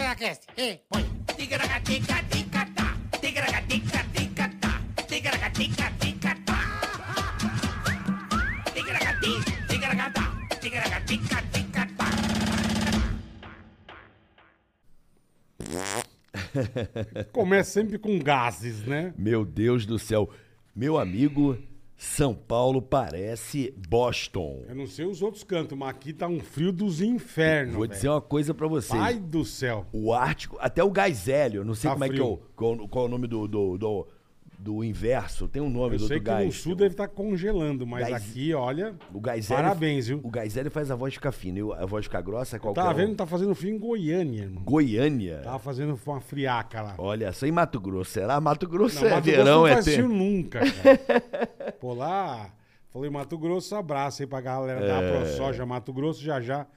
Ticaracast. Ei, põe. Ticaracatica-ticatá, ticaracatica-ticatá, ticaracatica-ticatá. Ticaracati, ticaracatá, ticaracatica-ticatá. Começa sempre com gases, né? Meu Deus do céu. Meu amigo, São Paulo parece Boston. Eu não sei os outros cantos, mas aqui tá um frio dos infernos. Vou dizer uma coisa pra vocês. Pai do céu. O Ártico, até o gás hélio, não sei Tá como é que é o, frio. qual, qual é o nome do, do, do, do inverso, tem um nome Eu do, sei do que gás. no sul deve estar congelando, mas Gás- aqui, olha. O gás hélio, Parabéns, viu? O gás hélio faz a voz ficar fina, e a voz ficar grossa, qualquer Tá um. vendo? Tá fazendo frio em Goiânia, irmão. Goiânia. Tava fazendo uma friaca lá. Olha só, em Mato Grosso, será? Mato Grosso é Mato Grosso verão, não é faz frio tempo. nunca, cara. Pô, lá. Falei Mato Grosso, abraço aí pra galera da É. AproSoja Mato Grosso. Já já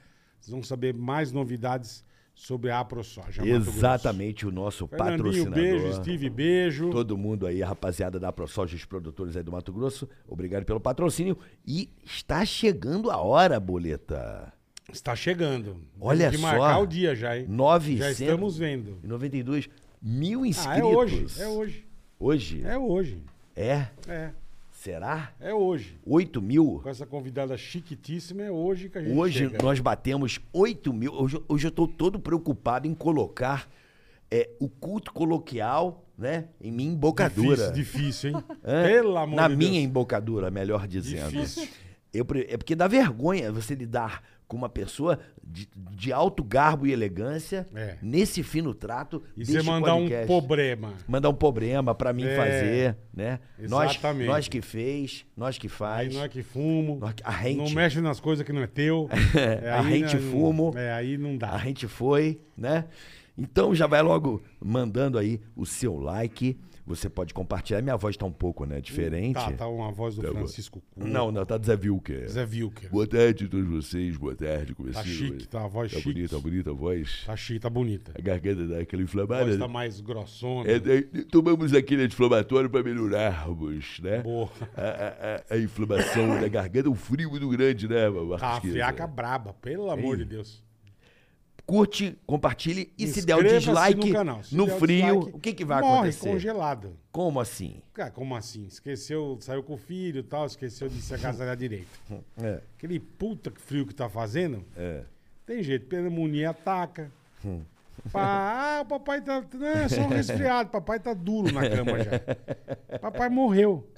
vocês vão saber mais novidades sobre a AproSoja Mato Grosso. Exatamente, o nosso Fernandinho, patrocinador. beijo. Steve, beijo. Todo mundo aí, a rapaziada da ProSoja, os produtores aí do Mato Grosso, obrigado pelo patrocínio. E está chegando a hora, boleta. Está chegando. Olha Tem que só. marcar o dia já, hein? 900... Já estamos vendo. 92 mil inscritos. Ah, é hoje. É hoje. Hoje? É hoje. É? É. Será? É hoje. 8 mil? Com essa convidada chiquitíssima, é hoje que a gente Hoje chega. nós batemos 8 mil. Hoje, hoje eu estou todo preocupado em colocar é, o culto coloquial né, em minha embocadura. Difícil, difícil, hein? Hã? Pelo amor É, Na de Deus. minha embocadura, melhor dizendo. Difícil. Eu pre- é porque dá vergonha você lidar com uma pessoa de, de alto garbo e elegância, É. nesse fino trato, E deste você mandar um podcast. problema. Mandar um problema pra mim É. fazer, né? Exatamente. Nós, nós que fez, nós que Aí faz. não é que fumo. Nós que- a gente- Não mexe nas coisas que não é teu. É, A aí gente não- fumo. É, aí não A dá. gente foi, né? Então já vai logo mandando aí o seu like. Você pode compartilhar. Minha voz tá um pouco, né? Diferente. Tá, tá uma voz do Tá bom. Francisco Cunha. Não, não, tá Zé Vilker. Zé Vilker. Boa tarde a todos vocês, boa tarde, Tá comecinho. chique, tá a voz Tá chique. bonita, bonita a voz. Tá chique, tá bonita. A garganta dá aquela A voz inflamada. né? tá mais grossona. É, é, tomamos aquele anti-inflamatório para melhorarmos, né? Boa. A, a- a- a inflamação da garganta, o frio muito grande, né, Marcos? Tá a Queza? friaca braba, pelo amor de Deus. Curte, compartilhe e se der o Inscreva-se dislike no, no, canal. Se der frio, dislike, o que, que vai morre acontecer? congelado. Como assim? Cara, como assim? Esqueceu, saiu com o filho e tal, esqueceu de se agasalhar direito. É. Aquele puta que frio que tá fazendo, É. tem jeito, pneumonia ataca. Hum. Pá, ah, o papai tá. Não, é só um resfriado, papai tá duro na cama já. Papai morreu.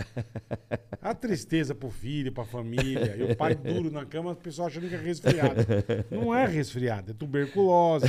A tristeza pro filho, pra família. E o pai duro na cama, as pessoas achando que é resfriado. Não é resfriado, é tuberculose.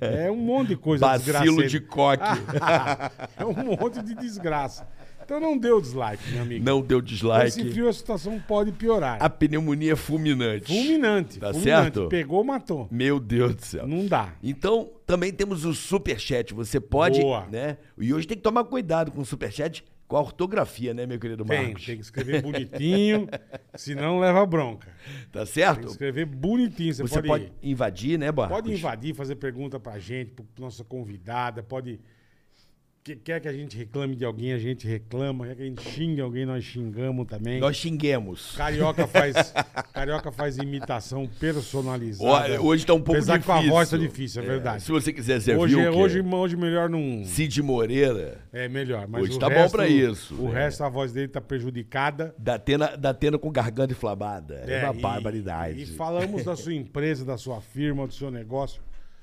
É um monte de coisa Ah. Bacilo desgracenta. de coque. é um monte de desgraça. Então não dê o dislike, meu amigo. Não deu dislike. Esse frio a situação pode piorar. A pneumonia é fulminante. Fulminante. Tá fulminante. certo? Pegou, matou. Meu Deus do céu. Não dá. Então, também temos o superchat. Você pode, Boa. né? E hoje tem que tomar cuidado com o superchat, com a ortografia, né, meu querido Tem, Marcos? tem que escrever bonitinho, senão leva bronca. Tá Tem que certo? escrever bonitinho. Você, Você pode, pode invadir, né, Marcos? pode invadir, fazer pergunta pra gente, pra nossa convidada, pode. que- Quer que a gente reclame de alguém, a gente reclama. Quer que a gente xingue alguém, nós xingamos também. Nós xinguemos. Carioca faz, carioca faz imitação personalizada. Olha, hoje tá um pouco Apesar que com difícil. a voz tá difícil, é, verdade. Se você quiser ser hoje, é- Vilker, hoje, hoje melhor não. Cid Moreira, É melhor. Mas Hoje o tá bom resto, pra isso, O né? resto, a voz dele tá prejudicada. da Atena, da Atena com garganta inflamada. É, uma e- barbaridade. E falamos da sua empresa, da sua firma, do seu negócio.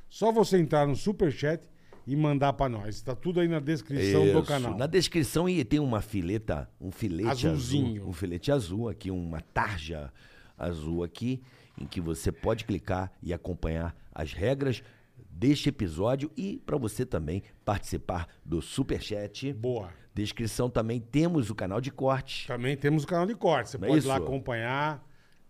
Só você entrar no superchat e mandar pra nós. Tá tudo aí na descrição do Isso. canal. Na descrição e tem uma fileta, um filete Azulzinho. azul, um filete azul aqui, uma tarja azul aqui, em que você pode clicar e acompanhar as regras deste episódio e para você também participar do Superchat. Boa. Descrição também temos o canal de corte. Também temos o canal de cortes. Você Não é pode isso? lá acompanhar.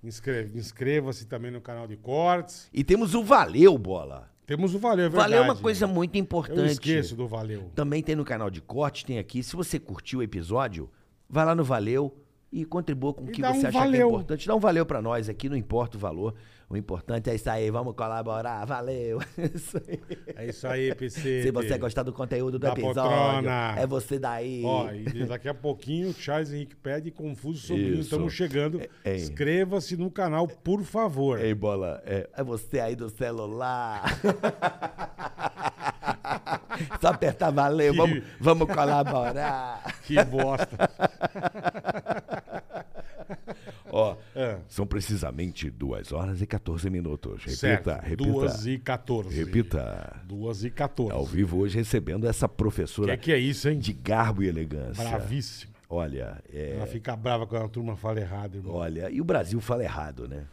Inscreva- Inscreva-se também no canal de cortes. E temos o Valeu Bola. Temos o Valeu, é verdade. Valeu é uma coisa muito importante. Então, Eu esqueço do Valeu. Também tem no canal de corte, tem aqui. Se você curtiu o episódio, vai lá no Valeu e contribua com o E que dá você um acha que é valeu. importante. Dá um valeu pra nós aqui, não importa o valor. O importante é isso aí, vamos colaborar, valeu. Isso aí. É isso aí, PC. Se você gostar do conteúdo do Da episódio, poltrona. é você daí. Ó, e daqui a pouquinho, Charles Henrique pede Confuso Sobrinho. Isso. Estamos chegando. é. Inscreva-se no canal, por favor. é Ei, bola, é, é você aí do celular. Só apertar valeu, Que- vamos, vamos colaborar. Que bosta. Ó, É. são precisamente 2 horas e 14 minutos. Repita, certo. repita. 2 e 14. Repita. 2 e 14. Ao vivo hoje recebendo essa O que, professora é que é isso, hein? de garbo e elegância. Bravíssimo. Olha, é, Ela fica brava quando a turma fala errado, irmão. olha, e o Brasil fala errado, né?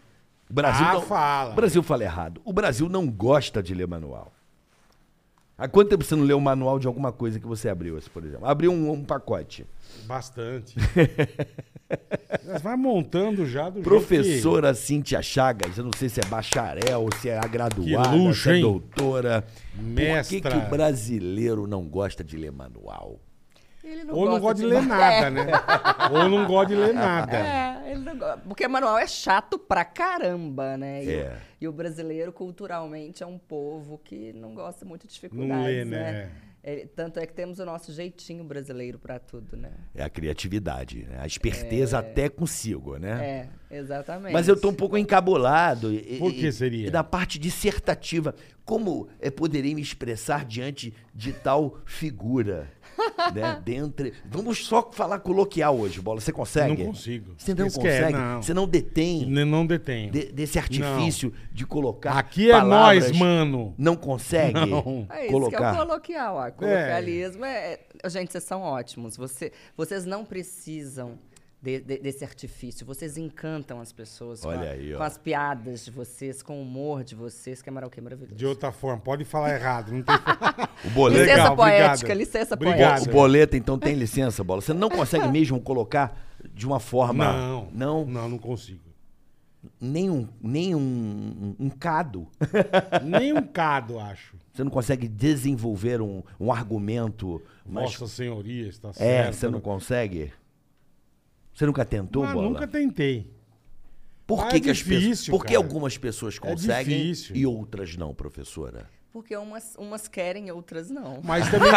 O Brasil Ah, não, fala. O Brasil fala errado. O Brasil não gosta de ler manual. Há quanto tempo você não leu o manual de alguma coisa que você abriu, assim, por exemplo? Abriu um, um pacote. Bastante. Mas vai montando já do jeito Professora Cíntia Chagas, eu não sei se é bacharel, se é a graduada, Que luxo, se é hein? doutora. Por que Mestra. que, o brasileiro não gosta de ler manual? Ele que... Ou não gosta de ler manual. nada, né? Ou não gosta de ler nada. assim, É, ele não go- porque manual é chato pra caramba, né? E, É. o, e o brasileiro, culturalmente, é um povo que não gosta muito de dificuldades, Não lê, né? né? Ele- tanto é que temos o nosso jeitinho brasileiro pra tudo, né? É a criatividade, né? a esperteza até consigo, né? É, exatamente. Mas eu tô um pouco encabolado. e- Por e- que seria? E da parte dissertativa. Como é, poderei me expressar diante de tal figura? né? Dentre... Vamos só falar coloquial hoje, Bola. Você consegue? Não consigo. Você não Esque- consegue? não. Você não detém? N- Não detém. de- desse artifício de colocar. Aqui é palavras, nós, mano. Não consegue Não. É isso que é colocar. o coloquial, ó. Coloquialismo é... é- Gente, vocês são ótimos. Você, vocês não precisam de- de- desse artifício. Vocês encantam as pessoas com, Olha a- aí, ó. com as piadas de vocês, com o humor de vocês, que é mara- o que é maravilhoso. De outra forma, pode falar errado. Não tem... o boleto. é um Licença Legal, poética, obrigado. licença Obrigado. O poética. boleto, então, tem licença, bola. Você não consegue mesmo colocar de uma forma. Não, Não. Não, não consigo. Nem um, nem um, um- um cado. Nem um cado, acho. Você não consegue desenvolver um, um argumento. Mas, Vossa Senhoria está certo. né? é, você não consegue? Você nunca tentou, Ah, bola? nunca tentei. Por Ah, que, é que as pessoas. difícil, Por que cara. É algumas pessoas conseguem difícil. e outras não, professora? Porque umas, umas querem, outras não. Mas também.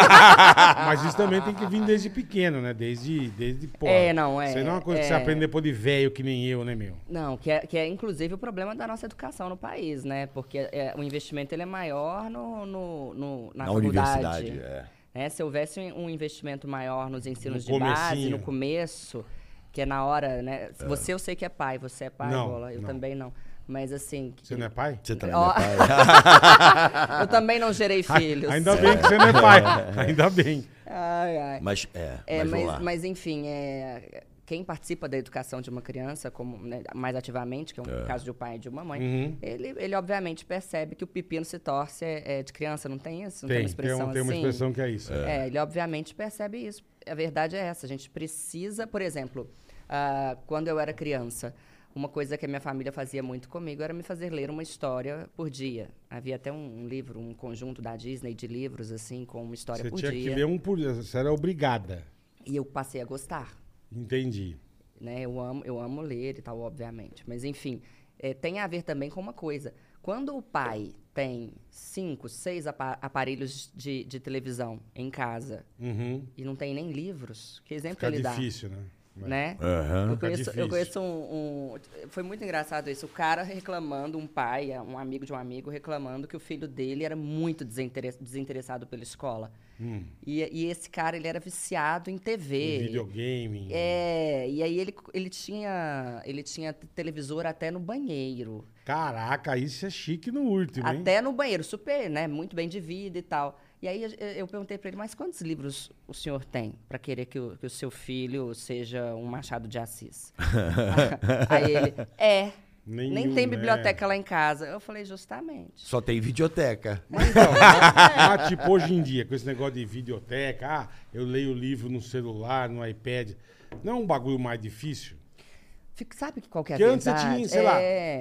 mas isso também tem que vir desde pequeno, né? Desde, desde porra. É, não, é, Isso aí não é uma coisa que é. você aprende depois de velho, que nem eu, né, meu? Não, que é, que é inclusive o problema da nossa educação no país, né? Porque é, o investimento ele é maior no, no- no- na, Na faculdade. universidade, é. né? Se houvesse um um investimento maior nos ensinos No de base, comecinho. no começo, que é na hora, né? Se Você eu sei que é pai, você é pai, Não, Bola, eu não. também não. Mas assim, que- Você não é pai? Você também Ó. é pai. eu também não gerei filhos. Ainda bem que você não é pai. Ainda bem. Ai, ai. Mas é, É, mas, vamos mas, lá. mas, enfim, é, quem participa da educação de uma criança como, né, mais ativamente, que é um caso de um pai e de uma mãe, Uhum. ele, ele obviamente percebe que o pepino se torce é, é, de criança, não tem isso? Não tem, Tem, uma tem, expressão um- tem uma assim? expressão que é isso. É, ele obviamente percebe isso. A verdade é essa, a gente precisa, por exemplo, ah, quando eu era criança, uma coisa que a minha família fazia muito comigo era me fazer ler uma história por dia. Havia até um, um livro, um conjunto da Disney de livros, assim, com uma história Você por tinha dia. que ler um por. Você era obrigada. E eu passei a gostar. Entendi. né? Eu amo, eu amo ler e tal, obviamente. Mas, enfim, eh, tem a ver também com uma coisa. Quando o pai tem cinco, seis apa- aparelhos de, de televisão em casa Uhum. e não tem nem livros, que exemplo Fica ele dá? difícil, né? Né? Aham. Eu Fica conheço, difícil. eu conheço um, um- Foi muito engraçado isso. O cara reclamando, um pai, um amigo de um amigo, reclamando que o filho dele era muito desinteress- desinteressado pela escola. E, e esse cara, ele era viciado em TV. Hum. Em videogame. É, e aí ele, ele tinha ele tinha televisor até no banheiro. Caraca, isso é chique no último, hein? Até no banheiro, super, né? Muito bem de vida e tal. E aí eu- eu perguntei pra ele, mas quantos livros o senhor tem pra querer que o, que o seu filho seja um Machado de Assis? aí ele, é, nem Nenhum, tem né? biblioteca lá em casa. Eu falei, justamente. Só tem videoteca. Mas então, mas, mas, tipo, hoje em dia, com esse negócio de videoteca, ah, eu leio livro no celular, no iPad, não é um bagulho mais difícil? Fica- sabe que qual que é a Porque antes você verdade? tinha, sei É.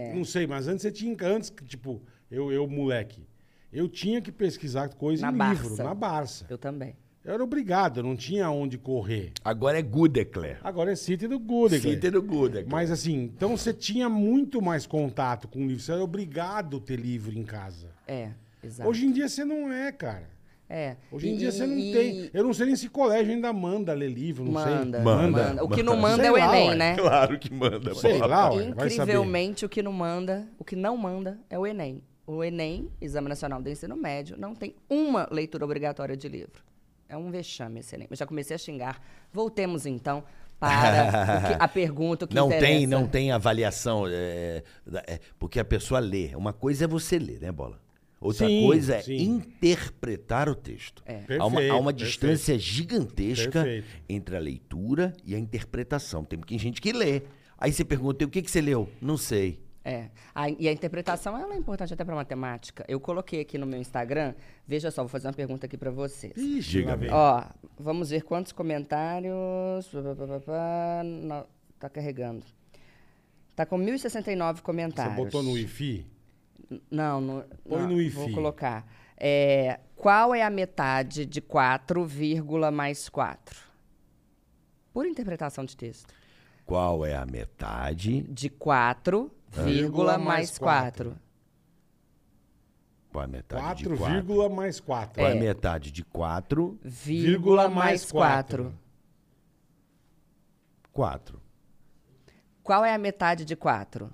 lá, não sei, mas antes você tinha, antes que, tipo, eu, eu moleque, eu tinha que pesquisar coisa Na em livro, Barça. na Barça. Eu também. Eu era obrigado, eu não tinha onde correr. Agora é Goodecler. Agora é City do Good, Cita do Goodecler. Mas assim, então você tinha muito mais contato com o livro, você era obrigado a ter livro em casa. É, exato. Hoje em dia você não é, cara. é. Hoje em E- dia você não e- tem. Eu não sei nem se colégio ainda manda ler livro, não Manda, sei. manda, O que não manda é o Sei lá, Enem, ué. né? Claro que manda. Sei bola. lá, ué, vai saber. Incrivelmente, o que não manda, o que não manda é o Enem. o Enem, Exame Nacional do Ensino Médio, não tem uma leitura obrigatória de livro. É um vexame esse Enem. Eu já comecei a xingar. Voltemos, então, para o que- a pergunta o que Não tem, interessa. não tem avaliação. é, da- é, porque a pessoa lê. Uma coisa é você ler, né, Bola? Outra Sim, coisa é sim. interpretar o texto. há É. uma, Perfeito, há uma perfeito. distância gigantesca Perfeito. entre a leitura e a interpretação. Tem gente que lê. Aí você pergunta, o que, que você leu? Não sei. É. A- e a interpretação ela é importante até para matemática. Eu coloquei aqui no meu Instagram. Veja só, vou fazer uma pergunta aqui para vocês. Ixi, Diga, lá vem. Ó, vamos ver quantos comentários. Pá, pá, pá, pá, pá. Não, tá carregando. Tá com 1.069 Você comentários. botou no IFI? Não, no, Põe não, no IFI. Vou colocar. É, qual é a metade de 4, vírgula mais 4? Por interpretação de texto. Qual é a metade? De 4, vírgula Vírgula mais mais 4. Qual é a metade de 4, 4? vírgula mais 4. Qual é a metade de 4? Vírgula mais 4. 4. Qual é a metade de 4?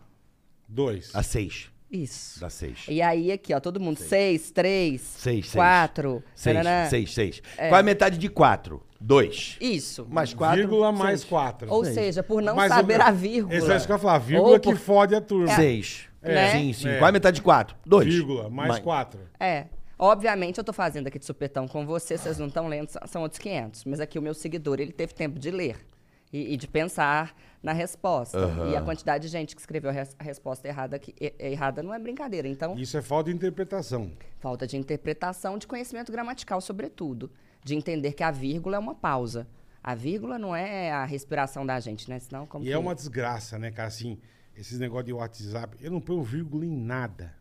2. A 6. Isso. Dá 6. E aí, aqui, ó, todo mundo. 6, 3, Seis, seis. 4. 6, 6, 6. Qual é a metade de 4? 2. Isso. Mais 4. Vírgula mais 4. Ou seja, por não Mas o- saber a vírgula. Esse é isso que eu ia falar. Ou Vírgula que por- fode a É. turma. 6. Né? Sim, sim. É. Qual é a metade de 4? 2. Vírgula mais 4. É. Obviamente, eu tô fazendo aqui de supetão com vocês, vocês não estão lendo, são- são outros 500. Mas aqui o meu seguidor, ele teve tempo de ler e, e de pensar na resposta. E a quantidade de gente que escreveu a, res- a resposta errada aqui, e- errada não é brincadeira. Então, Isso é falta de interpretação. falta de interpretação, de conhecimento gramatical, sobretudo. De entender que a vírgula é uma pausa. A vírgula não é a respiração da gente, né? Senão, como E que- é uma desgraça, né, cara? Assim, esses negócios de WhatsApp. Eu não ponho vírgula em nada.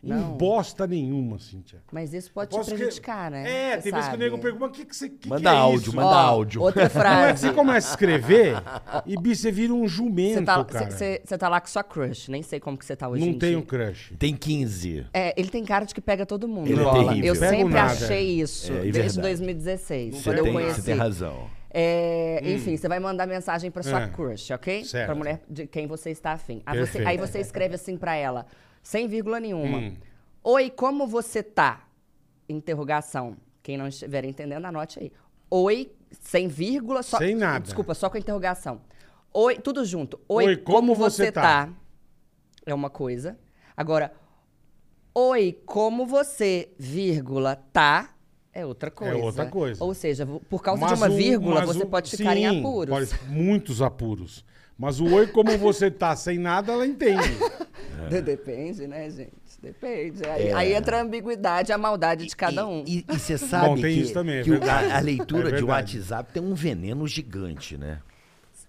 Não. Em bosta nenhuma, Cíntia. Mas isso pode Posso te que- prejudicar, né? É, Você tem vezes que o sabe. nego pergunta, mas o que, que você que Manda que é áudio, isso? Ó, manda áudio. Outra Como é que frase. você começa a escrever e bicho, você vira um jumento, Você tá, cara. cê- cê- cê tá lá com sua crush, nem sei como que você tá hoje em não dia. tem um crush. Tem 15. É, ele tem cara de que pega todo mundo, Ele é Bola. terrível. eu Pego sempre nada. achei isso, É, é desde verdade. 2016, Não Você quando eu tem, conheci. você tem razão. É, enfim, você vai mandar mensagem pra sua Hum. É. crush, ok? Certo. Pra mulher de quem você está afim. Aí você, Perfeito. Hum. aí você escreve assim pra ela, sem vírgula nenhuma. Oi, como você tá? Interrogação. Quem não estiver entendendo, anote aí. Oi, sem vírgula, só. Sem nada. Desculpa, só com interrogação. Oi, tudo junto. Oi, Oi, como como, você, você tá? tá? É uma coisa. Agora, oi, como você, vírgula, tá? É outra coisa. outra coisa. Ou seja, vo- por causa de Mas uma o- vírgula, mas você o- pode ficar em sim, apuros. pode- muitos apuros. Mas o oi, como você tá sem nada, ela entende. De- Depende, né, gente? Depende. É. Aí, aí entra a ambiguidade, a maldade de cada um. E você sabe Bom, tem que, isso também, é que o- verdade. a, a leitura É de verdade. WhatsApp tem um veneno gigante, né?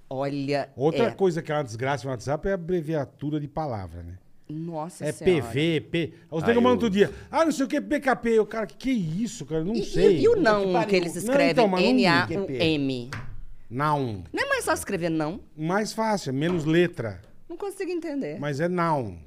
Olha. Outra é. coisa que é uma desgraça no WhatsApp é a abreviatura de palavra, né? Nossa É Senhora. PV, P. Os Ah, negros mandam eu- todo dia. Ah, não sei o que, PKP. O cara, que que é isso, cara? Eu não E, sei. e- e o não pariu. que eles Não, escrevem? um então, mas não N-A-U-M. Noun. Não é mais só escrever não? Mais fácil, é menos letra. Não consigo entender. Mas é noun.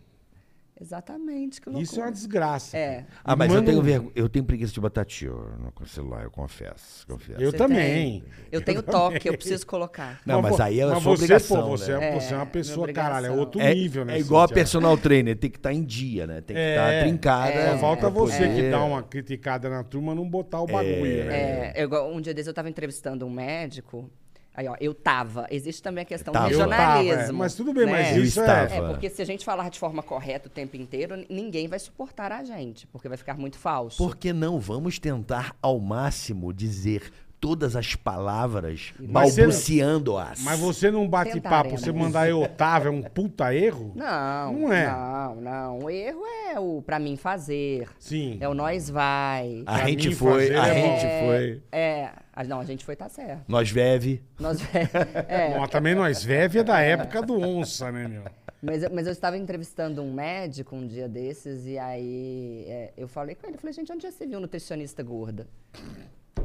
Exatamente, que loucura. Isso é uma desgraça. É. cara. Ah, mas eu Manda tenho, um- vergo- eu tenho preguiça de botar tio no celular, eu confesso. confesso. Eu Você também. tem? Eu tenho toque, eu preciso colocar. Não, mas vo- aí é mas sua você, obrigação, Pô, você, né? é, você é uma É, pessoa, minha caralho, é obrigação. outro É, nível, né? é igual a Cintia? personal trainer, tem que estar em dia, né? Tem que estar É. trincada. né, Só pra falta você poder- que dá uma criticada na turma não botar o bagulho, né? É, eu igual- um dia desses eu tava entrevistando um médico. Aí, ó, eu tava. Existe também a questão Tava. do Eu tava, é. regionalismo. Mas tudo bem, mas Eu isso estava. é... É, porque se a gente falar de forma correta o tempo inteiro, n- ninguém vai suportar a gente, porque vai ficar muito falso. Por que não vamos tentar ao máximo dizer todas as palavras Mas você- balbuciando-as? Mas você não bate papo, Tentaremos. você mandar eu, Otávio, é um puta erro? né? Não, Não é. Não, não. O erro é o pra mim fazer. Sim. Ah, É o nós vai. A pra gente mim foi, fazer a é bom. gente foi. É. Ah, não, a gente foi tá certo. Nós veve. Nós é. Bom, mas também nós veve é da época do onça, né, meu? Mas, eu- mas eu estava entrevistando um médico um dia desses, e aí é, eu falei com ele, eu falei, gente, onde já se viu nutricionista gorda?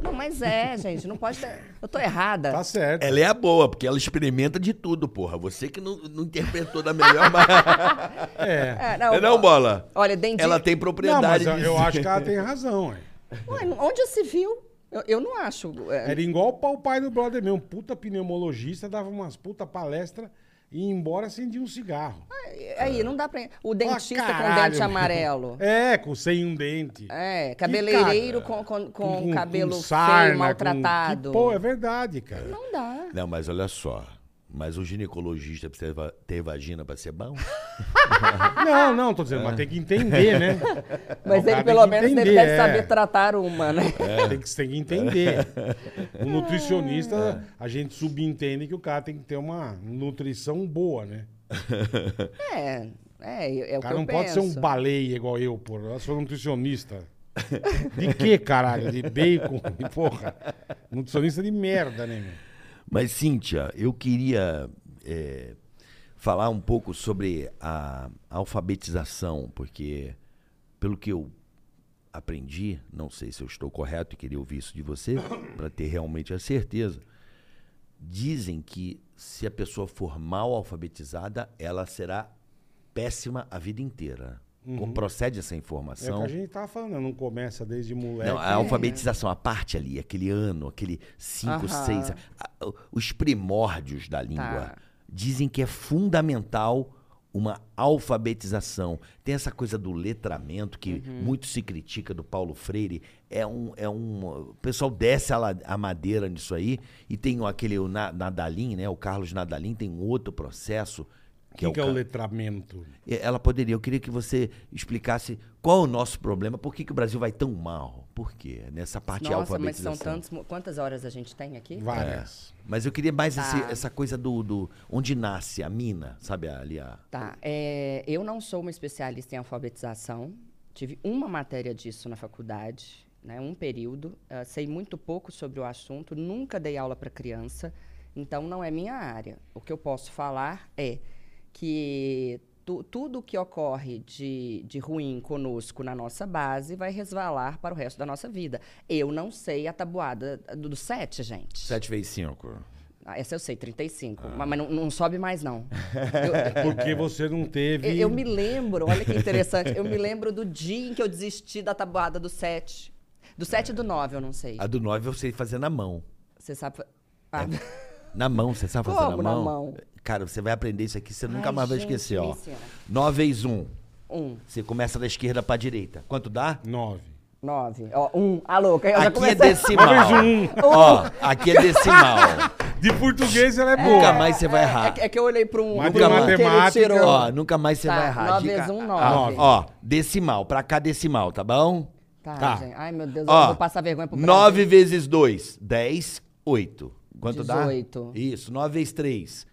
Não, mas é, gente, não pode ter... Eu tô errada. Tá certo. Ela é a boa, porque ela experimenta de tudo, porra. Você que não, não interpretou da melhor maneira. É. É, Não, não, bola. Olha, dentista... um Ela tem Não, mas propriedade. eu, de eu dizer. acho que ela tem razão, é. Ué, não- onde já se viu? Eu, eu não acho... é, Era igual o pau pai do brother meu, um puta pneumologista, dava umas puta palestra e ia embora acendia um cigarro. Ah. é Aí, não dá pra. O dentista com caralho, dente meu. amarelo. É, com sem um dente. É, cabeleireiro cara. com, com, com, cabelo sarna, feio, com- maltratado. que Pô, é verdade, cara. Não dá. Não, mas olha só. Mas o ginecologista precisa va- ter vagina pra ser bom? Não, não, tô dizendo, mas tem que entender, né? O cara Mas ele tem pelo que menos entender, deve, deve é. saber tratar uma, né? Tem, que, tem que entender. O É. nutricionista, a gente subentende que o cara tem que ter uma nutrição boa, né? É, é, é o O cara que eu não pode ser um penso. baleia igual eu, porra. Eu sou nutricionista. De que, caralho? De bacon? De porra. Nutricionista de merda, né, meu? Mas, Cíntia, eu queria é, falar um pouco sobre a alfabetização, porque, pelo que eu aprendi, não sei se eu estou correto e queria ouvir isso de você, para ter realmente a certeza. Dizem que se a pessoa for mal alfabetizada, ela será péssima a vida inteira. Como Procede essa Uhum. É o informação? que a gente tava falando, não começa desde é moleque. né? Não, é a alfabetização, a parte ali, aquele ano, aquele 5, Aham. 6, os primórdios da língua, Tá. dizem que é fundamental uma alfabetização. Tem essa coisa do letramento que Uhum. muito se critica do Paulo Freire. É um, é um, o pessoal desce a, la- a madeira nisso aí e tem aquele o Na- Nadalim, né? O Carlos Nadalim tem um outro processo O que, que é ca- o letramento? e- Ela poderia. Eu queria que você explicasse qual é o nosso problema, por que, que o Brasil vai tão mal? Por quê? Nessa parte de Nossa, mas alfabetização. são tantos. mo- Quantas horas a gente tem aqui? Várias. Mas eu queria mais esse- Tá. essa coisa do, do- onde nasce a mina, sabe ali a Tá. é, eu não sou uma especialista em alfabetização. Tive uma matéria disso na faculdade, né, um período. Ah, sei muito pouco sobre o assunto, nunca dei aula para criança, então não é minha área. O que eu posso falar é que tu, tudo que ocorre de, de ruim conosco na nossa base vai resvalar para o resto da nossa vida. Eu não sei a tabuada do, do sete, gente. 7 vezes 5. Ah, essa eu sei, 35. Mas, mas não, não sobe mais, não. Eu- É. É Porque você não teve. eu, eu me lembro, olha que interessante, eu me lembro do dia em que eu desisti da tabuada do 7. Do 7 e do 9, eu não sei. A É. do 9 eu sei fazer na mão. Você sabe. fa- Ah, Na mão, você sabe fazer Como na na mão? mão? Cara, você vai aprender isso aqui, você nunca Ai, mais vai gente, esquecer, ó. me ensina. 9 vezes 1. 1, Você começa da esquerda pra direita. Quanto dá? Nove. 9. Ó, 1. Ah, louca, eu já Aqui é comecei. decimal. Ó, aqui é decimal. De português ela é Nunca boa. mais você vai É, errar. que- é que eu olhei para um. Mas pra de um que ele matemática, tirou. Ó, nunca mais você Tá, vai errar. nove Dica- vezes um, Ah, nove. Ó, decimal, pra cá decimal, tá bom? Tá, Tá. gente. Ai, meu Deus, eu Ó, vou passar vergonha pro nove vezes dois, dez, oito. Quanto Dezoito. dá? Isso, nove vezes três,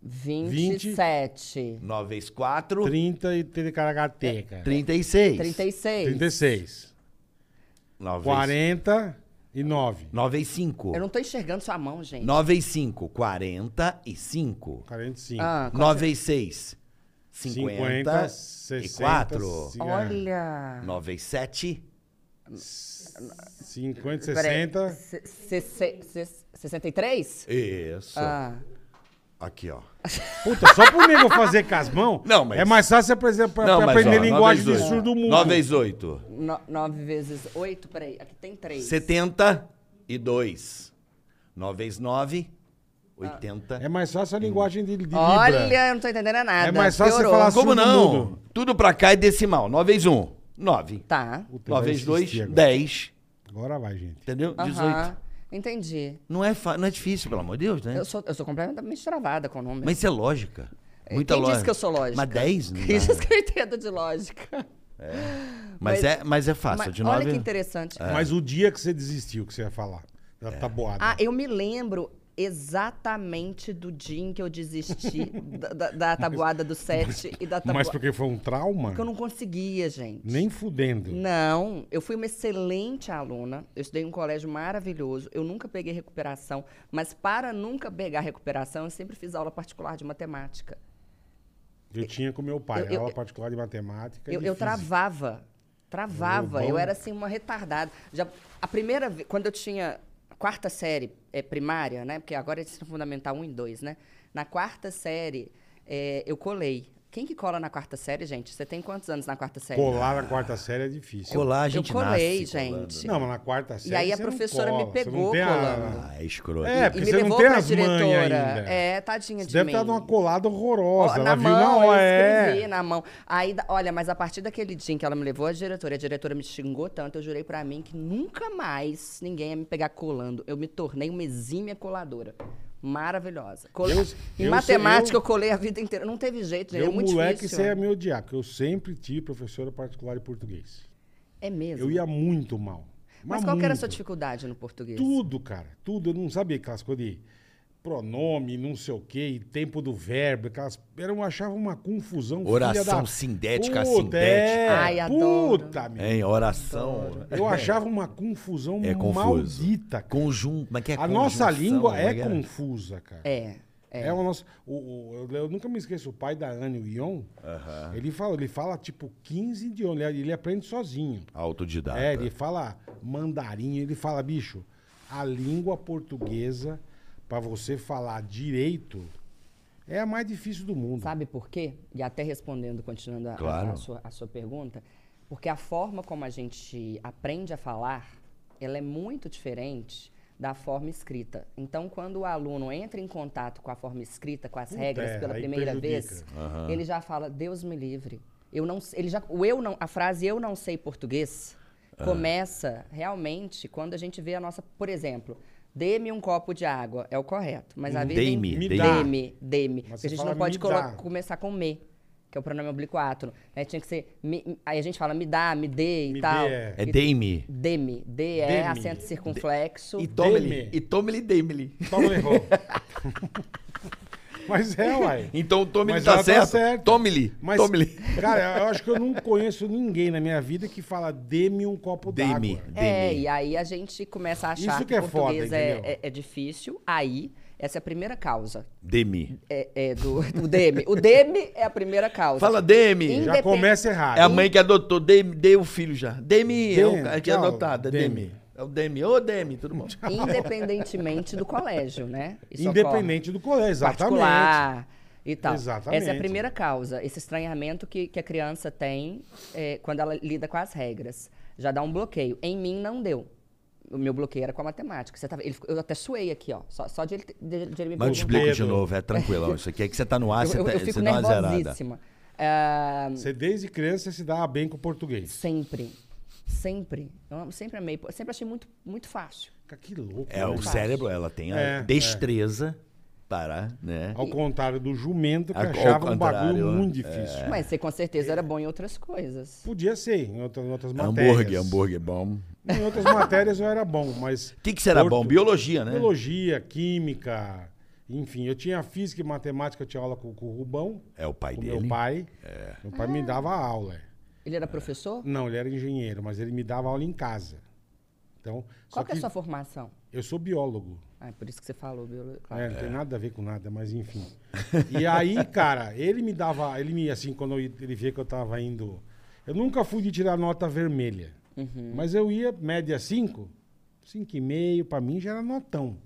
27. nove vezes quatro, 30 e É, Tiricaracateca. trinta e seis. 36. 36. Nove vezes, 49. nove vezes cinco. Eu não tô enxergando sua mão, gente. Nove vezes cinco, quarenta e cinco. 45. Ah, qual- Nove vezes seis, cinquenta e 60, quatro. ci- Olha. Nove vezes sete, 50, Peraí, 60. se- se- se- se- 63? isso. Ah. Aqui, ó. Puta, só pro nego fazer com as mãos, Não, mas- é mais fácil você apresen- pra- pra mas, aprender ó, linguagem de nove vezes oito. surdo mudo. Nove vezes oito. 9 vezes 8, peraí, aqui tem 3. 72. 9 vezes 9, 80. É mais fácil a linguagem de, de Libra. Olha, eu não tô entendendo nada. É mais fácil você Piorou. falar Como surdo não? mudo. Tudo pra cá é decimal. 9 vezes 1, 9. Tá. Puta, 9 vai vezes insistir 2, agora. 10. Agora vai, gente. Entendeu? 18. Aham, Entendi. Não é, fa- não é difícil, pelo amor de Deus, É. né? Eu sou, eu sou completamente travada com o número. Mas isso é lógica. É, Quem Muita disse lógica. que eu sou lógica? Mas 10 não Tá. Quem disse dá. que eu entendo de lógica? Mas, Mas- é, mas é fácil. Mas de olha que 9. interessante. É. Mas o dia que você desistiu, que você ia falar. tá Da tabuada. Ah, eu me lembro exatamente do dia em que eu desisti da, da- da tabuada do 7 e tá da tabuada. Mas porque foi um trauma? Porque eu não conseguia, gente. Nem fudendo. Não, eu fui uma excelente aluna. Eu estudei em um colégio maravilhoso. Eu nunca peguei recuperação, mas para nunca pegar recuperação, eu sempre fiz aula particular de matemática. Eu tinha com meu pai, Eu- eu- aula particular de matemática. é e Eu, eu física. travava, travava. Meu Eu bom. era assim uma retardada. Já a primeira vez, quando eu tinha quarta série é, um primária, né? Porque agora é ensino fundamental 1 e 2, né? Na quarta série é, eu colei. Quem que cola na quarta série, gente? Você tem quantos anos na quarta série? Colar na quarta série é difícil. Colar a eu gente colei, nasce colando. gente. Não, mas na quarta série. aí a você não professora me cola, você não pegou tem a- colando. Ah, é escroto. É, E porque me você não levou tem pra as manhas diretora. ainda. É, tadinha Você de deve mim. estar numa colada Ó, horrorosa. na Ela viu mão, na hora. eu escrevi É. na mão. Aí, da- olha, mas a partir daquele dia em que ela me levou a diretora, e a diretora me xingou tanto, eu jurei pra mim que nunca mais ninguém ia me pegar colando. Eu me tornei uma exímia coladora. Maravilhosa. Cole... Eu- em eu- matemática, eu- eu... colei a vida inteira. Não teve jeito, gente. Eu, é muito moleque, difícil. você ia me odiar, porque eu sempre tive professora particular de português. É mesmo. Eu ia muito mal. Mas qual que era a sua muito. dificuldade no português? Tudo, cara. Tudo. Eu não sabia aquelas coisas de pronome, não sei o quê, e tempo do verbo. Aquelas... Era- Eu achava uma confusão. filha Oração da- sindética, Puta, é. sindética. Ai, adoro. Puta, meu. Hein, oração. Eu achava uma confusão É confuso. maldita. cara. Conjunto. Mas que é a nossa conjunção, língua é, como que confusa, cara. É. É, o nosso. o- o- eu, eu nunca me esqueço, o pai da Anne, o Ion, ele, fala, ele fala tipo 15 idiomas. Ele, ele aprende sozinho. Autodidata. É, ele fala mandarim, ele fala, bicho, a língua portuguesa, pra você falar direito, é a mais difícil do mundo. Sabe por quê? E até respondendo, continuando a, a- Claro. a sua, a sua pergunta, porque a forma como a gente aprende a falar, ela é muito diferente da forma escrita. Então, quando o aluno entra em contato com a forma escrita, com as Puta, regras é, pela aí primeira vez, prejudica. ele já fala: Deus me livre. Eu não, s- ele já, o eu não, a frase "eu não sei português" É. começa realmente quando a gente vê a nossa, por exemplo. Dê-me um copo de água, é o correto. Mas a vida em- Dei-me, Me dei-me. dá. Dê-me, dê-me. Mas Porque a você gente fala não pode me colo- dá. começar com me, que é o pronome oblíquo átono. Né? Tinha que ser. me- aí a gente fala me dá, me dê e Me tal. dê, é. É E- Dame. Dê-me. Dê é Dê-me. acento circunflexo. E Dê-me. tome-lhe. E tome-lhe, dê-me-lhe. Toma, levou. Tá Mas é, uai. Então tome-lhe Mas tá ela tá certo. certa. Tome-lhe. Mas, Tome-lhe. cara, eu acho que eu não conheço ninguém na minha vida que fala dê-me um copo d'água. Dê-me. É, Dê-me. e aí a gente começa a achar Isso que é o foda, português é, entendeu? é- é difícil. Aí, essa é a primeira causa Dê-me. é, é do, do dê-me. O dê-me é a primeira causa. Fala, dê-me. Em- Já Independ- começa errado. É a mãe que adotou. Dê-me, dê o filho já. Dê-me. É o Dê-me, cara que é tchau, adotado. é dê-me. Dê-me. É o dê-me. Ô, dê-me, tudo bom? Independentemente do colégio, né? Isso ocorre. Independente do colégio, exatamente. particular e tal. Exatamente. Essa é a primeira causa, esse estranhamento que, que a criança tem é, quando ela lida com as regras. Já dá um bloqueio. Em mim, não deu. O meu bloqueio era com a matemática. Você tá vendo? Ele ficou- eu até suei aqui, ó. Só, só de ele, ter- de- de ele me Mas eu te explico Dedo. de novo. É tranquilão isso aqui. É que você tá no ar, Eu, você, eu, tá, eu fico assim, você dá uma zerada. nervosíssima. Ah, Você desde criança se dá bem com o português. sempre. Sempre. Eu amo- sempre amei. po- Sempre achei muito, muito fácil. Cara, que louco. É, o né? cérebro, ela tem a É, destreza para, né? Ao contrário do jumento, que Ao achava um contrário, bagulho é. muito difícil. Mas você com certeza era bom em outras coisas. Podia ser, em outras, em outras matérias. Hambúrguer, hambúrguer bom. Em outras matérias eu era bom, mas... O que, que será Porto- bom? Biologia, né? Biologia, química, enfim. Eu tinha física e matemática, eu tinha aula com, com o Rubão, É o pai com dele. É. meu pai. Meu pai Ah. me dava aula. é. Ele era professor? Não, ele era engenheiro, mas ele me dava aula em casa. Então, só Qual que é que a sua formação? eu sou biólogo. Ah, é por isso que você falou, biologia. né? não tem nada a ver com nada, mas enfim. E aí, cara, ele me dava, ele me assim, quando eu ia- ele via que eu tava indo, eu nunca fui de tirar nota vermelha. Mas eu ia média 5, 5,5, pra mim já era notão.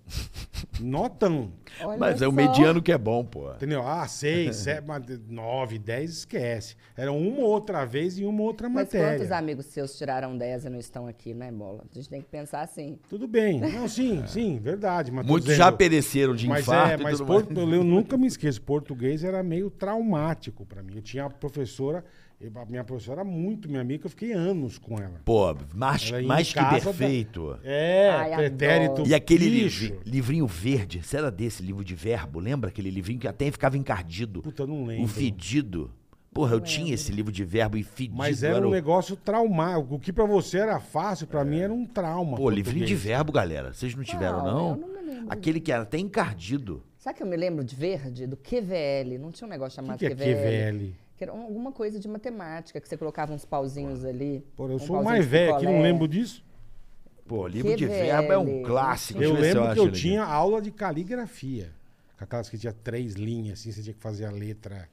Notão. Olha Mas é o só. mediano que é bom, pô. Entendeu? Ah, seis, sete, mas nove, dez, esquece. Era uma outra vez e uma outra Mas quantos matéria. amigos seus tiraram 10 e não estão aqui, né, Bola? A gente tem que pensar assim. Tudo bem. Não, sim, sim, verdade. Mas tô Muitos Tá dizendo- já pereceram de Mas infarto é, mas e tudo por- mais. eu nunca me esqueço. Português era meio traumático pra mim. Eu tinha a professora, eu- a minha professora era muito minha amiga, eu fiquei anos com ela. Pô, mais, Ela ia em mais que casa da- perfeito. É, Ai, pretérito. adoro. E aquele lixo. livri- livrinho verde, você era desse livro de verbo? Lembra aquele livrinho que até ficava encardido? Puta, eu não lembro. um fedido. Porra, eu tinha esse livro de verbo e fedido. Mas era um o- negócio traumático. O que pra você era fácil, pra mim era um trauma. Pô, livrinho de português. verbo, galera. Vocês não tiveram, não? eu não me lembro Aquele que era até encardido. Sabe que eu me lembro de verde? Do QVL. Não tinha um negócio O chamado que, que é QVL? Que era um- alguma coisa de matemática, que você colocava uns pauzinhos ali. Pô, eu um sou pauzinho mais de velho aqui, não picolé. lembro disso. Pô, livro de QVL, verbo é um clássico. Eu Deixa ver se lembro que acho eu ele aqui. tinha aula de caligrafia. com Aquelas que tinha três linhas, assim, você tinha que fazer a letra,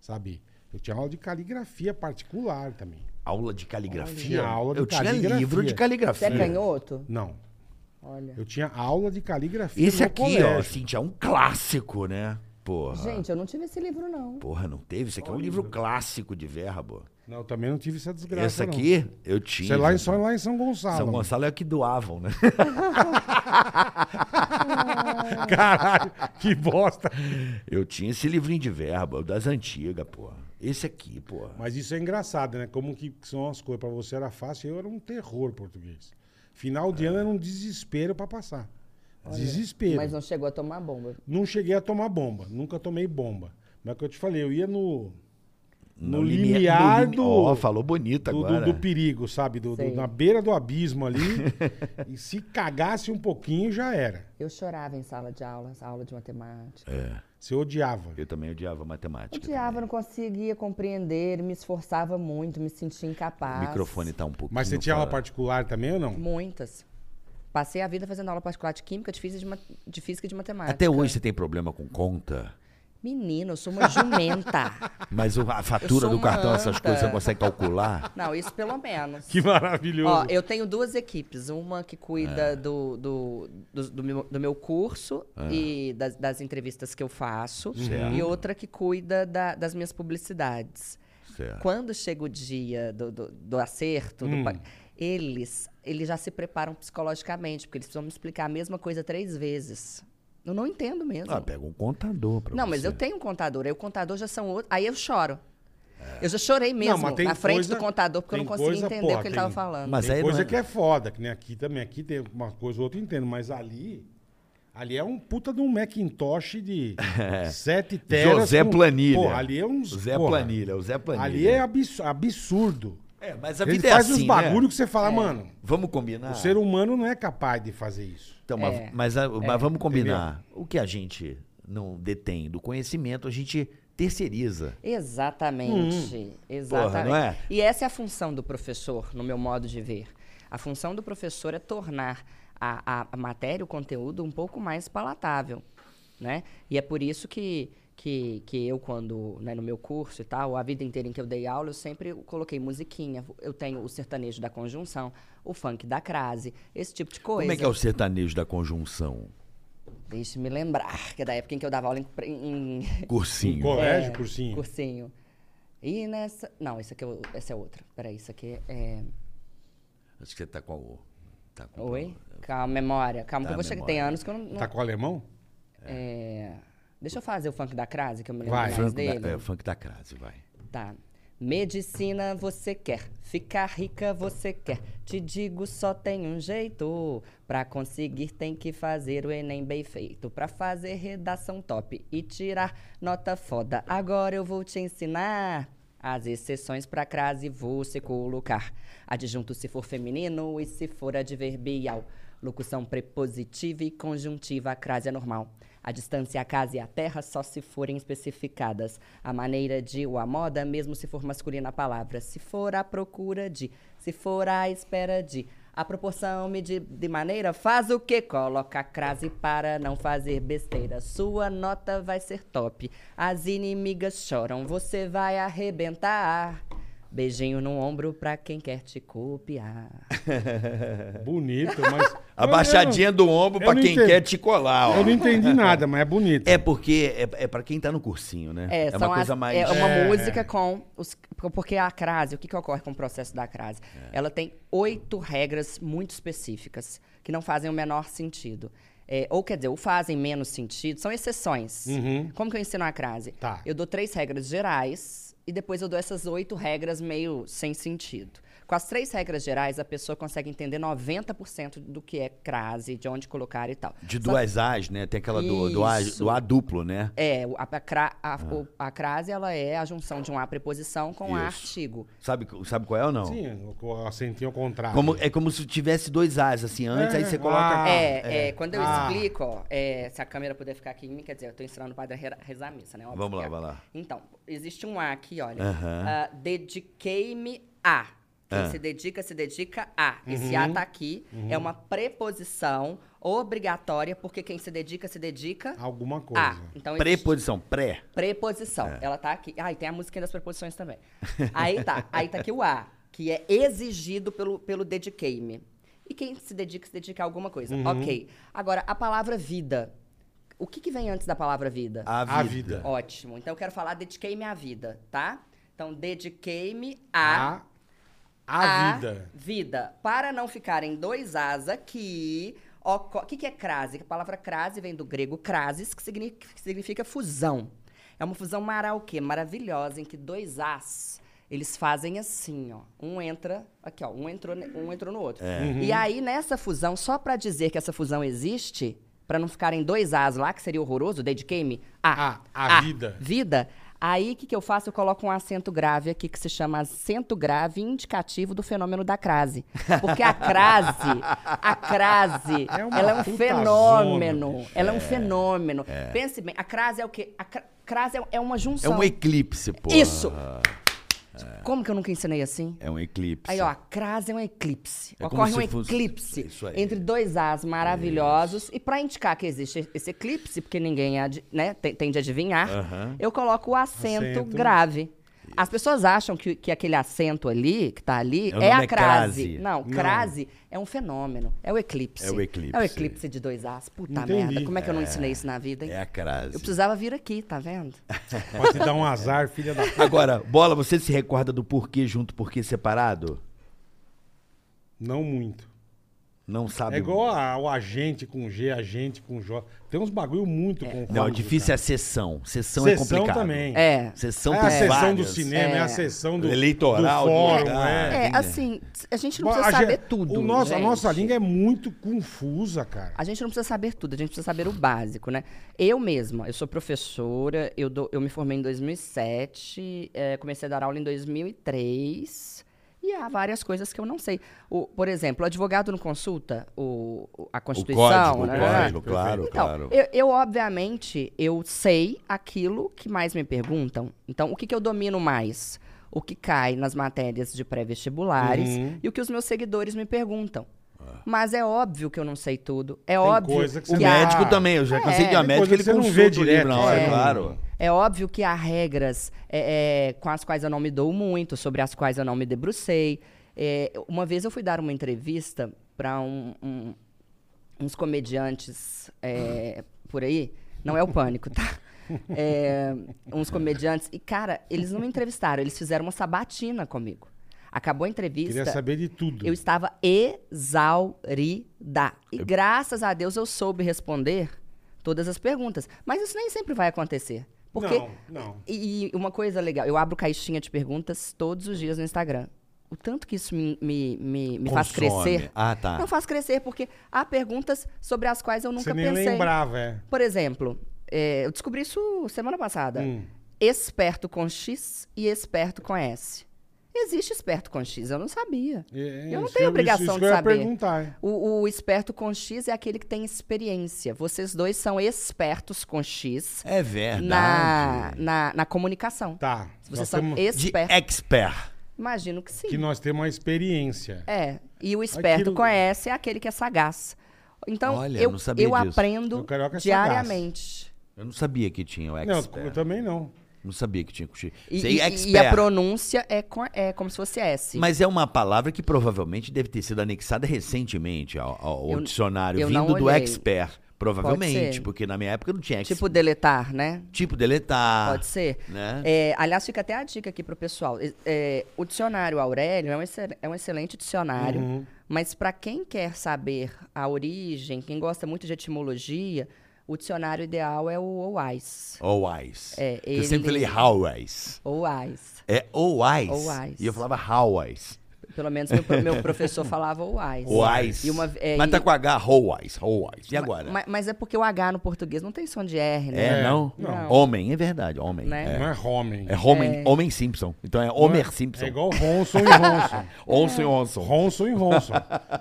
sabe? Eu tinha aula de caligrafia particular também. Aula de caligrafia? Tinha aula de eu tinha caligrafia. livro de Você é caligrafia. canhoto? Não. Olha. Eu tinha aula de caligrafia. Esse no aqui, ó, assim, colégio. Cintia, é um clássico, Ah. né? porra. Gente, eu não tive esse livro, não. Porra, não teve? Isso aqui é um livro clássico de verbo. Não, eu também não tive essa desgraça. Esse não. aqui eu tinha. Isso é lá em, só lá em São Gonçalo. São Gonçalo é o que doavam, né? É. Caralho, que bosta. Eu tinha esse livrinho de verbo, das antigas, porra. Esse aqui, porra. Mas isso é engraçado, né? Como que são as coisas. Pra você era fácil, eu era um terror português. Final É. de ano era um desespero pra passar. Desespero. Mas não chegou a tomar bomba. Não cheguei a tomar bomba. Nunca tomei bomba. Mas é o que eu te falei, eu ia no. No, limi- limiar no limi- do- Ó, falou bonito do, agora. do- do perigo, sabe? Do- do- Sei. na beira do abismo ali. e se cagasse um pouquinho, já era. Eu chorava em sala de aula, aula de matemática. É, Você odiava. eu também odiava matemática. Odiava, não conseguia compreender, me esforçava muito, me sentia também. incapaz. O microfone tá um pouco. Mas você tinha aula particular também ou não? Muitas. Passei a vida fazendo aula particular de química, de física, e de, ma- de física e de matemática. Até hoje você tem problema com conta? Menino, eu sou uma jumenta. Mas o- a fatura sou do uma cartão, essas anta. coisas, você não consegue calcular? não, isso pelo menos. Que maravilhoso. Ó, eu tenho duas equipes. Uma que É. cuida do, do, do, do meu, do meu curso e das, das entrevistas que eu faço. Certo. E outra que cuida da- das minhas publicidades. Tá. Certo. Quando chega o dia do, do, do acerto, Hum. do pa- eles, eles já se preparam psicologicamente, porque eles precisam me explicar a mesma coisa três vezes. Eu não entendo mesmo. Ah, pega um contador pra não, você. mas eu tenho um contador. Aí o contador já são outros. Aí eu choro. Eu já chorei mesmo mas tem na frente coisa- do contador, porque eu não tem conseguia coisa, entender porra, o que ele tem- estava falando. Mas Tem aí não coisa é- que é foda, que nem aqui também. Aqui tem uma coisa ou outra, eu entendo. Mas ali. Ali é um puta de um Macintosh de sete telas. É. José com- Planilha. Porra, ali é uns. Zé porra, Planilha, o Zé Planilha. Ali é abs- absurdo. É, mas a Ele vida é faz assim, uns bagulho né? que você É. fala, mano, Vamos combinar? o ser humano não é capaz de fazer isso. Então, mas- É. mas, a- mas vamos combinar. O que a gente não detém do conhecimento, a gente terceiriza. Exatamente. Exatamente. Hum. Porra, não é? E essa é a função do professor, no meu modo de ver. A função do professor é tornar a, a- a matéria, o conteúdo, um pouco mais palatável. Né? E é por isso que, que, que eu, quando, né, no meu curso e tal, a vida inteira em que eu dei aula, eu sempre coloquei musiquinha. Eu tenho o sertanejo da conjunção, o funk da crase, esse tipo de coisa. Como é que é o sertanejo da conjunção? Deixa eu me lembrar, que é da época em que eu dava aula em- em, Cursinho. Um Colégio, É, cursinho. Cursinho. E nessa. Não, essa aqui é, o- essa é outra. Peraí, isso aqui é. Acho que você tá com o. Tá com Oi? Calma, memória. Calma, Tá, que eu vou chegar. memória. Tem anos que eu não. não- Tá com o alemão? é, Deixa eu fazer o funk da crase, que eu me lembro Vai. mais Funk dele. da, é, funk da crase, vai. Tá. Medicina você quer, ficar rica você quer. Te digo, só tem um jeito. Pra conseguir tem que fazer o Enem bem feito. Pra fazer redação top e tirar nota foda. Agora eu vou te ensinar. As exceções pra crase você colocar. Adjunto se for feminino e se for adverbial. Locução prepositiva e conjuntiva, a crase é normal. A distância, a casa e a terra só se forem especificadas. A maneira de ou a moda, mesmo se for masculina a palavra. Se for à procura de, se for à espera de. A proporção medir de maneira faz o que? Coloca a crase para não fazer besteira. Sua nota vai ser top. As inimigas choram, você vai arrebentar. Beijinho no ombro pra quem quer te copiar. Bonito, mas. A baixadinha do ombro eu pra não quem entendo. quer te colar, Eu não ó. entendi nada, mas é bonito. É porque é, é para quem tá no cursinho, né? É, são uma coisa as- mais. É uma É. música com. Os, porque a crase, o que, que ocorre com o processo da crase? É. Ela tem oito regras muito específicas que não fazem o menor sentido. É, ou quer dizer, ou fazem menos sentido, são exceções. Uhum. Como que eu ensino a crase? Tá. Eu dou três regras gerais e depois eu dou essas oito regras meio sem sentido. Com as três regras gerais, a pessoa consegue entender 90% do que é crase, de onde colocar e tal. De Só duas As, né? Tem aquela do, do, A, Isso. do A duplo, né? é, o- a, a, cra- a- Ah. o- a crase ela é a junção de um A preposição com A Isso. artigo. Sabe, sabe qual é ou não? Sim, o acentinho ao contrário. Como, é como se tivesse dois As, assim, antes, É. aí você coloca. Ah. é, é, quando eu Ah. explico, ó, é, se a câmera puder ficar aqui em mim, quer dizer, eu tô ensinando o padre a re- rezar a missa, né? Óbvio Vamos lá, que é. vai lá. Então, existe um A aqui, olha. Aham. Ah, Dediquei-me a. Quem Ah. Uhum. se dedica, se dedica a. Esse A tá aqui, é uma preposição obrigatória, porque quem se dedica, se dedica Alguma coisa. a. Então, existe- Preposição, pré. Preposição. É. Ela tá aqui. Ah, e tem a musiquinha das preposições também. Aí tá. Aí tá aqui o A, que é exigido pelo, pelo Uhum. dediquei-me. E quem se dedica, se dedica a alguma coisa. Ok. Agora, a palavra vida. O que, que vem antes da palavra vida? A A vida. vida. Ótimo. Então eu quero falar dediquei-me à vida, tá? Então dediquei-me a, a, a vida. vida. Para não ficarem dois as aqui. O que, que é crase? A palavra crase vem do grego crasis, que significa, que significa fusão. É uma fusão marauquê, maravilhosa, em que dois as eles fazem assim, ó. Um entra aqui, ó. Um entrou, ne- um entrou no outro. E Uhum. aí, nessa fusão, só pra dizer que essa fusão existe, pra não ficarem dois as lá, que seria horroroso, dediquei-me a, A, a vida. Ah, vida. Aí o que, que eu faço? Eu coloco um acento grave aqui, que se chama acento grave indicativo do fenômeno da crase. Porque a crase, a crase, É uma ela é um puta fenômeno. zona, bicho. ela é um fenômeno. Pense bem, a crase é o quê? A cra- crase é- é uma É junção. um eclipse, pô. Isso! Como que eu nunca ensinei assim? É um eclipse. Aí, ó, a crase é um eclipse. É como Ocorre se um fosse- eclipse Isso aí. entre dois as maravilhosos. E pra indicar que existe esse eclipse, porque ninguém ad- né, te- tende a adivinhar, Aham. eu coloco o acento, Acento. grave. As pessoas acham que, que aquele acento ali, que tá ali, É, o é, nome a é crase. crase. Não, Não. crase é um fenômeno. É o eclipse. É o eclipse. É o eclipse de dois as. Puta Entendi. merda. Como é que eu não ensinei isso na vida, hein? É a crase. Eu precisava vir aqui, tá vendo? Pode te dar um azar, filha da puta. Agora, Bola, você se recorda do porquê junto, porquê separado? Não muito. Não sabe. É igual a- o agente com G, agente com J. Tem uns bagulho muito confuso. Não, o difícil é cara. a sessão. Sessão, é Sessão complicado. também. É. Sessão é tem a sessão do várias. cinema, é, a sessão do Eleitoral, do fórum, do- é. É, Entendi. assim, a gente não Bom, precisa a saber gen- tudo. o nosso- a gente. nossa língua é muito confusa, cara. A gente não precisa saber tudo, a gente precisa saber o básico, né? Eu mesma, eu sou professora, eu, dou- eu me formei em 2007, eh, comecei a dar aula em 2003, e há várias coisas que eu não sei. O, por exemplo, o advogado não consulta o, o- a O Constituição, código, o né? código, claro, Então, claro. eu, eu, obviamente, eu sei aquilo que mais me perguntam. Então, o que, que eu domino mais? O que cai nas matérias de pré-vestibulares Uhum. e o que os meus seguidores me perguntam. Ah. Mas é óbvio que eu não sei tudo. É coisa óbvio que O você a- não- médico também, eu já cansei de É, uma tem médica, coisa ele que você não consulta vê o direto, livro na hora, é. claro. É óbvio que há regras é, é, com as quais eu não me dou muito, sobre as quais eu não me debrucei. É, uma vez eu fui dar uma entrevista para uns comediantes é, por aí. Não é o pânico, tá? É, uns comediantes. E, cara, eles não me entrevistaram, eles fizeram uma sabatina comigo. Acabou a entrevista. Queria saber de tudo. Eu estava exaurida. E graças a Deus eu soube responder todas as perguntas. Mas isso nem sempre vai acontecer. Porque. Não, não. E, e uma coisa legal, eu abro caixinha de perguntas todos os dias no Instagram. O tanto que isso me, me, me, me faz Consome. crescer. Ah, tá. Não faz crescer, porque há perguntas sobre as quais eu nunca Você nem pensei. lembrava, é. Por exemplo, é, eu descobri isso semana passada. Hum. Esperto com X e esperto com S. Existe esperto com X, eu não sabia. É, Eu não isso tenho isso- obrigação isso de que eu ia saber. perguntar. é. O, o esperto com X é aquele que tem experiência. Vocês dois são espertos com X É verdade. na, na, na comunicação. Tá. Vocês nós são temos- é De espertos. expert. Imagino que sim. Que nós temos uma experiência. É. E o esperto Aquilo- com S é aquele que é sagaz. Então, Olha, eu eu, não sabia eu disso. aprendo O carioca é sagaz. diariamente. Eu não sabia que tinha É um o não, então? expert. eu também não. Não sabia que tinha cochilo. E, Sei e- é expert. e a pronúncia é, com- é como se fosse S. Mas é uma palavra que provavelmente deve ter sido anexada recentemente ao, ao Eu- dicionário, eu não vindo do olhei. expert. Pode Provavelmente, ser. porque na minha época não tinha Tipo expert. deletar, né? Tipo deletar. Pode ser. né? É, aliás, fica até a dica aqui pro pessoal. E- é, o dicionário Aurélio é um, excel- é um excelente dicionário, Uhum. mas para quem quer saber a origem, quem gosta muito de etimologia, o dicionário ideal é o OAIS. Always. É, Que Eu sempre ele- falei always. OAIS. É always. Always. E eu falava always. Pelo menos meu, pro- meu professor falava OAIS. Always. E uma, é, Mas tá e- com H, always, always. E agora? ma- mas é porque o H no português não tem som de R, né? É, É, não? não. Homem, é verdade, homem. Né? É. Não é homem. É homem, homem Simpson. Então é Homer Simpson. É igual Ronson e Ronson. É. Onson e Onson. Ronson e Ronson.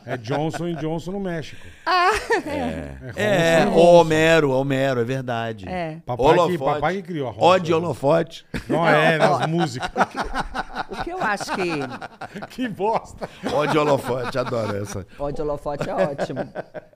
É Johnson e Johnson no México. Ronson É, e Ronson. Homero, Homero, é verdade. É. Papai que, papai que criou a Ronson. Ó de holofote. Não é, nas músicas. O que eu acho que que bosta. Ó de holofote, adoro essa. ó de holofote é ótimo.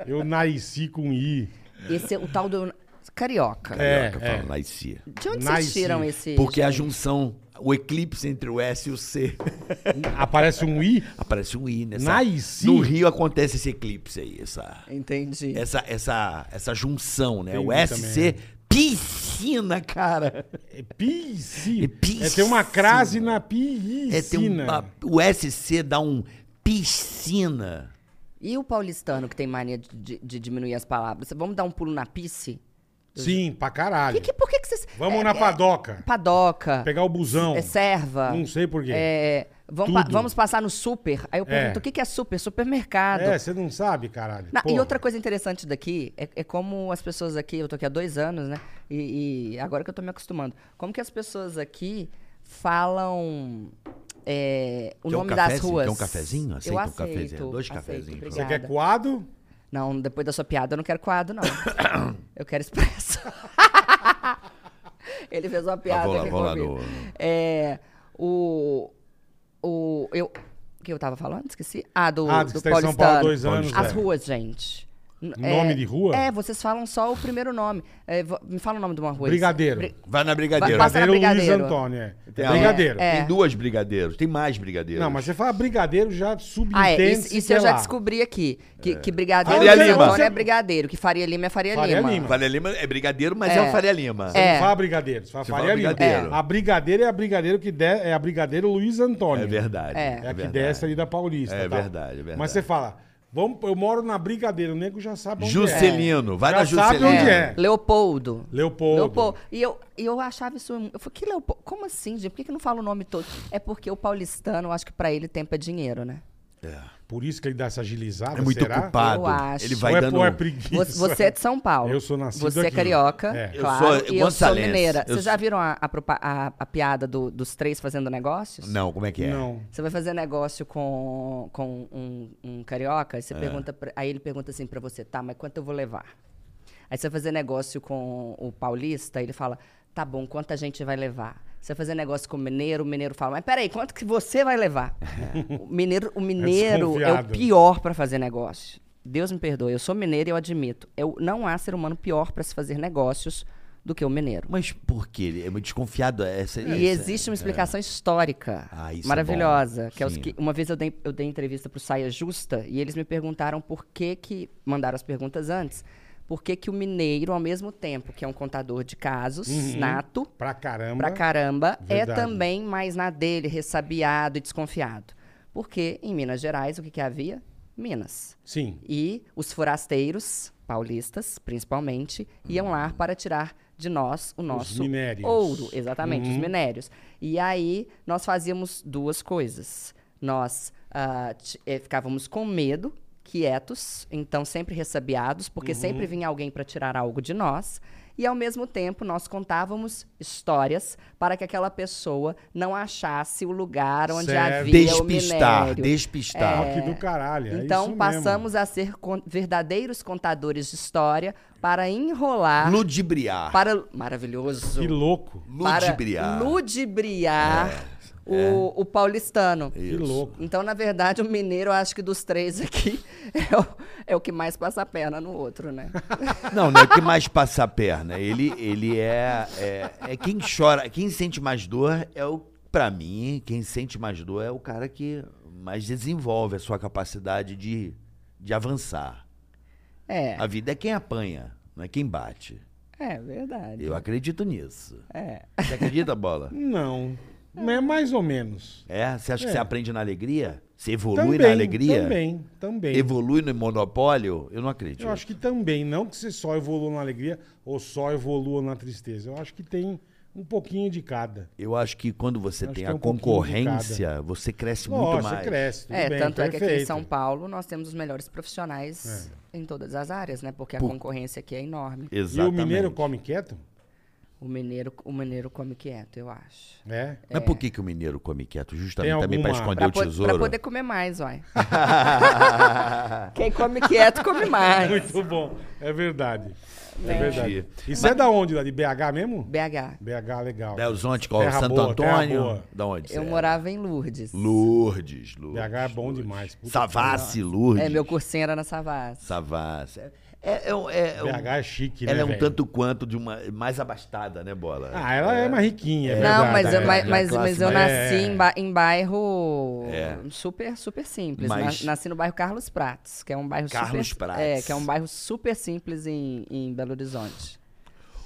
Eu nasci com I. Esse, o tal do Carioca. Carioca É, fala Naicia. De onde Nice. vocês tiram esse. Porque a gente? junção, o eclipse entre o S e o C, Aparece um I? aparece um I nessa. Naici? No Rio acontece esse eclipse aí, essa, Entendi. essa, essa, essa junção, né? o Entendi SC, piscina, cara. É piscina. É piscina. É ter uma crase na piscina. É, tem um, pa- o SC dá um piscina. E o paulistano que tem mania de, de- de diminuir as palavras? Vamos dar um pulo na pisse? Sim, pra caralho. Que, que, por que, que vocês. Vamos é- na é- padoca. Padoca. Pegar o busão. É serva. Não sei por quê. É, vamos, pa- Tudo. vamos passar no super. Aí eu pergunto: É. o que, que é super? Supermercado. É, você não sabe, caralho. Na- e Porra. outra coisa interessante daqui é, é como as pessoas aqui, eu tô aqui há dois anos, né? E, e agora que eu tô me acostumando. Como que as pessoas aqui falam é, o Quer um nome das cafezinho? ruas? Quer um cafezinho? Aceita eu um aceito, cafezinho? Dois aceito, cafezinhos, por Você Obrigada. quer coado? Não, depois da sua piada eu não quero coado, não. eu quero expresso. Ele fez uma piada Ah, vou lá, aqui vou lá comigo. no- É, o... O... Eu... O que eu tava falando? Esqueci. Ah, do, Ah, do que você tá em São Paulo há dois Paulistano. anos. As é. ruas, gente. N- Nome de rua? É, vocês falam só o primeiro nome. É, vo- me fala o nome de uma rua. Brigadeiro. Bri- Vai na Brigadeiro. Vai- passa na Luiz Brigadeiro. Antônio, é. Tem a- brigadeiro. É. Tem duas Brigadeiros, tem mais Brigadeiros. Não, mas você fala brigadeiro, já subentende Ah, é. Isso, isso eu já lá. descobri aqui. É. Que, que brigadeiro Faria Santo Lima. Antônio é brigadeiro. Que Faria Lima é Faria, Faria Lima. Lima. Faria Lima é Brigadeiro, mas é, o Faria Lima. Você É. não fala brigadeiro, você fala Você Faria fala Lima. brigadeiro. É. A brigadeira é a brigadeiro que de... é a brigadeiro Luiz Antônio. É verdade. É. É É a que verdade. desce ali da Paulista. É tá? verdade, é verdade. Mas você fala, vamos, eu moro na brigadeiro, o nego já sabe onde é. Juscelino, vai Já na sabe Juscelino. onde É, é. Leopoldo. Leopoldo. Leopoldo. E eu, e eu achava isso. Eu falei, que Leopoldo? Como assim, gente? Por que, que não fala o nome todo? É porque o paulistano, eu acho que pra ele tempo é dinheiro, né? Por isso que ele dá essa agilizada, É muito Ah, será? ocupado. Eu acho. Ele vai Ou é, dando. ou é um- Você, preguiça? você é de São Paulo. Eu sou nascido Você é aqui. carioca, É. Eu claro. sou e eu sou gonçalense. mineira. Eu Vocês já sou- viram a, a propa- a- a piada do- dos três fazendo negócios? Não, como é que é? Não. Você vai fazer negócio com, com um, um carioca, aí, você pergunta pra- aí ele pergunta assim pra você, tá, mas quanto eu vou levar? Aí você vai fazer negócio com o paulista, ele fala, tá bom, quanto a gente vai levar? Você vai fazer negócio com o mineiro, o mineiro fala, mas peraí, quanto que você vai levar? o mineiro, o mineiro é, o desconfiado. pior pra fazer negócio. Deus me perdoe, eu sou mineiro e eu admito. Eu, não há ser humano pior pra se fazer negócios do que o mineiro. Mas por quê? Ele é muito desconfiado. Essa, E essa- existe uma explicação histórica é, Ah, isso é maravilhosa. bom. que é os Sim. que, uma vez eu dei, eu dei entrevista pro Saia Justa e eles me perguntaram por que que. Mandaram as perguntas antes. Por que, que o mineiro, ao mesmo tempo que é um contador de casos, Uhum. nato, Pra caramba. pra caramba, é Verdade. também mais na dele, ressabiado e desconfiado. Porque em Minas Gerais, o que, que havia? Minas. Sim. E os forasteiros, paulistas principalmente, iam lá para tirar de nós o nosso Uhum. minérios. ouro, exatamente, os Uhum. minérios. E aí nós fazíamos duas coisas. Nós ah, ti- eh, ficávamos com medo, quietos, então sempre ressabiados, Uhum. porque sempre vinha alguém para tirar algo de nós. E ao mesmo tempo nós contávamos histórias para que aquela pessoa não achasse o lugar onde Certo. havia o Despistar, minério. despistar. Ó, que do caralho. é isso Então mesmo. passamos a ser con- verdadeiros contadores de história para Ah, enrolar, Ludibriar. para maravilhoso, Que louco. Ludibriar. É, para ludibriar o, o paulistano. Que louco. Então, na verdade, o mineiro, eu acho que dos três aqui, é o, é o que mais passa a perna no outro, né? Não, não é que mais passa a perna. Ele, ele é, é. é quem chora, quem sente mais dor é o. Pra mim, quem sente mais dor é o cara que mais desenvolve a sua capacidade de, de avançar. É, A vida é quem apanha, não é quem bate. é verdade. Eu acredito nisso. É. Você acredita, Bola? Não. É mais ou menos. É? Você acha que É. você aprende na alegria? Você evolui também, na alegria? Também, também. Evolui no monopólio? Eu não acredito. Eu acho que também. Não que você só evolua na alegria ou só evolua na tristeza. Eu acho que tem um pouquinho de cada. Eu acho que quando você Acho tem que é a um pouquinho de concorrência, você cresce muito Lógico, mais. você cresce. Tudo É, bem, tanto é que aqui em perfeito. É. São Paulo nós temos os melhores profissionais em todas as áreas, né? Porque a Por- concorrência aqui é enorme. E o Exatamente. mineiro come quieto? O mineiro, o mineiro come quieto, eu acho. É. Mas por que, que o mineiro come quieto? Justamente Tem também para alguma- esconder Pra, o po- pra tesouro. poder comer mais, uai. Quem come quieto, come mais. Muito bom. É verdade. É, É. verdade. Isso é da onde? Lá de BH mesmo? BH. BH, legal. Belzonte, qual? Terra Santo boa, terra Antônio? boa. Da onde? você Eu é? morava em Lourdes. Lourdes, Lourdes. BH é bom Lourdes. demais. Puta Savassi, Lourdes. É, meu cursinho era na Savassi. Savassi. É- É, é, um- é, um- BH é chique, né? ela é um velho? tanto quanto de uma mais abastada, né, bola? Ah, ela é, mais riquinha. é Não, verdade, mas, eu, é. mas, mas- classe mas eu mais- nasci em, ba- em bairro É. super, super simples. Mas- Na- nasci no bairro Carlos Prates, que é um bairro Carlos super, Prates. É, que é um bairro super simples em, em Belo Horizonte.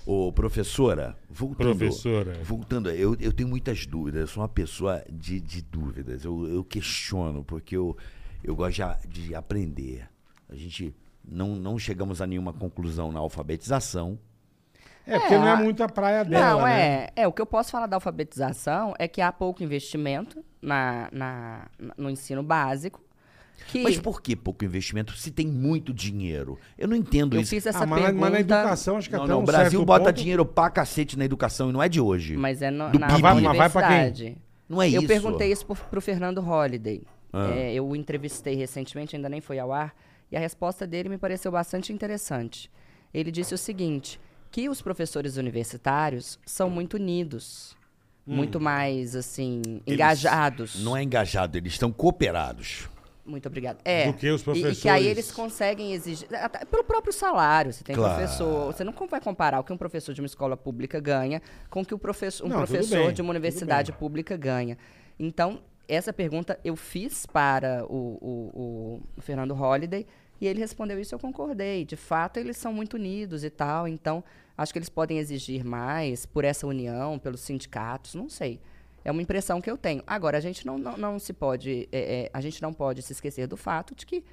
Ô, professora, voltando. Professora. Voltando, eu, eu tenho muitas dúvidas. Eu sou uma pessoa de, de dúvidas. Eu, eu questiono, porque eu, eu gosto de a- de, aprender. A gente não, não chegamos a nenhuma conclusão na alfabetização. É, porque não é a- muito a praia dela, Não, né? é, é. O que eu posso falar da alfabetização é que há pouco investimento na, na- na- no ensino básico. Que Mas por que pouco investimento se tem muito dinheiro? Eu não entendo eu isso. fiz Ah, essa mas, pergunta. mas na educação, acho que Não, até não, um o Brasil certo bota ponto- dinheiro pra cacete na educação e não é de hoje. Mas é no, Do na PIB. Mas vai- mas vai pra quem? universidade. Não é eu isso. perguntei isso pro, pro Fernando Holliday. Ah. É, eu o entrevistei recentemente, ainda nem foi ao ar, e a resposta dele me pareceu bastante interessante. Ele disse o seguinte: que os professores universitários são muito unidos, muito mais assim engajados. Hum. Não é engajado, eles estão cooperados. Muito obrigado. É. Do que os e- E, que aí professores. eles conseguem exigir. até pelo próprio salário. Você tem Claro. professor. Você não vai comparar o que um professor de uma escola pública ganha com o que o professor, um Não, tudo professor bem, de uma tudo universidade bem. pública ganha. Então, essa pergunta eu fiz para o, o- o Fernando Holliday e ele respondeu isso e eu concordei. De fato, eles são muito unidos e tal. Então, acho que eles podem exigir mais por essa união, pelos sindicatos, não sei. É uma impressão que eu tenho. Agora, a gente não, não, não se pode, é, é, a gente não pode se esquecer do fato de que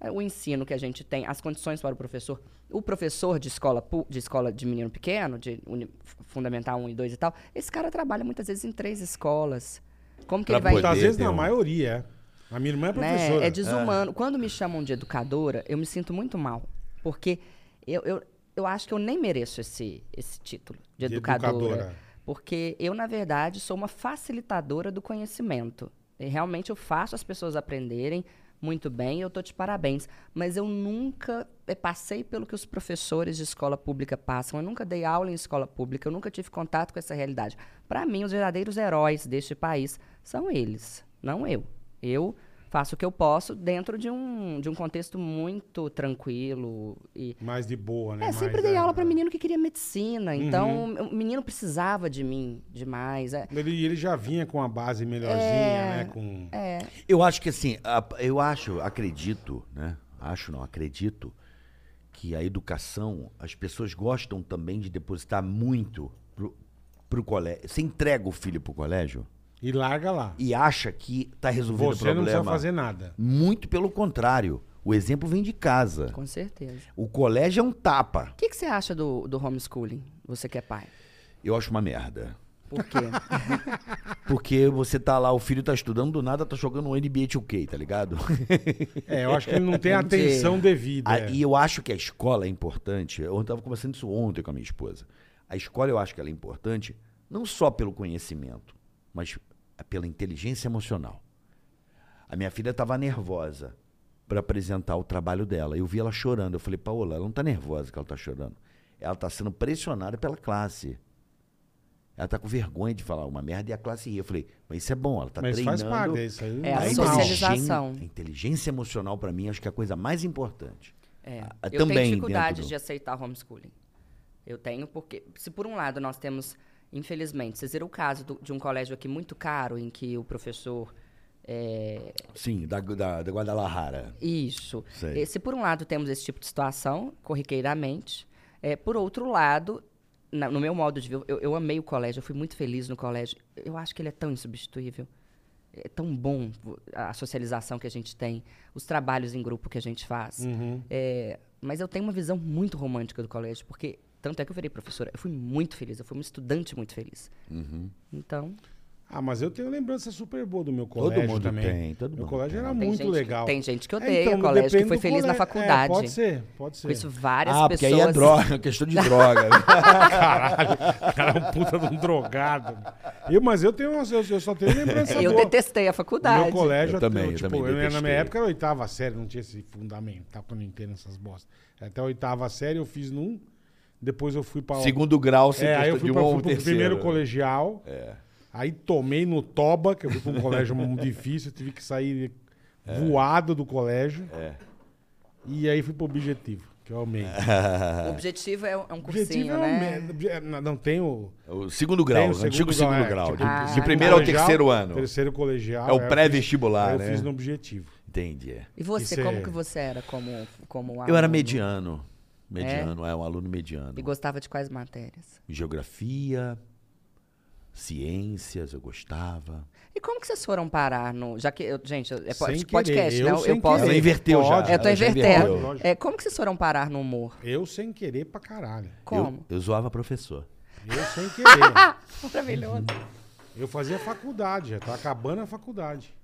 é, o ensino que a gente tem, as condições para o professor, o professor de escola pu- de escola de menino pequeno, de uni- fundamental 1 e 2 e tal, esse cara trabalha muitas vezes em três escolas. Como que Pra ele vai poder Às vezes, tem na um- maioria. é. A minha irmã é né? professora. É desumano. Quando me chamam de educadora, eu me sinto muito mal. Porque eu, eu, eu acho que eu nem mereço esse, esse título de, De educadora, educadora. Porque eu, na verdade, sou uma facilitadora do conhecimento. E realmente eu faço as pessoas aprenderem muito bem, eu tô de parabéns. Mas eu nunca eh, passei pelo que os professores de escola pública passam. Eu nunca dei aula em escola pública, eu nunca tive contato com essa realidade. Para mim, os verdadeiros heróis deste país são eles, não eu. Eu faço o que eu posso dentro de um, de um contexto muito tranquilo e Mais de boa, né? é, Mais, sempre dei é. aula para menino que queria medicina, Uhum. então o menino precisava de mim demais. É, Ele, ele já vinha com a base melhorzinha, né? Com... é. Eu acho que assim, a- eu acho, acredito, né? Acho não, acredito que a educação, as pessoas gostam também de depositar muito pro, pro colégio. Você entrega o filho pro colégio E larga lá. e acha que tá resolvido o Você não problema. precisa fazer nada. Muito pelo contrário. O exemplo vem de casa. com certeza. O colégio é um tapa. O que, que você acha do, do homeschooling? Você que é pai. Eu acho uma merda. Por quê? Ah, Porque você tá lá, o filho tá estudando, do nada tá jogando um NBA 2K, tá ligado? É, eu acho que ele não tem a Entendi. atenção devida. Ah, é. E eu acho que a escola é importante. Eu estava conversando isso ontem com a minha esposa. A escola eu acho que ela é importante não só pelo conhecimento, mas é, pela inteligência emocional. A minha filha estava nervosa para apresentar o trabalho dela. Eu vi ela chorando. Eu falei, Paola, ela não está nervosa que ela está chorando. Ela está sendo pressionada pela classe. Ela está com vergonha de falar uma merda e a classe ria. Eu falei, mas isso é bom, ela está Mas treinando. faz parte, é isso aí. É, a normal. assim, socialização. A inteligência emocional, para mim, acho que é a coisa mais importante. É, Ah, eu também tenho dentro dificuldade do- de aceitar homeschooling. Eu tenho porque, se por um lado nós temos, infelizmente, vocês viram o caso do- de um colégio aqui muito caro em que o professor é, Sim, da, da, da Guadalajara. Isso. Sei. Eh, Se por um lado temos esse tipo de situação, corriqueiramente, eh, por outro lado, na- no meu modo de ver, eu, eu amei o colégio, eu fui muito feliz no colégio. Eu acho que ele é tão insubstituível. É tão bom vo- a socialização que a gente tem, os trabalhos em grupo que a gente faz. Uhum. Eh, mas eu tenho uma visão muito romântica do colégio, porque tanto é que eu virei professora. Eu fui muito feliz, eu fui uma estudante muito feliz. Uhum. Então, Ah, mas eu tenho lembrança super boa do meu colégio mundo também. tem, todo meu mundo colégio tem. era Tem muito gente que- legal. tem gente que É, odeia o colégio, que depende foi do feliz na colégio. É, faculdade. pode ser, pode ser. conheço várias Ah, porque pessoas. aí é droga, é questão de droga. O cara é um puta de um drogado. Eu, mas eu tenho umas- eu, eu só tenho lembrança É, Eu boa. detestei a No faculdade. meu colégio, Eu também, eu tipo, também eu na detestei. minha época era oitava série, não tinha esse fundamental que eu não entendo essas bostas. Até a oitava série eu fiz num, depois eu fui pra. Segundo grau, você é, aí eu testou fui de pra, um fui ao pro terceiro. É. primeiro colegial. Aí tomei no Toba, que eu fui pra um colégio muito difícil, eu tive É. que sair voado do colégio. E aí fui pro objetivo. Que é o meio. O objetivo é um é um O objetivo cursinho, é o né? meio. É, Não, não tem o. O segundo tem grau, o o antigo segundo é, grau. tipo, Ah, de- o de segundo primeiro ao colegial, terceiro ano. Terceiro colegial. É o aí eu pré-vestibular, fiz- aí Eu né? fiz no objetivo. Entendi. E você, Isso é- como que você era como, como aluno? Eu era mediano. Mediano, é, um aluno mediano. E gostava de quais matérias? Geografia, ciências, eu gostava. E como que vocês foram parar no... Já que, eu- gente, eu- é po- Sem podcast, querer, né? eu Eu, sem posso... Ela querer. inverteu Pode, já. Eu tô ela já invertendo. inverteu. Lógico. É, como que vocês foram parar no humor? Eu sem querer pra caralho. Como? Eu, eu zoava professor. Eu sem querer. Maravilhoso. eu fazia faculdade, já tá acabando a faculdade.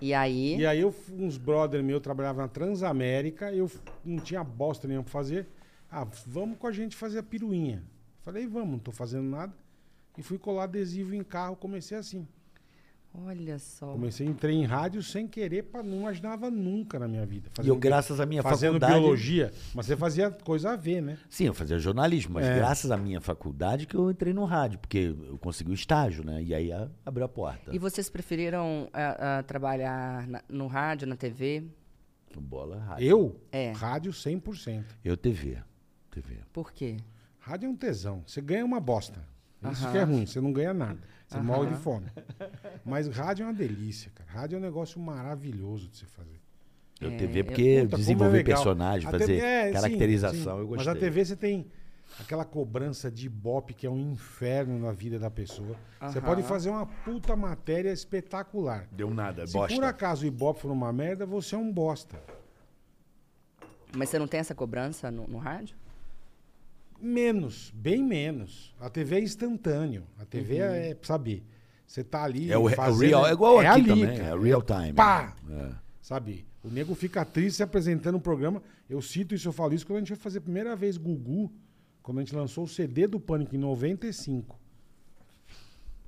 E aí... E aí eu, f- uns brother meu trabalhava na Transamérica, eu f- não tinha bosta nenhuma pra fazer. Ah, vamos com a gente fazer a piruinha. Falei, vamos, não tô fazendo nada. E fui colar adesivo em carro, comecei assim. Olha só. Comecei, entrei em rádio sem querer, pra, não imaginava nunca na minha vida. E eu, graças à minha fazendo faculdade. biologia, mas você fazia coisa a ver, né? Sim, eu fazia jornalismo, mas É. graças à minha faculdade que eu entrei no rádio, porque eu consegui o estágio, né? E aí a- abriu a porta. E vocês preferiram ah, ah, trabalhar na- no rádio, na TV? Bola, rádio. Eu? É. Rádio 100%. Eu TV. TV. Por quê? Rádio é um tesão. Você ganha uma bosta. Isso Aham. que é ruim, você não ganha nada. Você Aham. morre de fome. Mas rádio é uma delícia, cara. Rádio é um negócio maravilhoso de se fazer. Eu É, TV eu- porque Puta, como é desenvolver legal. personagem, A fazer TV é, sim, caracterização, sim. eu gostei. Mas a TV você tem aquela cobrança de ibope que é um inferno na vida da pessoa. Você Aham. pode fazer uma puta matéria espetacular. Deu nada, Se É bosta. por acaso o ibope for uma merda, você é um bosta. Mas você não tem essa cobrança no, no rádio? Menos, bem menos. A TV é instantâneo. A TV é, sabe, você tá ali Uhum. É o, é o fazendo- real, é igual aqui ali, também, cara. é real time. Pá! É. Sabe? O nego fica triste se apresentando um programa. Eu cito isso, eu falo isso quando a gente foi fazer a primeira vez Gugu, quando a gente lançou o CD do Pânico em 95.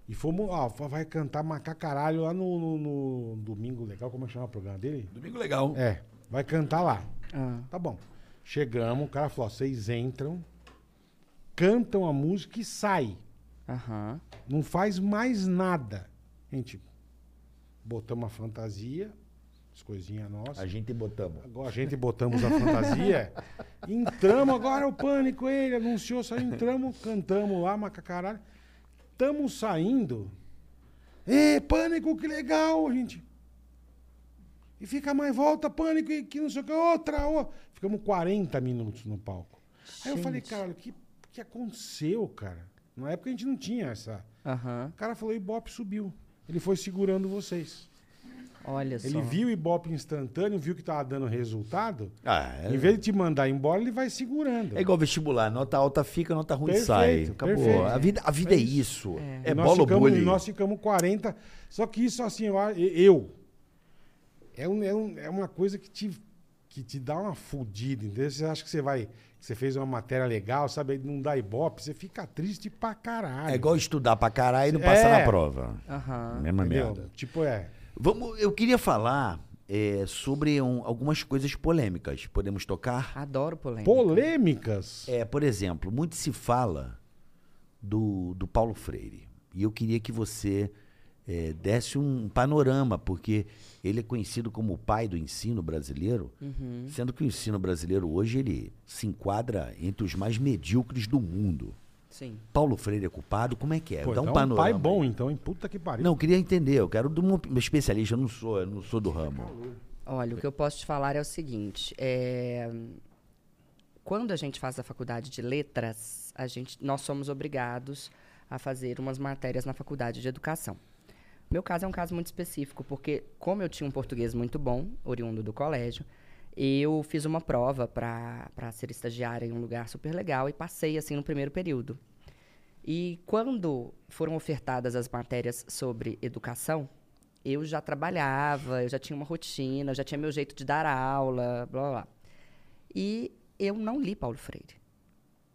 E fomos, ó, fa- vai cantar Macacaralho lá no, no- no Domingo Legal, como é que chama o programa dele? Domingo legal. É, vai cantar lá. Ah. Tá bom. Chegamos, o cara falou: ó, vocês entram, cantam a música e saem. Aham. Não faz mais nada. Gente, botamos a fantasia, as coisinhas nossas. A gente botamos. Agora a gente botamos a fantasia. entramos, agora é o pânico, ele anunciou, só entramos, cantamos lá, macacaralho. Estamos saindo. Ê, pânico, que legal, gente. E fica mais volta, pânico, e que não sei o que, outra, outra. Ficamos 40 minutos no palco. Aí eu falei, Gente. caralho, o que, que aconteceu, cara? Na época a gente não tinha essa. Aham. O cara falou, Ibope subiu. Ele foi segurando vocês. Olha só. Ele viu o Ibope instantâneo, viu que tava dando resultado. Ah, é, Em vez de te mandar embora, ele vai segurando. é igual vestibular, nota alta fica, nota ruim Perfeito, sai. Acabou. perfeito. A vida, a vida é isso. É, E nós bola ou ficamos, bullying. Nós ficamos 40. Só que isso, assim, eu. eu- é, um- é um- é uma coisa que te, que te dá uma fudida, entendeu? Você acha que você vai. que Você fez uma matéria legal, sabe? Aí Não dá ibope, você fica triste pra caralho. É igual estudar pra caralho e não passar É. na prova. Aham. Mesma entendeu? merda. Tipo, é. Vamos, eu queria falar é, sobre um- algumas coisas polêmicas. Podemos tocar? Adoro polêmica. Polêmicas. É, por exemplo, muito se fala do, do Paulo Freire. E eu queria que você é, desse um panorama, porque ele é conhecido como o pai do ensino brasileiro, Uhum, sendo que o ensino brasileiro hoje ele se enquadra entre os mais medíocres do mundo. Sim. Paulo Freire é culpado? Como é que é? Pô, Dá um então, panorama. pai bom, aí. então, hein? Puta que pariu. Não, eu queria entender. Eu quero de um especialista. Eu não sou, eu não sou do ramo. Olha, o que eu posso te falar é o seguinte: é, quando a gente faz a faculdade de letras, a gente, nós somos obrigados a fazer umas matérias na faculdade de educação. Meu caso é um caso muito específico, porque como eu tinha um português muito bom, oriundo do colégio, eu fiz uma prova para ser estagiária em um lugar super legal e passei assim no primeiro período. E quando foram ofertadas as matérias sobre educação, eu já trabalhava, eu já tinha uma rotina, eu já tinha meu jeito de dar aula, blá blá blá. E eu não li Paulo Freire.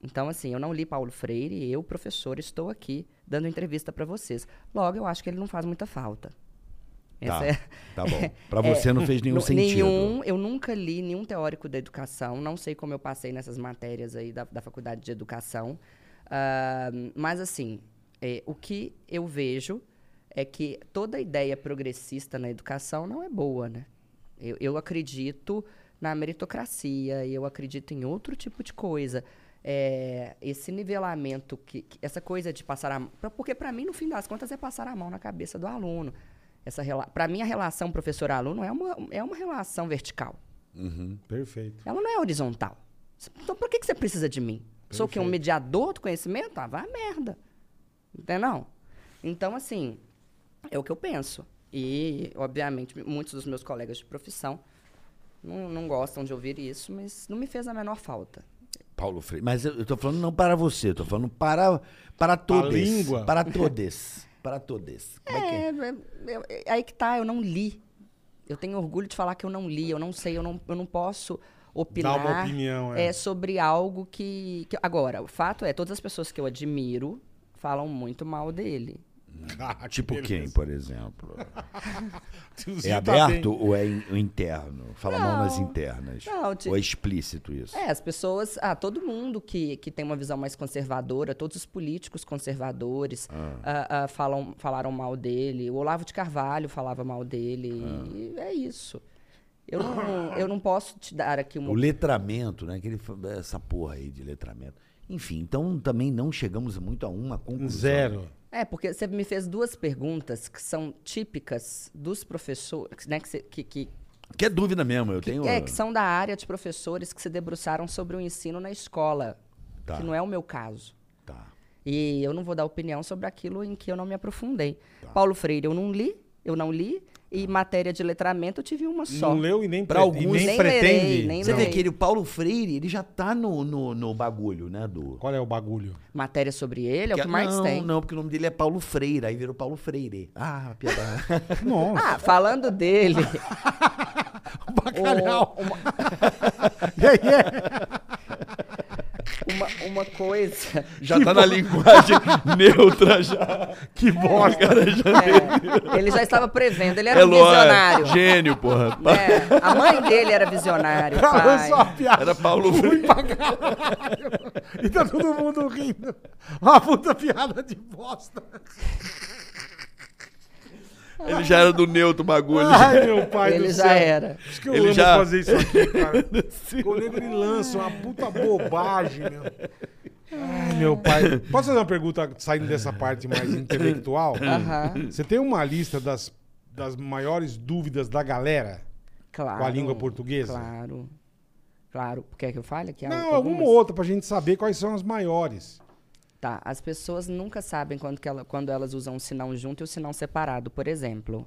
Então, assim, eu não li Paulo Freire, eu, professor, estou aqui dando entrevista para vocês. Logo, eu acho que ele não faz muita falta. Essa Tá, é- tá bom. Pra você não fez nenhum Nu- sentido. nenhum, eu nunca li nenhum teórico da educação, não sei como eu passei nessas matérias aí da, da faculdade de educação. Ah, mas, assim, é, o que eu vejo é que toda ideia progressista na educação não é boa, né? Eu, eu acredito na meritocracia, e eu acredito em outro tipo de coisa. É, esse nivelamento, que, que- essa coisa de passar a mão. Porque, para mim, no fim das contas, é passar a mão na cabeça do aluno. Essa Para mim, a relação professor-aluno é uma, é uma relação vertical. Perfeito. Ela não é horizontal. Então, por que, que você precisa de mim? Sou o quê? Um Perfeito. mediador do conhecimento? Ah, vá a merda. Entendeu? não? Então, assim, é o que eu penso. E, obviamente, muitos dos meus colegas de profissão não, não gostam de ouvir isso, mas não me fez a menor falta. Paulo Freire. Mas eu, eu tô falando não para você, eu tô falando para, para todos. língua. Para todos. Para todos. Como é que é? É, eu- eu- aí que tá, eu não li. Eu tenho orgulho de falar que eu não li, eu não sei, eu não, eu não posso opinar Dar uma opinião, é. é, sobre algo que, que- Agora, o fato é, todas as pessoas que eu admiro falam muito mal dele. Ah, Tipo beleza. quem, por exemplo? Tiozinho É tá aberto bem. ou é in- o interno? Fala mal nas Não. internas. Não, ti- Ou é explícito isso? É, as pessoas. Ah, todo mundo que, que tem uma visão mais conservadora, todos os políticos conservadores ah, ah, falam, falaram mal dele. O Olavo de Carvalho falava mal dele. E é isso. Eu não, eu não posso te dar aqui uma O letramento, né? Aquele, fa- essa porra aí de letramento. Enfim, então também não chegamos muito a uma conclusão. Zero. É, porque você me fez duas perguntas que são típicas dos professores, né? Que, se- que, que- Que é dúvida mesmo, eu tenho. é, que são da área de professores que se debruçaram sobre o ensino na escola, Tá. que não é o meu caso. Tá. E eu não vou dar opinião sobre aquilo em que eu não me aprofundei. Tá. Paulo Freire, eu não li, eu não li, e matéria de letramento eu tive uma só. Não leu e nem, Pra pre- alguns- e nem, Nem lerei, pretende. nem Você Não. vê que ele, o Paulo Freire, ele já tá no, no, no bagulho, né? Do. Qual é o bagulho? Matéria sobre ele é o que mais não, tem. não, porque o nome dele é Paulo Freire, aí virou Paulo Freire. Ah, piada. Nossa. Ah, falando dele. Bacalhau. o- uma- Yeah, yeah. uma, uma coisa. já tá na linguagem neutra já. né, Que bosta. É, ele já estava prevendo, ele era um Elô, visionário. É Gênio, porra. É, a mãe dele era visionária. o Cara, pai. só a piada. Era Paulo Freire. E tá todo mundo rindo. Uma puta piada de bosta. Ele já era do neutro bagulho. Ai, meu é um pai Ele do já céu. era. Acho que eu Ele amo já- fazer isso aqui, cara. Quando ele lança uma puta bobagem, meu. Ai, meu pai. Posso fazer uma pergunta saindo dessa parte mais intelectual? Aham, Você tem uma lista das, das maiores dúvidas da galera? claro. Com a língua portuguesa? Claro. Claro. Quer que eu fale? Que é há Não, algumas? alguma outra pra gente saber quais são as maiores. Tá, as pessoas nunca sabem quando, que ela- quando elas usam o sinão junto e o sinão separado, por exemplo.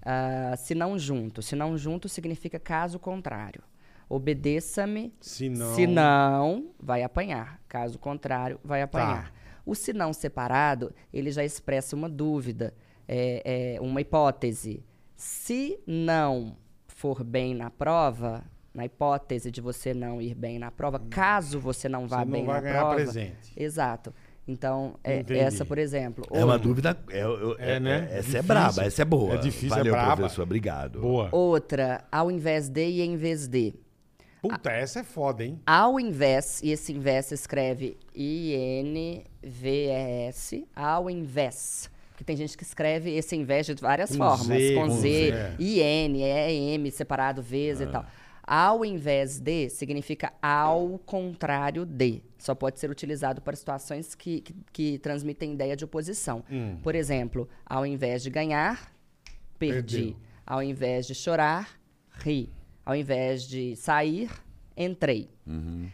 Ah, sinão junto. Sinão junto significa caso contrário. Obedeça-me. Se não. Se não, vai apanhar. Caso contrário, Tá. vai apanhar. O sinão separado, ele já expressa uma dúvida, é, é, uma hipótese. Se não for bem na prova, na hipótese de você não ir bem na prova, caso você não vá Hum. Você não bem vai na ganhar prova. presente. Exato. Então, é, Entendi. essa, por exemplo. É ou- uma dúvida. É, eu- É, é, né? é, Essa é Difícil. braba, essa é boa. É difícil, é Valeu, braba. professor. Obrigado. Boa. Outra, ao invés de e em vez de. Puta, essa é foda, hein? Ao invés, e esse invés se escreve I-N-V-E-S, ao invés. Porque tem gente que escreve esse invés de várias Com formas, Z, com com Z, Z. é. Ah. I-N, E-M, separado, Vs e tal. Ao invés de significa ao contrário de. Só pode ser utilizado para situações que, que, que transmitem ideia de oposição. Hum. Por exemplo, ao invés de ganhar, perdi. Perdeu. Ao invés de chorar, ri. Ao invés de sair, entrei.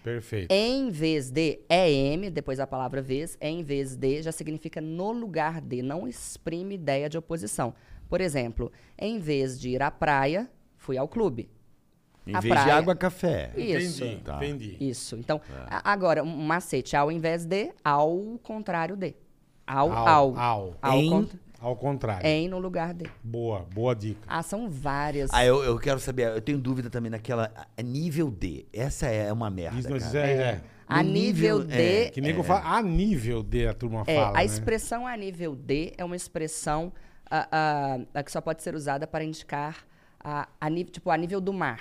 Perfeito. Em vez de é M, depois a palavra vez, em vez de já significa no lugar de, não exprime ideia de oposição. Por exemplo, em vez de ir à praia, fui ao clube. Em A vez de praia. água, café. Isso. Entendi, Tá. entendi. Isso. Então, É. a- agora, um macete, ao invés de, ao contrário de. Ao, Ao, ao. É. ao. Em- contra- Ao contrário. em no lugar de. Boa, boa dica. Ah, são várias. Ah, eu, eu quero saber, eu tenho dúvida também naquela. a- Nível D. Essa é uma merda. Isso, cara. isso é, é. a no nível, nível- de é, Que nego fala a nível de a turma É, fala. a né? expressão a nível D é uma expressão ah, ah, ah, que só pode ser usada para indicar a, a nível, tipo, a nível do mar.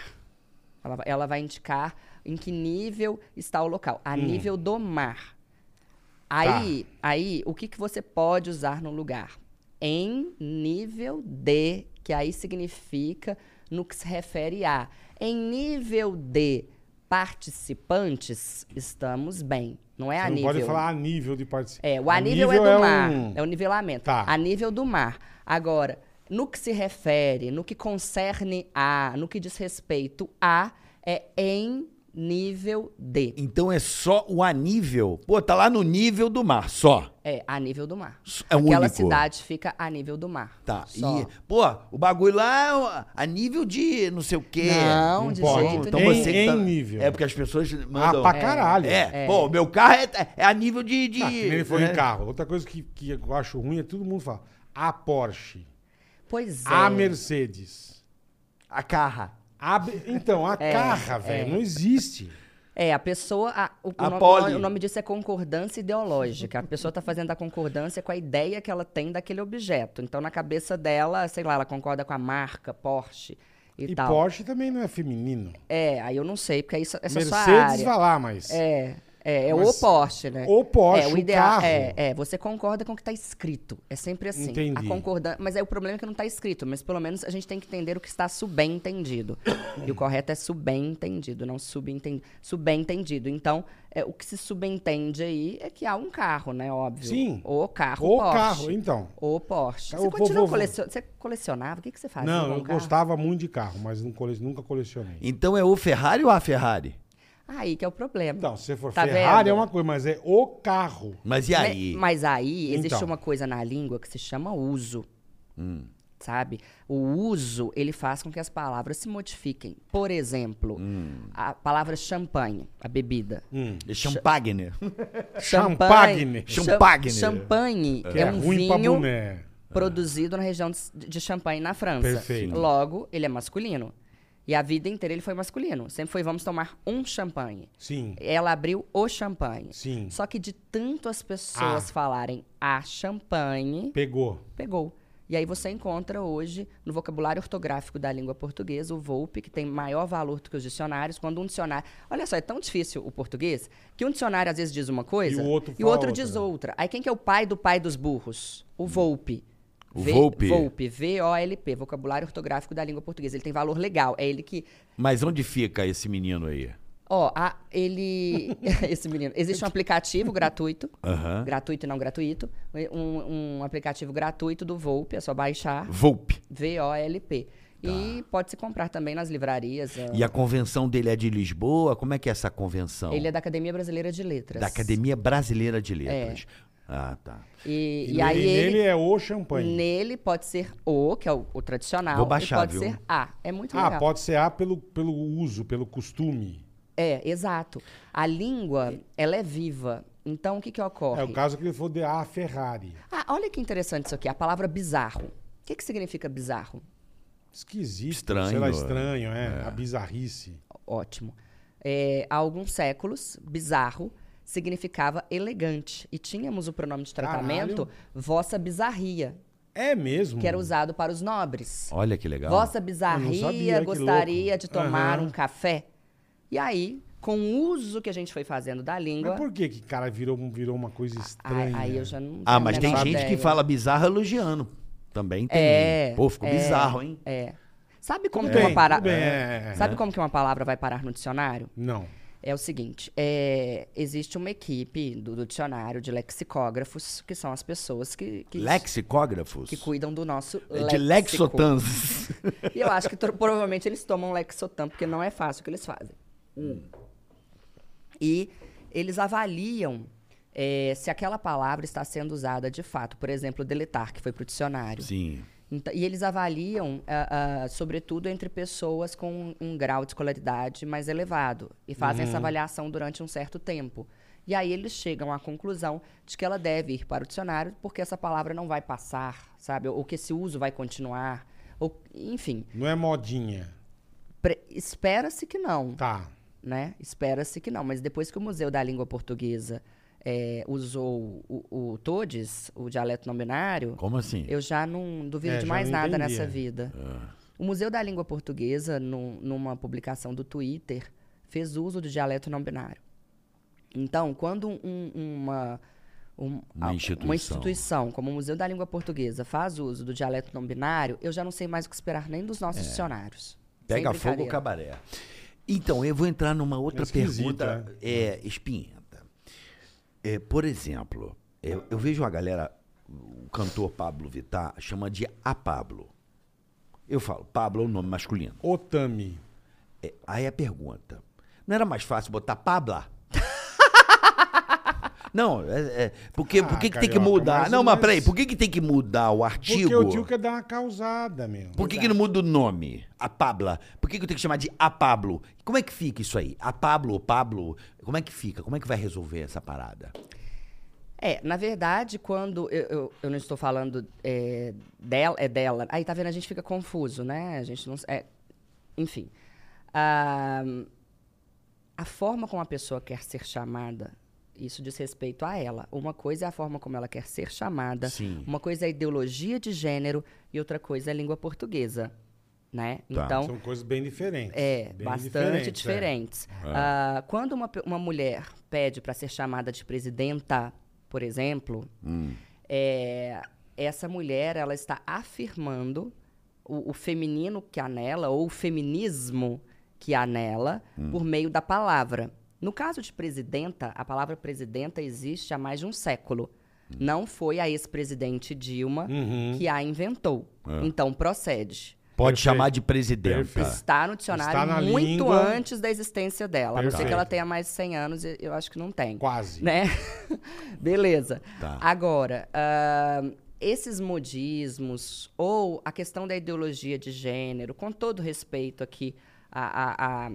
Ela, va- ela vai indicar em que nível está o local. Hum. A nível do mar. Tá. Aí, aí, o que, que você pode usar no lugar? Em nível D, que aí significa no que se refere a. Em nível de participantes, estamos bem. Não é a Você não nível. pode falar a nível de participação. É, o anível, é um do mar. É o nivelamento. Tá. A nível do mar. Agora, no que se refere, no que concerne a, no que diz respeito a, é em nível de. Então é só o anível. Pô, tá lá no nível do mar, só. É, a nível do mar. É o Aquela único. cidade fica a nível do mar. Tá. Só. E, pô, o bagulho lá é o- a nível de não sei o quê. Não, Não de pode. jeito Então nenhum. você que Em- tá... em nível. É porque as pessoas mandam. Ah, pra caralho. É, pô, o meu carro é, é a nível de. de... Ah, que nem ele falou né? em carro. Outra coisa que, que eu acho ruim é todo mundo fala a Porsche, Pois é. a Mercedes. A carra. a B- Então, a carra, velho, não existe. É, a pessoa. a- o, A o no- poli. o nome disso é concordância ideológica. A pessoa está fazendo a concordância com a ideia que ela tem daquele objeto. Então, na cabeça dela, sei lá, ela concorda com a marca, Porsche e, E, tal. Porsche também não é feminino. É, aí eu não sei, porque aí só- essa é só a Mercedes área. vai lá, mas. É, é, é Mas- o Porsche, né? O Porsche, é, o carro. É, é, você concorda com o que tá escrito. É sempre assim. Entendi. A concordan... Mas aí o problema é que não tá escrito, mas pelo menos a gente tem que entender o que está subentendido. e o correto é subentendido, não subentendido. Subentendido. Então, é, o que se subentende aí é que há um carro, né? Óbvio. Sim. O carro o Porsche. carro, então. O Porsche. Tá, Você o vovô- continua vovô. colecionando? Você colecionava? O que, que você fazia? não, eu com o Tá um carro? gostava muito de carro, mas não cole- nunca colecionei. Então é o Ferrari ou a Ferrari? Aí que é o problema. Então, se você for Tá Ferrari vendo? é uma coisa, mas é o carro. Mas e Né? aí? Mas aí existe Então. Hum. uma coisa na língua que se chama uso. Sabe? O uso, ele faz com que as palavras se modifiquem. Por exemplo, Hum. a palavra champanhe, a bebida. É Champagne. Champagne. Cham- Champagne. Champanhe Que é, é, um ruim pra vinho boné. produzido na região de- de Champagne, na França. Perfeito. Logo, ele é masculino. E a vida inteira ele foi masculino. Sempre foi, vamos tomar um champanhe. Sim, Ela abriu o champanhe. sim. Só que de tanto as pessoas Ah. falarem a champanhe, Pegou. pegou. E aí você encontra hoje, no vocabulário ortográfico da língua portuguesa, o VOLP, que tem maior valor do que os dicionários, quando um dicionário... Olha só, é tão difícil o português, que um dicionário às vezes diz uma coisa E o outro fala outro outra. diz outra. Aí quem que é o pai do pai dos burros? O VOLP. O Volpe. VOLP, V-O-L-P, vocabulário ortográfico da língua portuguesa. Ele tem valor legal, é ele que... Mas onde fica esse menino aí? Ó, a- ele... Esse menino. Existe um aplicativo gratuito, Aham. gratuito e não gratuito, um, um aplicativo gratuito do VOLP, é só baixar. Volpe. V-O-L-P. E pode se comprar também nas livrarias. ah. E a convenção dele é de Lisboa? Como é que é essa convenção? Ele é da Academia Brasileira de Letras. Da Academia Brasileira de Letras. É. Ah, tá. E, E, e aí nele ele, é o champanhe. nele pode ser o, que é o, o tradicional, Vou baixar, e pode viu? ser a. É muito ah, legal. pode ser A pelo, pelo uso, pelo costume. É, exato. A língua, ela é viva. Então, o que que ocorre? É o caso que ele falou de A Ferrari. Ah, olha que interessante isso aqui, a palavra bizarro. O que que significa bizarro? Esquisito. Estranho, Sei lá, é. estranho, é. A bizarrice. Ótimo. É, há alguns séculos, bizarro significava elegante. E tínhamos o pronome de tratamento, vossa bizarria, É mesmo. que era usado para os nobres. Olha que legal. Vossa Eu bizarria, não sabia, que gostaria louco. de tomar Aham. um café. E aí, com o uso que a gente foi fazendo da língua, Ah, Mas por que que cara virou, virou uma coisa aí, estranha? aí eu já não Ah, tenho mas a tem menor gente que ideia. fala bizarro elogiando. Também tem. É, Pô, ficou é. bizarro, hein? É. Sabe como Tudo que bem, uma para- tudo bem, é, é, é. Sabe como que uma palavra vai parar no dicionário? Não. É o seguinte, é, existe uma equipe do, do dicionário de lexicógrafos, que são as pessoas que, que, Lexicógrafos. que cuidam do nosso É de léxico. lexotans. E eu acho que tro- provavelmente eles tomam Lexotan, porque não é fácil o que eles fazem. Hum. E eles avaliam eh, se aquela palavra está sendo usada de fato. Por exemplo, deletar, que foi para o dicionário. Sim. Então- e eles avaliam, ah, ah, sobretudo, entre pessoas com um grau de escolaridade mais elevado. E fazem essa avaliação durante um certo tempo. E aí eles chegam à conclusão de que ela deve ir para o dicionário, porque essa palavra não vai passar, sabe? Ou que esse uso vai continuar. Ou, enfim, Não é modinha. pre- espera-se que não Tá. né? Espera-se que não, mas depois que o Museu da Língua Portuguesa eh, usou o, o Todes, o dialeto não binário, Como assim? eu já não duvido É, de já mais não nada entendi, nessa é. vida. O Museu da Língua Portuguesa, num- numa publicação do Twitter, fez uso do dialeto não binário. Então, quando um- uma, um- Uma a- instituição. uma instituição, como o Museu da Língua Portuguesa, faz uso do dialeto não binário, eu já não sei mais o que esperar nem dos nossos dicionários. É. Sem Pega fogo o brincadeira. cabaré. Então, eu vou entrar numa outra esquisito, pergunta é, espinhenta. É, por exemplo, eu, eu vejo a galera, o cantor Pablo Vittar, chama de a Pablo. Eu falo, Pablo é o nome masculino. Otami. É, aí a pergunta: não era mais fácil botar Pabla? Não, é, é, porque, por Ah, que, que tem que carioca, mudar? mas- não, mas mas- peraí, por que, que tem que mudar o artigo? Porque o tio quer dar uma causada, meu. Por que, que não muda o nome? A Pabla. Por que, que eu tenho que chamar de A Pablo? Como é que fica isso aí? A Pablo, Pablo? Como é que fica? Como é que vai resolver essa parada? É, na verdade, quando. Eu, eu, eu não estou falando é, dela, é dela. Aí, tá vendo? A gente fica confuso, né? A gente não. s- é, enfim. Ah, a forma como a pessoa quer ser chamada, isso diz respeito a ela. Uma coisa é a forma como ela quer ser chamada, Sim. uma coisa é a ideologia de gênero e outra coisa é a língua portuguesa, né? Então, São coisas bem diferentes. é, Bem bastante é. diferentes. Ah, quando uma, pe- uma mulher pede para ser chamada de presidenta, por exemplo, é, essa mulher ela está afirmando o, o feminino que há nela, ou o feminismo que há nela, por meio da palavra. No caso de presidenta, a palavra presidenta existe há mais de um século. Não foi a ex-presidente Dilma Uhum. que a inventou. Então procede. Pode Perfeito. chamar de presidenta. Perfeito. Está no dicionário Tá. Está na muito língua. antes da existência dela. A não ser que Perfeito. ela tenha mais de 100 anos, e eu acho que não tem. Quase. Né? Beleza. Tá. Agora, ahn, esses modismos ou a questão da ideologia de gênero, com todo respeito aqui a, a- a-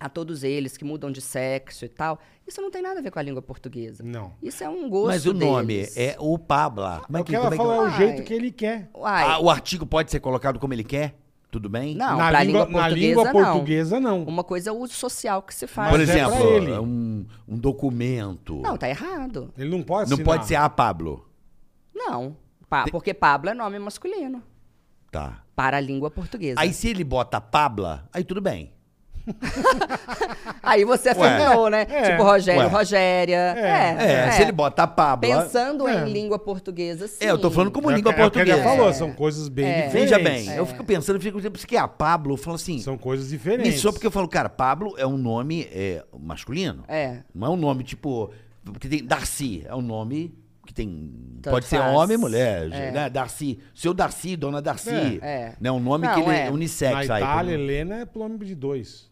a todos eles que mudam de sexo e tal, isso não tem nada a ver com a língua portuguesa. Não. Isso é um gosto Mas o nome deles. é o Pabla. Como Mas é o que, que ela como é que- falou é o Ai. jeito que ele quer. Uai, Ah, o artigo pode ser colocado como ele quer? Tudo bem? Não, na, pra língua, língua na língua portuguesa, não. portuguesa, não. uma coisa é o uso social que se faz. Por Mas é pra exemplo, ele. um, um documento. Não, tá errado. Ele não pode Não assinar. pode ser A Pablo. Não. Pa- Porque Pablo é nome masculino. Tá. Para a língua portuguesa. Aí Aí, se ele bota Pabla, aí tudo bem. você Ué. afirmou, né? É. Tipo Rogério, Ué. Rogéria. É. É, se ele bota Pabla. Pensando É. em língua portuguesa, sim. É, eu tô falando como É o língua que- é o que ele portuguesa. É. falou, são coisas bem diferentes. É. Veja bem, É. eu fico pensando, eu fico pensando, que a Pablo, eu falo assim, São coisas diferentes. me soa porque eu falo, cara, Pablo é um nome é, masculino. É. Não é um nome tipo, porque tem Darcy, é um nome que tem, Tanto pode ser faz. homem, mulher, né? Darcy, seu Darcy, dona Darcy. É. É. Né? Um nome Não, que ele é. é unissex. Na aí, Itália, por- Helena é plônimo de dois.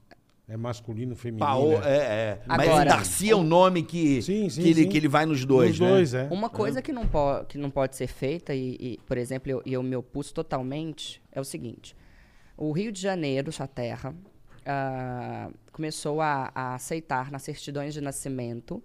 É masculino, feminino. Paô, né? é, é. Mas Agora- Darcy é um nome que, Sim, sim, que, ele, sim. que ele vai nos dois, Os né? dois, é. Uma coisa que, não po- que não pode ser feita, e, e, por exemplo, eu, e eu me opus totalmente, é o seguinte: o Rio de Janeiro, sua terra, ah, começou a, a aceitar nas certidões de nascimento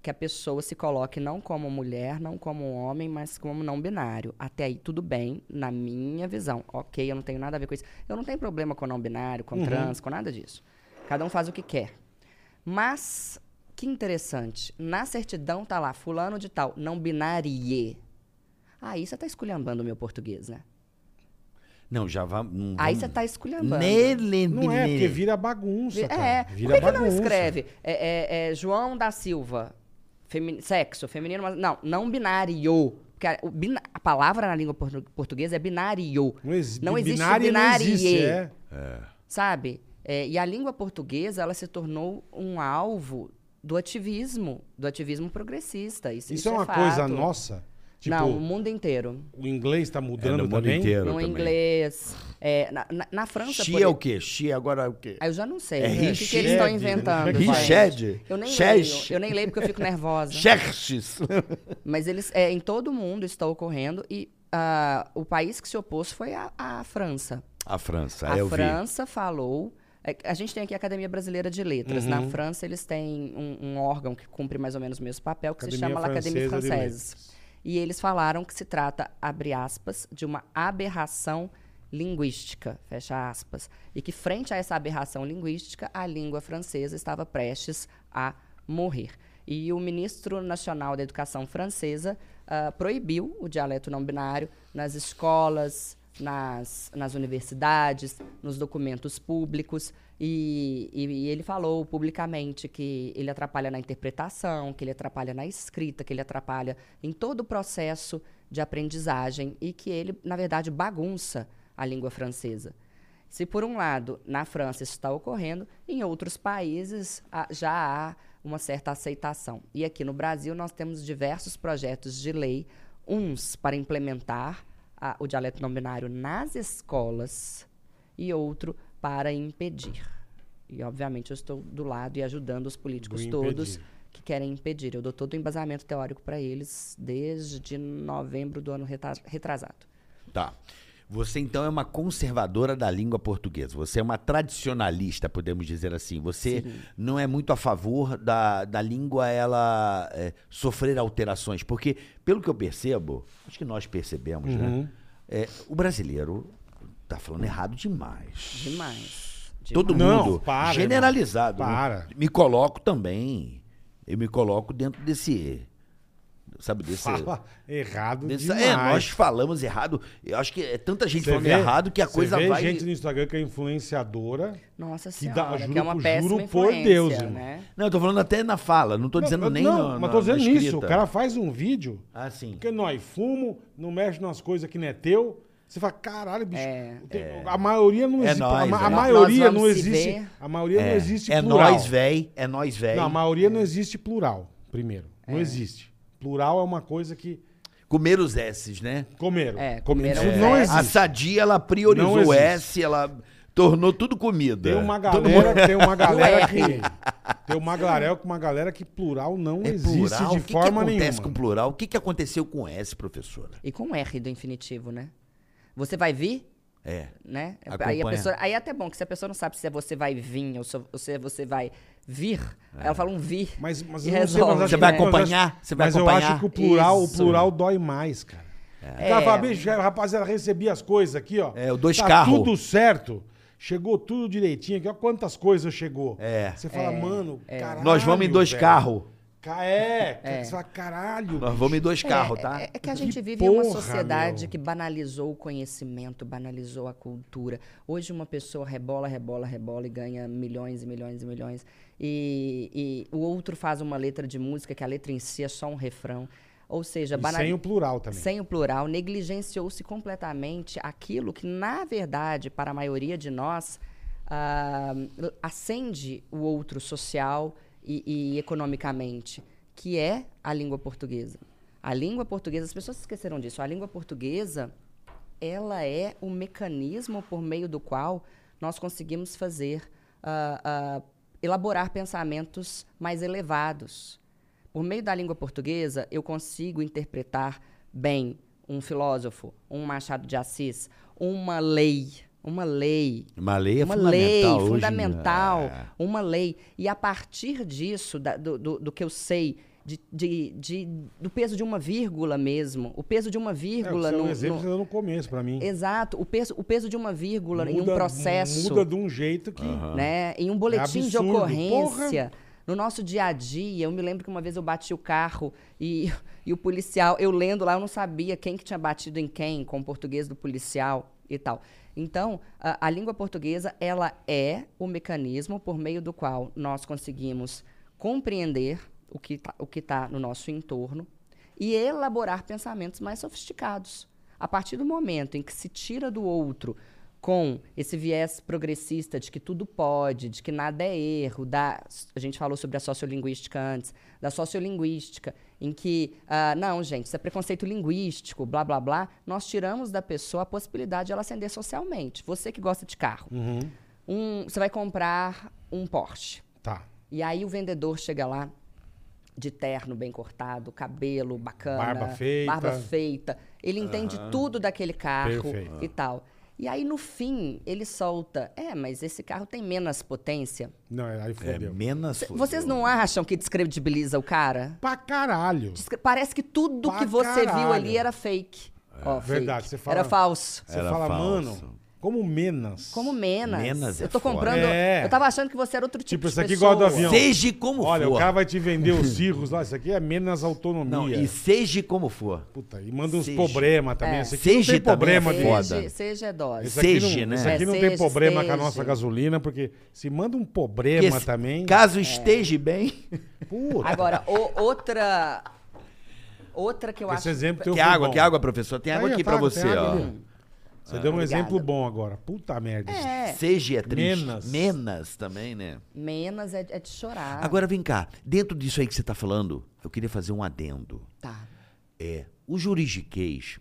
que a pessoa se coloque não como mulher, não como homem, mas como não binário. Até aí, tudo bem, na minha visão. Ok, eu não tenho nada a ver com isso. Eu não tenho problema com não binário, Uhum. com trans, com nada disso. Cada um faz o que quer. Mas, que interessante. Na certidão tá lá, fulano de tal, não binarie. Aí você tá esculhambando o meu português, né? Não, já vai... Não, Aí vamos- você tá esculhambando. Nele, Não é, porque nele. vira bagunça, Vi- cara. É, por Vira que, que bagunça. não escreve? É, é, é João da Silva, femi- sexo, feminino, mas não, não binário. Porque a, o bina- a palavra na língua portu- portuguesa é binário, Não, exi- Não existe binária não binária. existe, é. sabe? É, e a língua portuguesa, ela se tornou um alvo do ativismo, do ativismo progressista. Isso, Isso é uma fato. coisa nossa. Tipo, Não, o mundo inteiro. o inglês tá É, mudando no mundo também. inteiro No também. inglês. é, na, na- na França, Xi por é o exemplo. quê? Xi agora é o quê? Ah, eu já não sei. É né? o que, que eles Richede, estão né? inventando. gente? Richede? Eu nem Chesh? leio. Eu nem leio porque eu fico nervosa. Xerxes. Mas eles, é, em todo mundo está ocorrendo e ah, o país que se opôs foi a, a França. A França, a Tá, eu França falou. é, A gente tem aqui a Academia Brasileira de Letras. Uhum. Na França, eles têm um, um órgão que cumpre mais ou menos o mesmo papel, que se chama La Académie Francesa de Française. Letras. E eles falaram que se trata, abre aspas, de uma aberração linguística, fecha aspas. E que frente a essa aberração linguística, a língua francesa estava prestes a morrer. E o ministro nacional da educação francesa ah, proibiu o dialeto não binário nas escolas, nas, nas universidades, nos documentos públicos. E, e- e ele falou publicamente que ele atrapalha na interpretação, que ele atrapalha na escrita, que ele atrapalha em todo o processo de aprendizagem e que ele, na verdade, bagunça a língua francesa. Se, por um lado, na França isso está ocorrendo, em outros países há- já há uma certa aceitação. E aqui no Brasil nós temos diversos projetos de lei, uns para implementar a- o dialeto não binário nas escolas e outro para impedir. E, obviamente, eu estou do lado e ajudando os políticos Do todos impedir. que querem impedir. Eu dou todo o embasamento teórico para eles desde novembro do ano reta- retrasado. Tá. Você então é uma conservadora da língua portuguesa. Você é uma tradicionalista, podemos dizer assim. Você não é muito a favor da, da língua ela é, sofrer alterações. Porque, pelo que eu percebo, acho que nós percebemos, Uhum. né? É, o brasileiro tá falando errado demais. Demais. Todo Demais. Não, mundo para, generalizado. né? irmão. Para. Me coloco também. Eu me coloco dentro desse. Sabe, desse. Fala errado Desse- demais. é, nós falamos errado. Eu acho que é tanta gente Você falando vê- errado que a você coisa vê vai. gente no Instagram que é influenciadora. Nossa Que dá- senhora, que, juro é uma por- péssima juro por influência, Deus, irmão. né? Não, eu tô falando até na fala, não tô dizendo Não, nem Não, na- mas na- tô na dizendo escrita. isso. O cara faz um vídeo Ah, sim. que nós fumo, não mexe nas coisas que não é teu. Você fala, caralho, bicho. tem- A maioria não É existe. a, nóis, ma- a é. maioria É. Nós não vamos se existe. ver. A maioria não É, existe é plural. nós, véi. É nós, véi. Não, a maioria não existe plural, primeiro. Não existe. Plural é uma coisa que Comer os S's, né? comeram. É, Comeram. comeram Isso os não S's. A existe. sadia, ela priorizou Não o existe. S, ela tornou tudo comida. Tem uma Todo é. galera, tem uma galera Ué. que tem uma galera, uma galera que plural não É existe plural? de o que, forma que acontece nenhuma. com plural? O que, que aconteceu com S, professora? E com R do infinitivo, né? Você vai vir, É. né? Aí, Acompanha. a pessoa, aí é até bom que se a pessoa não sabe se é você vai vir ou se- ou se é você vai vir, ela fala um vir. É. Mas, mas E eu não sei, resolve, né? mas acho Você que- vai mas acho- acompanhar? Você vai mas eu acho acompanhar? que o plural, o Isso. plural dói mais, cara. O cara É. fala, bicho, rapaziada, recebi as coisas aqui, ó. É, o dois tá carro. tudo certo. Chegou tudo direitinho aqui, ó quantas coisas chegou. É. Você fala, mano, caralho. Nós vamos em dois velho. carros. Ca- É, você fala, caralho. Nós vamos em dois É, carros, tá? É, é que a Que gente vive em uma porra, sociedade meu. que banalizou o conhecimento, banalizou a cultura. Hoje uma pessoa rebola, rebola, rebola e ganha milhões e milhões e milhões. E, e o outro faz uma letra de música que a letra em si é só um refrão. Ou seja, E sem o banalizou. plural também. Sem o plural, negligenciou-se completamente aquilo que, na verdade, para a maioria de nós, ah, acende o outro social e, e economicamente, que é a língua portuguesa. A língua portuguesa, as pessoas esqueceram disso, a língua portuguesa, ela é o mecanismo por meio do qual nós conseguimos fazer, ah, ah, elaborar pensamentos mais elevados. Por meio da língua portuguesa, eu consigo interpretar bem um filósofo, um Machado de Assis, uma lei, uma lei, Uma lei é uma lei fundamental. hoje, fundamental, né? uma lei. E a partir disso, da- do, do, do que eu sei, de, de, de- do peso de uma vírgula mesmo, o peso de uma É, o que vírgula você deu no, um exemplo no- você deu no começo pra mim. exato, o peso, o peso de uma vírgula em um Muda- processo Muda de um jeito que. né? Em um boletim de absurdo, ocorrência. No nosso dia a dia, eu me lembro que uma vez eu bati o carro e, e o policial, eu lendo lá, eu não sabia quem que tinha batido em quem, com o português do policial e tal. Então, a, a língua portuguesa, ela é o mecanismo por meio do qual nós conseguimos compreender o que tá- o que está no nosso entorno e elaborar pensamentos mais sofisticados. A partir do momento em que se tira do outro com esse viés progressista de que tudo pode, de que nada é erro, da, a gente falou sobre a sociolinguística antes, da sociolinguística, em que, ah, não, gente, isso é preconceito linguístico, blá, blá, blá, nós tiramos da pessoa a possibilidade de ela ascender socialmente. Você que gosta de carro, um, você vai comprar um Porsche. Tá. E aí o vendedor chega lá de terno bem cortado, cabelo bacana, Barba feita. barba feita. Ele entende tudo daquele carro Perfeito. e tal. E aí no fim ele solta: "É, mas esse carro tem menos potência". Não, aí É fodeu. menos. fudeu. Vocês não acham que descredibiliza o cara? Pra caralho. Descre- Parece que tudo Pra que você viu caralho. É. ali era fake. Ó, fake. Verdade, você fala- Era falso. Você Era fala, falso. mano, Como Menas. Como Menas. Menas é eu tô foda. comprando. É. Eu tava achando que você era outro tipo, Tipo, de isso aqui pessoa. igual do avião. Seja como Olha, for. o cara vai te vender os cirros lá. Isso aqui é Menas Autonomia. Não, e seja como for. Puta, e manda uns Seja. É. problemas também. Esse aqui Seja não tem também problema é de... foda. Seja, seja dose. Esse aqui Seja, não, né? esse aqui É, não tem seja, problema com a seja. nossa gasolina, porque se manda um Porque problema se- também... É. Caso esteja bem. Puta, Agora, o- outra. Outra que eu esse acho. exemplo tem um Que foi água, bom. que água, professor? Tem Aí, água ó, aqui tá pra água, você, tem água ó. ali. Você deu um Obrigado. exemplo bom agora. Puta merda. É. Seja é triste. Menas. Menas também, né? Menas é, é de chorar. Agora vem cá, dentro disso aí que você tá falando, eu queria fazer um adendo. Tá. É, o juridiquês,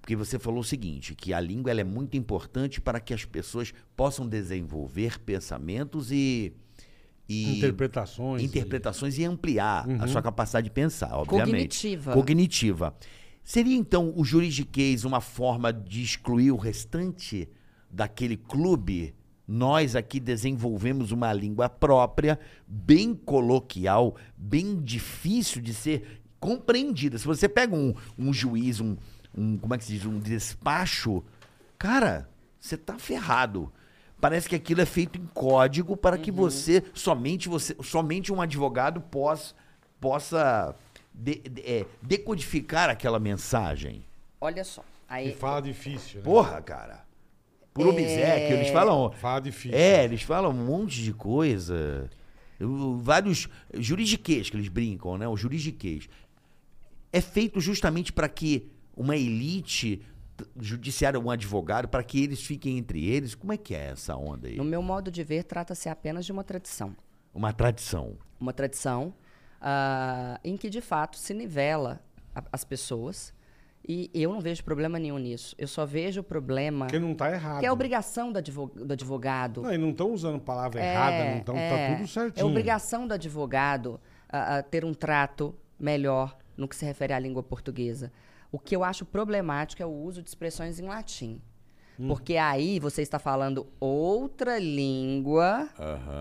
porque você falou o seguinte, que a língua ela é muito importante para que as pessoas possam desenvolver pensamentos e... e Interpretações. Uhum. interpretações e ampliar a sua capacidade de pensar, obviamente. Cognitiva. Cognitiva. Seria então o juridiquês uma forma de excluir o restante daquele clube? Nós aqui desenvolvemos uma língua própria, bem coloquial, bem difícil de ser compreendida. Se você pega um, um juiz, um, um- como é que se diz, um despacho, cara, você tá ferrado. Parece que aquilo é feito em código para que você somente você somente um advogado possa possa de- de- é, decodificar aquela mensagem. Olha só. E Aí, fala difícil, né? Porra, cara. Por obsequio, eles falam. Fala difícil. É, eles falam um monte de coisa. Eu- Vários juridiquês que eles brincam, né? O juridiquês. É feito justamente para que uma elite t- judiciária, um advogado, para que eles fiquem entre eles. Como é que é essa onda aí? no meu modo de ver, trata-se apenas de uma tradição. Uma tradição. uma tradição ah, em que de fato se nivela a- as pessoas e eu não vejo problema nenhum nisso. Eu só vejo o problema Porque não tá errado. que é a obrigação do, advo- do advogado. Não, e não estão usando palavra É, errada, não tão, é. tá tudo certinho. É obrigação do advogado ah, ah, ter um trato melhor no que se refere à língua portuguesa. O que eu acho problemático é o uso de expressões em latim. Hum. Porque aí você está falando outra língua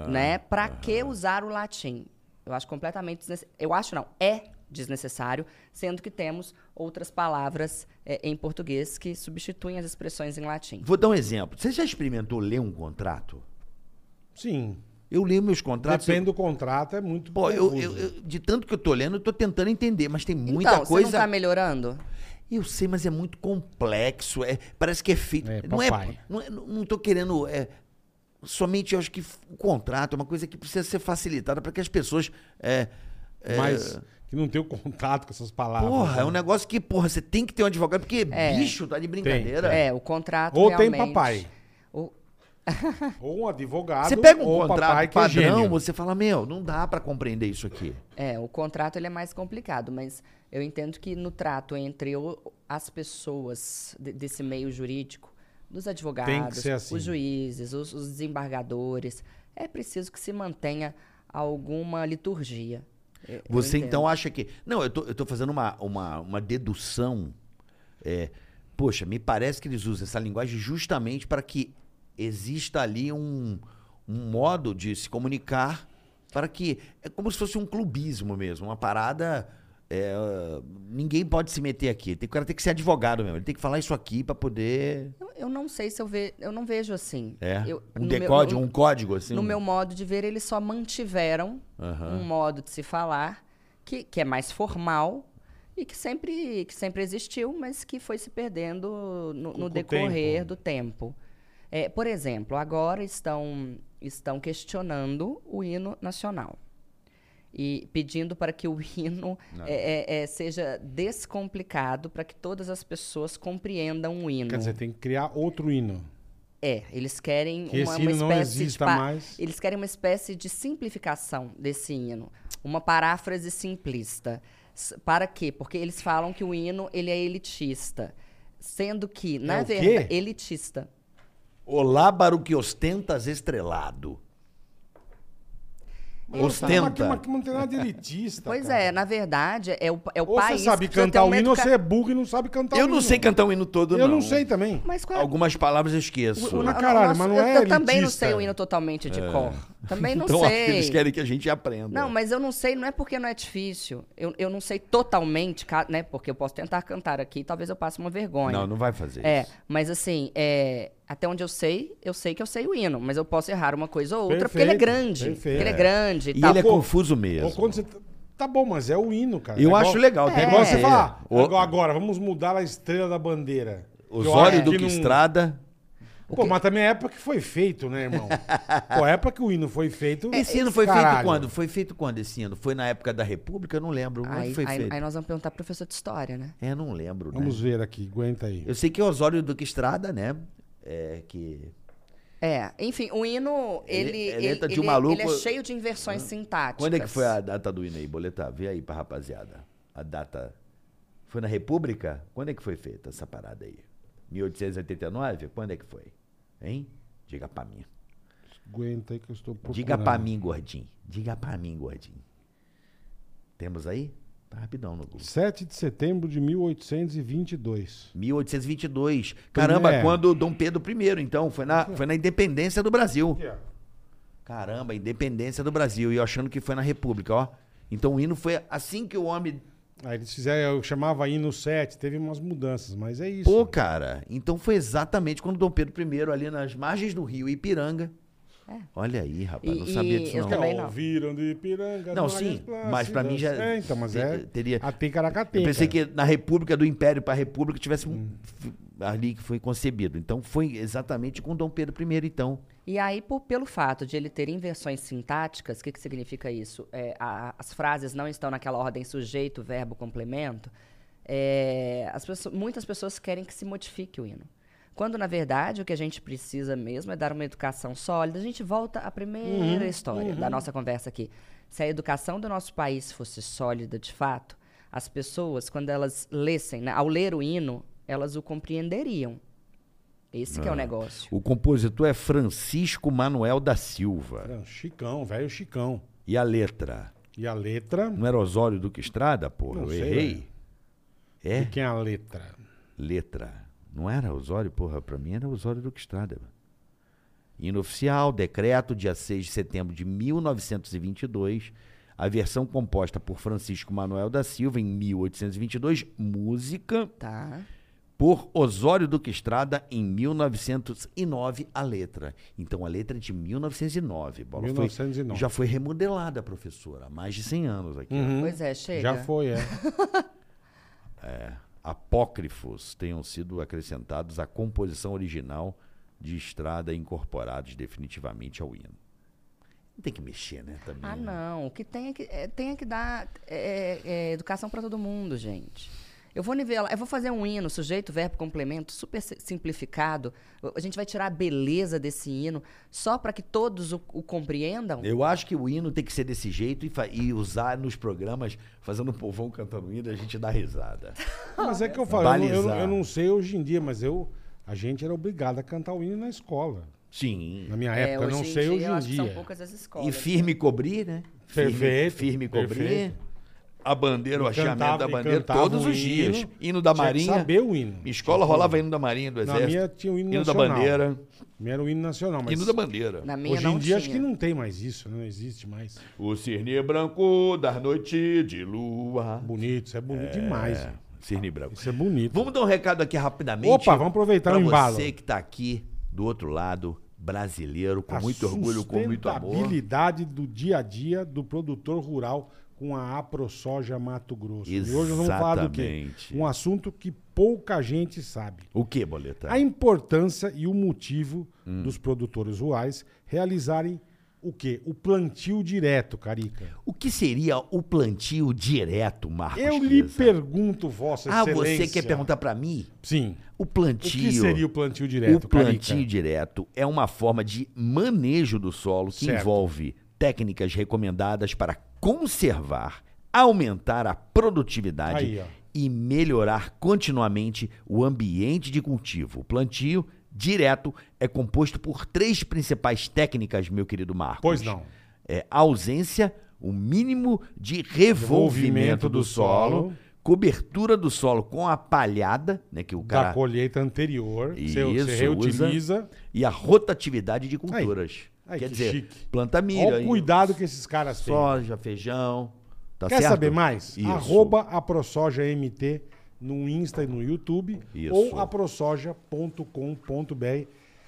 né? Para que usar o latim? Eu acho completamente desnecessário. Eu acho não, é desnecessário, sendo que temos outras palavras eh, em português que substituem as expressões em latim. Vou dar um exemplo. Você já experimentou ler um contrato? Sim. Eu leio meus contratos. Depende do contrato, é muito eu- pô, eu, confuso. eu- eu- de tanto que eu tô lendo, eu tô tentando entender, mas tem muita então, coisa. você não tá melhorando? Eu sei, mas é muito complexo. É, parece que é feito. É, não, é, papai. não é- não tô querendo. é, somente eu acho que f- o contrato é uma coisa que precisa ser facilitada para que as pessoas. é, é, Mas que não tem o contato com essas palavras. porra, é né? um negócio que, porra, você tem que ter um advogado, porque É. bicho tá de brincadeira. É, o contrato Ou tem realmente... papai. O- Ou um advogado. Você pega um ou papai contrato que é padrão, gênio. você fala, meu, não dá para compreender isso aqui. É, o contrato ele é mais complicado, mas eu entendo que no trato entre o- as pessoas de- desse meio jurídico, dos advogados, ser assim. os juízes, os, os desembargadores, é preciso que se mantenha alguma liturgia. Eu- eu Você entendo. então acha que. Não, eu tô, eu tô fazendo uma, uma, uma dedução. é, poxa, me parece que eles usam essa linguagem justamente para que exista ali um, um modo de se comunicar para que. É como se fosse um clubismo mesmo, uma parada. é, ninguém pode se meter aqui. Tem, o cara tem que ser advogado mesmo. Ele tem que falar isso aqui para poder. Eu, eu não sei se eu vejo, eu não vejo assim. É, Eu- um no meu- decódigo, no- um código assim. no um- meu modo de ver, eles só mantiveram Aham. um modo de se falar que, que é mais formal e que sempre, que sempre existiu, mas que foi se perdendo no, Com- com no o decorrer tempo. do tempo. É, por exemplo, agora estão, estão questionando o hino nacional e pedindo para que o hino é, é, é, seja descomplicado para que todas as pessoas compreendam o hino. Quer dizer, tem que criar outro hino. É, eles querem Que uma, esse uma hino não espécie de exista pa- mais. Eles querem uma espécie de simplificação desse hino, uma paráfrase simplista. S- Para quê? Porque eles falam que o hino ele é elitista, sendo que na É o quê? verdade elitista. Olábaro que ostentas estrelado. Mas não- Ostenta. mas que- mas que não tem nada de elitista. pois Tá, cara. é, na verdade é o, é o Ou país. você sabe que precisa ter um cantar uma o hino, ou educa- você é burro e não sabe cantar Eu o hino. não sei cantar o hino todo, Eu não sei também. Mas qual é? Algumas palavras eu esqueço. o- Mas caralho, mas não eu, é eu também não elitista. É. sei o hino totalmente de cor. Também não então, acho que sei. eles querem que a gente aprenda. Não, mas eu não sei, não é porque não é difícil. Eu, eu não sei totalmente, ca- né? Porque eu posso tentar cantar aqui, talvez eu passe uma vergonha. Não, não vai fazer É, isso. mas assim, é, até onde eu sei, eu sei que eu sei o hino, mas eu posso errar uma coisa ou outra, porque Perfeito, ele é grande. perfeito. Ele é É. grande e, E tal. ele é Pô, confuso Ou mesmo. quando você. tá- Tá bom, mas é o hino, cara. Eu É acho igual- legal, tem É que igual ter. você falar. O- agora- Agora, vamos mudar a estrela da bandeira. Osório Eu acho Duque que não- Estrada. Pô, mas também é a época que foi feito, né, irmão? Pô, a época que o hino foi feito. Esse hino foi feito É, caralho. quando? Foi feito quando esse hino? Foi na época da República? Eu não lembro. é Onde Aí, foi aí- feito? aí nós vamos perguntar pro professor de história, né? É, não lembro, né? Vamos ver aqui, aguenta aí. Eu sei que é Osório Duque Estrada, né? É, que... É, enfim, o hino, Ele- ele, é ele, letra de ele- um maluco- ele é cheio de inversões sintáticas. Quando é que foi a data do hino aí, Boletar? Vê aí pra rapaziada. A data. Foi na República? Quando é que foi feita essa parada aí? 1889? Quando é que foi? Hein? Diga pra mim. Aguenta aí que eu estou procurando. Diga pra mim, gordinho. Diga pra mim, gordinho. Temos aí? Tá rapidão no Google. 7 de setembro de 1822. 1822. Caramba, É. quando Dom Pedro I, então. Foi na, foi na independência do Brasil. ó. Caramba, independência do Brasil. E eu achando que foi na República, ó. Então o hino foi assim que o homem Aí eles fizeram, eu chamava hino 7, teve umas mudanças, mas é isso. Pô, cara, então foi exatamente quando Dom Pedro I, ali nas margens do rio Ipiranga. Olha aí, rapaz, não É. E- sabia e disso eu não. também não. Ouviram de Ipiranga. Não, as sim, margens mas pra mim já- plácidas. É, então, mas te- é. teria- A Ticaracateca. Eu pensei que na República, do Império para a República, tivesse um- f- ali que foi concebido. Então foi exatamente com Dom Pedro I, então. E aí, por- pelo fato de ele ter inversões sintáticas, o que, que significa isso? É, a- as frases não estão naquela ordem sujeito, verbo, complemento. É, as pessoas- muitas pessoas querem que se modifique o hino. Quando, na verdade, o que a gente precisa mesmo é dar uma educação sólida. A gente volta à primeira história da nossa conversa aqui. Se a educação do nosso país fosse sólida de fato, as pessoas, quando elas lessem, né, ao ler o hino, elas o compreenderiam. Esse que é o negócio. O compositor é Francisco Manuel da Silva. Era um Chicão, velho Chicão. E a letra? E a letra. Não era Osório Duque Estrada, porra? Não eu sei, errei. É? De quem é a letra? letra. Não era Osório, porra, pra mim era Osório Duque Estrada. Hino oficial, decreto, dia 6 de setembro de 1922. A versão composta por Francisco Manuel da Silva em 1822, música Tá. por Osório Duque Estrada em 1909, a letra. Então a letra é de 1909, bola. Foi- 1909. já foi remodelada, professora, há mais de 100 anos aqui. Pois é, chega. Hum? Já foi, é. apócrifos tenham sido acrescentados à composição original de Estrada e incorporados definitivamente ao hino. Não tem que mexer, né? Também. Ah, né? não. O que tem é que, é, tem é que dar é, é, educação para todo mundo, gente. Eu vou nivelar, eu vou fazer um hino, sujeito, verbo, complemento, super si- simplificado. A gente vai tirar a beleza desse hino só para que todos o, o compreendam? Eu acho que o hino tem que ser desse jeito e, fa- e usar nos programas, fazendo o povão cantando hino, a gente dá risada. Mas é que eu falo, eu não- eu, não- Balizar. eu não sei hoje em dia, mas eu. A gente era obrigado a cantar o hino na escola. Sim. Na minha época, eu não É, em sei dia, hoje eu em acho que são dia. poucas as E escolas. firme cobrir, né? Firme- Perfeito, Firme, cobrir. perfeito. A bandeira, o E hasteamento cantava- da e bandeira, cantava todos o os hino, dias. Hino da Tinha que Marinha. saber o hino. Minha escola rolava hino da Marinha, do Na Exército. minha tinha o hino, hino da nacional. bandeira. Era o hino nacional, mas. Hino da bandeira. Na minha Hoje não em dia tinha. acho que não tem mais isso, né? não existe mais. O cirne branco das noites de lua. Bonito, isso é bonito demais. É, cirne branco. Isso é bonito. Vamos dar um recado aqui rapidamente. Opa, vamos aproveitar pra o embalo. você que tá aqui do outro lado, brasileiro, com muito orgulho, com muito amor. Tá sustentabilidade do dia a dia do produtor rural com a AproSoja Mato Grosso. E hoje nós vamos falar do quê? Exatamente. Um assunto que pouca gente sabe. O que, Boleta? A importância e o motivo Hum. dos produtores rurais realizarem o quê? O plantio direto, Carica. O que seria o plantio direto, Marcos? Eu lhe Cresa? pergunto, vossa Ah, excelência. você quer perguntar pra mim? Sim. O O plantio. que seria o plantio direto, o plantio Carica? direto é uma forma de manejo do solo que Certo. envolve técnicas recomendadas para conservar, aumentar a produtividade Aí, ó. e melhorar continuamente o ambiente de cultivo. O plantio direto é composto por três principais técnicas, meu querido Marcos. Pois não. É ausência, o mínimo de revolvimento do, do solo, solo. cobertura do solo com a palhada, né, que o cara Da colheita anterior, você, Isso, você reutiliza. e a rotatividade de culturas. Ai, Quer que dizer, chique. planta milho. Olha o aí, cuidado que esses caras têm. Soja, feijão. Tá Quer certo? saber mais? Isso. Arroba a ProSojaMT no Insta e no YouTube Isso. ou aprosoja.com.br.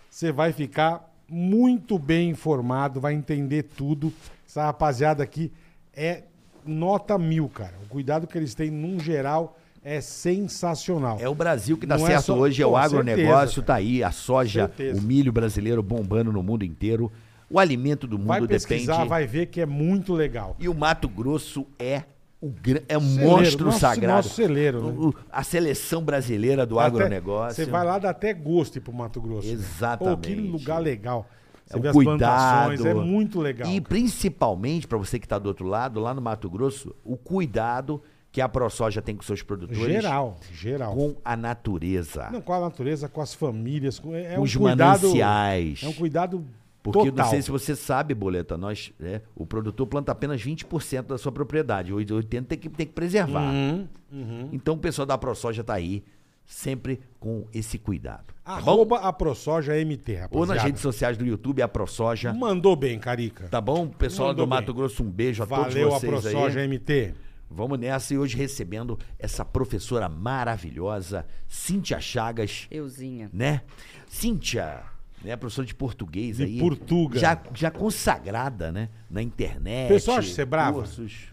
Você vai ficar muito bem informado, vai entender tudo. Essa rapaziada aqui é nota mil, cara. O cuidado que eles têm, num geral, é sensacional. É o Brasil que dá Não é certo só- hoje, é Pô, o agronegócio, certeza, tá aí, a soja, Certeza. o milho brasileiro bombando no mundo inteiro. O alimento do mundo vai pesquisar, depende. vai ver que é muito legal. E o Mato Grosso é o gran- é um Celeiro, monstro nosso- sagrado. nosso celeiro, né? O- o- A seleção brasileira do Dá até- agronegócio. Você vai lá, dá até gosto ir pro Mato Grosso. né? Pô, que Exatamente. lugar legal. Você é um vê as plantações, cuidado. é muito legal. E cara. principalmente, para você que está do outro lado, lá no Mato Grosso, o cuidado que a ProSoja tem com seus produtores. Geral, geral. Com a natureza. Não, com a natureza, com as famílias, com, é, é Com os um cuidado, mananciais. É um cuidado Porque eu total. não sei se você sabe, Boleta, nós, né, o produtor planta apenas 20% da sua propriedade. O 80% tem que, tem que preservar. Uhum, Então o pessoal da ProSoja tá aí, sempre com esse cuidado. Tá bom? Arroba a ProSoja MT, rapaziada. Ou nas redes sociais do YouTube, a ProSoja. Mandou bem, Carica. Tá bom? Pessoal Mandou do Mato bem. Grosso, um beijo a Valeu a todos vocês aí. ProSoja MT. Vamos nessa e hoje recebendo essa professora maravilhosa, Cíntia Chagas, Euzinha. né? Cíntia, né, professora de português De aí. Portuga. Já, já consagrada, né? Na internet. Pessoal acha você é brava? cursos.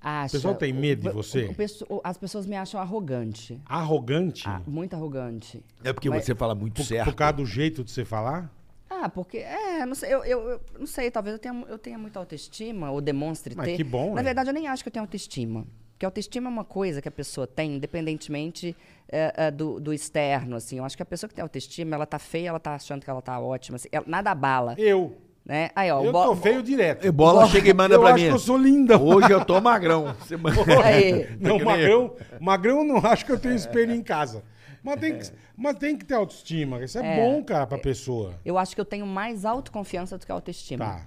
Acha, pessoal tem medo de o- você? o pesso- o- as pessoas me acham arrogante. Arrogante? Ah, muito arrogante. É porque Mas- você fala muito por, certo. por causa do jeito de você falar? Ah, porque, é, não sei, eu, eu- eu não sei, talvez eu tenha, eu tenha muita autoestima, ou demonstre Mas ter. que bom, Na né? verdade, eu nem acho que eu tenho autoestima. Porque autoestima é uma coisa que a pessoa tem, independentemente eh, eh, do, do externo, assim. Eu acho que a pessoa que tem autoestima, ela tá feia, ela tá achando que ela tá ótima, assim, ela- nada abala, Eu. né? Aí, ó, o eu bo- tô feio direto. E bola chega e manda eu pra acho mim. que eu sou linda. Hoje eu tô magrão. Você manda- Aí. Não, Que nem magrão, magrão eu não acho que eu tenho espelho em casa. Mas tem que, mas tem que ter autoestima. Isso é, bom, cara, pra pessoa. Eu acho que eu tenho mais autoconfiança do que autoestima. Tá.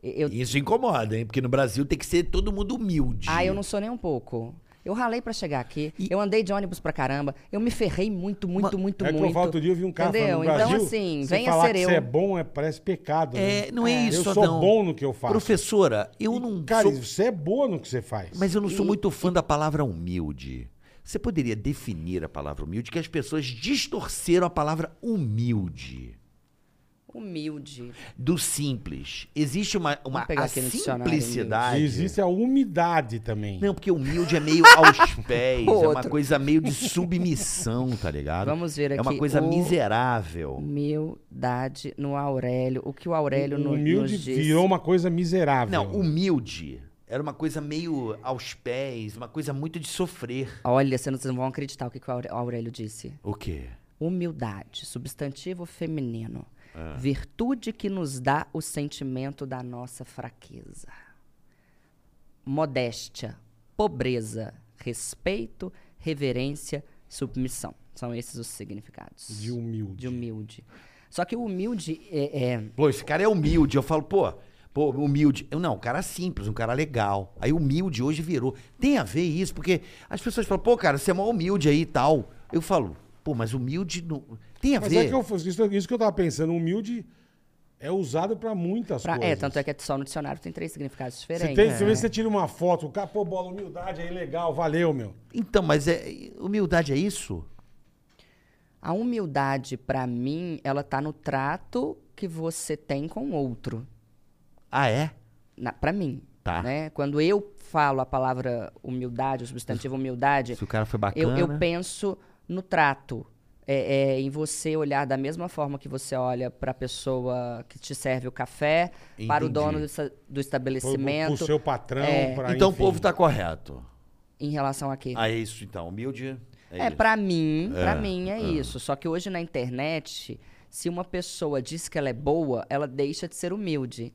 Eu, Isso incomoda, hein? Porque no Brasil tem que ser todo mundo humilde. Ah, eu não sou nem um pouco. Eu ralei pra chegar aqui, eu andei de ônibus pra caramba, eu me ferrei muito, muito, muito, é que muito. eu falo outro dia, eu vi um cara Entendeu? falando, no Brasil, então, assim, você venha falar ser que eu. você é bom, é, parece pecado. né? É, não é, isso, Eu sou não. bom no que eu faço. Professora, eu não cara, sou você é boa no que você faz. Mas eu não sou muito fã da palavra humilde. Você poderia definir a palavra humilde? Que as pessoas distorceram a palavra humilde. Humilde. Do simples. Existe uma, uma pegar a aqui no dicionário, simplicidade. E existe a umidade também. Não, porque humilde é meio aos pés. é uma Outro. coisa meio de submissão, tá ligado? Vamos ver É uma aqui, coisa o- miserável. Humildade no Aurélio. O que o Aurélio no- Um Humilde nos diz. virou um uma coisa miserável. Não, humilde era uma coisa meio aos pés, uma coisa muito de sofrer. Olha, vocês não- vocês não vão acreditar o que, que o Aure- o Aurélio disse. O quê? Humildade, substantivo feminino. É. Virtude que nos dá o sentimento da nossa fraqueza. Modéstia, pobreza, respeito, reverência, submissão. São esses os significados. De humilde. De humilde. Só que o humilde é. é- Pô, esse cara é humilde. Eu falo, pô, pô, humilde. Eu, não, um cara simples, um cara legal. Aí humilde hoje virou. Tem a ver isso, porque as pessoas falam, pô, cara, você é mó humilde aí e tal. Eu falo, pô, mas humilde não. Tem a Mas ver. é que eu, isso, isso que eu tava pensando, humilde é usado pra muitas pra- coisas. é, tanto é que só no dicionário tem três significados Você diferentes. tem, se É. né? você tira uma foto, o cara, pô, bola, humildade aí, legal, valeu, meu. Então, mas é. Humildade é isso? A humildade, pra mim, ela tá no trato que você tem com o outro. Ah, é? na, pra mim. Tá. Né? Quando eu falo a palavra humildade, o substantivo humildade, Se o cara foi bacana. eu, eu penso no trato. É, é, em você olhar da mesma forma que você olha para a pessoa que te serve o café, para o Entendi. dono do, esta- do Pro, pro estabelecimento, seu patrão, É. pra então enfim. o povo tá correto. em relação a quê? Ah, é isso então. Humilde. É, É, isso. pra mim, pra É, mim é, é. isso. Só que hoje na internet, se uma pessoa diz que ela é boa, ela deixa de ser humilde.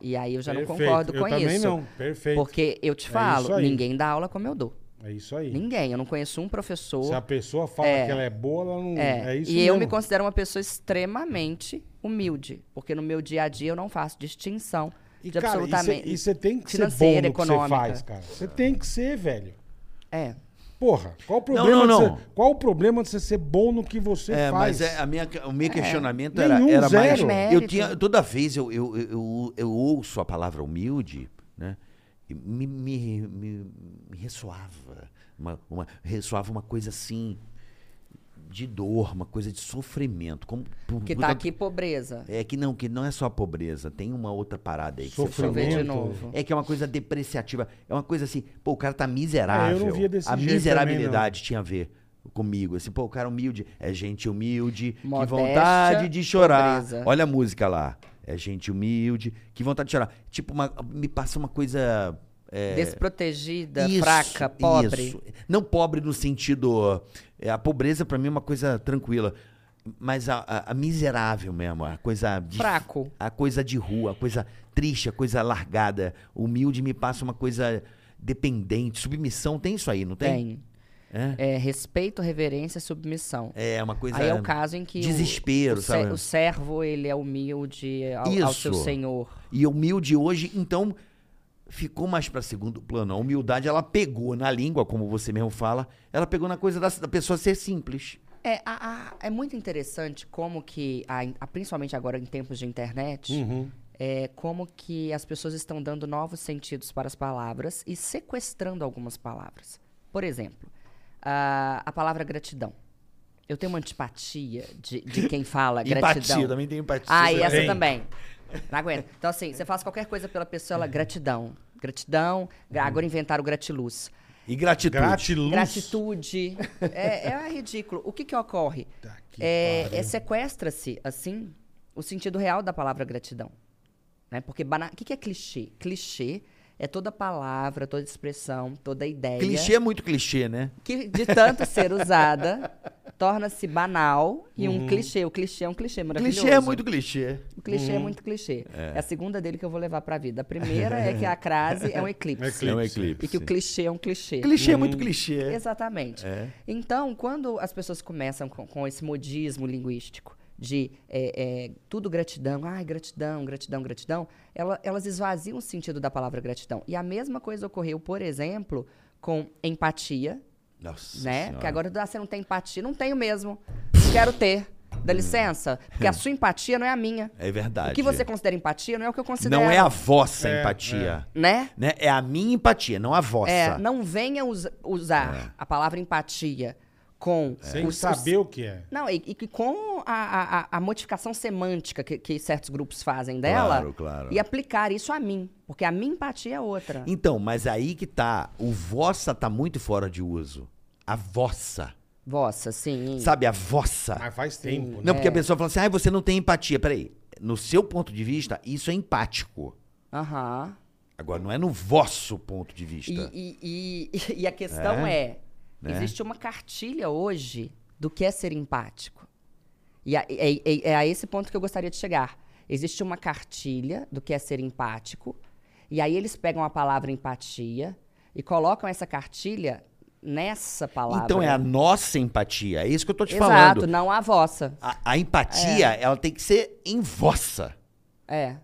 E aí eu já não Perfeito. concordo eu com também isso. não, perfeito. Porque eu te É falo, isso aí. ninguém dá aula como eu dou. É isso aí. Ninguém. Eu não conheço um Se a professor. pessoa fala que ela é boa, ela não. É, É, isso e eu mesmo. me considero uma pessoa extremamente humilde. Porque no meu dia a dia eu não faço distinção E, de cara, absolutamente. E você tem que ser bom financeira, no que você econômica. faz, cara. Você tem que ser, velho. É. Porra, qual o problema, não, De, não. você, qual o problema de você ser bom no que você É, faz? mas é, a minha, o meu questionamento era, Nenhum, era mais. zero. Eu É Mérito. tinha. Toda vez eu, eu, eu, eu ouço a palavra humilde, né? e Me, me, me- me ressoava. Uma, uma- ressoava uma coisa assim. De dor, uma coisa de sofrimento. Como, por- Que por- tá aqui pobreza. É que não, que não é só a pobreza, tem uma outra parada aí. que você Deixa eu ver Sofrimento. de novo. é que é uma coisa depreciativa. É uma coisa assim, pô, o cara tá miserável. É, eu não via desse a jeito miserabilidade tinha a ver comigo. Assim, pô, o cara humilde. É gente humilde, Modéstia, que vontade de chorar. pobreza. Olha a música lá. É gente humilde, que vontade de chorar. Tipo, uma- me passa uma coisa. é, Desprotegida, isso, fraca, pobre. isso. Não pobre no sentido. é, a pobreza, pra mim, é uma coisa tranquila. Mas a, a- a miserável mesmo, a coisa. de- Fraco. A coisa de rua, a coisa triste, a coisa largada. Humilde me passa uma coisa dependente. Submissão, tem isso aí, não tem? Tem. É? É, respeito, reverência e submissão. É uma coisa. Aí é o caso em que o- desespero, o, se- sabe? o servo ele é humilde ao, ao Isso. seu senhor. E humilde hoje, então, ficou mais pra segundo plano. A humildade, ela pegou na língua, como você mesmo fala, ela pegou na coisa da, da pessoa ser simples. É, a- a- é muito interessante como que, a in- a- principalmente agora em tempos de internet, Uhum. é, como que as pessoas estão dando novos sentidos para as palavras e sequestrando algumas palavras. Por exemplo, a, a palavra gratidão. Eu tenho uma antipatia de, de quem fala gratidão. Empatia, também tem empatia. Ah, e essa Tem. também. Não aguento. Então, assim, você faz qualquer coisa pela pessoa, ela gratidão. Gratidão. gra- Uhum. Agora inventaram gratiluz. E gratitude. Gratiluz. Gratitude. É, é ridículo. O que que ocorre? Tá que É, pariu. é, Sequestra-se, assim, o sentido real da palavra gratidão. Né? Porque bana... o que que é clichê? Clichê é toda palavra, toda expressão, toda ideia Clichê é muito clichê, né? que de tanto ser usada torna-se banal e um clichê. O clichê é um clichê maravilhoso. Clichê é muito clichê. O clichê é muito clichê. É. a segunda dele que eu vou levar pra vida. A primeira é que a crase é um eclipse. Eclipse. É um eclipse. E que o clichê é um clichê. Clichê é muito clichê. Exatamente. Então, quando as pessoas começam com, com esse modismo linguístico de é, é, tudo gratidão, ai, gratidão, gratidão, gratidão, ela- elas esvaziam o sentido da palavra gratidão. E a mesma coisa ocorreu, por exemplo, com empatia, Nossa né? Senhora. Porque agora ah, você não tem empatia. Não tenho mesmo. Não quero ter. Dá licença. Porque a sua empatia não é a minha. É verdade. O que você considera empatia não é o que eu considero. Não é a vossa É, empatia. Né? Né? É a minha empatia, não a vossa. É, não venha us- É. usar a palavra empatia com Sem os- os- saber o que é. Não, e, e que com a, a- a- a modificação semântica que, que certos grupos fazem dela Claro, claro. e aplicar isso a mim. Porque a minha empatia é outra. Então, mas aí que tá. O vossa tá muito fora de uso. A vossa. Vossa, sim. É. Sabe, a vossa. Mas faz tempo, né? Não, porque a pessoa fala assim, ah, você não tem empatia. Peraí, no seu ponto de vista, isso é empático. Aham. Agora, não é no vosso ponto de vista. E, e- e- e a questão é, né? existe uma cartilha hoje do que é ser empático. E a- é, é- é a esse ponto que eu gostaria de chegar. Existe uma cartilha do que é ser empático, e aí eles pegam a palavra empatia e colocam essa cartilha nessa palavra. Então é a nossa empatia, é isso que eu tô te né? Exato, É. falando. não a vossa. A, a empatia, ela tem que ser em vossa. É,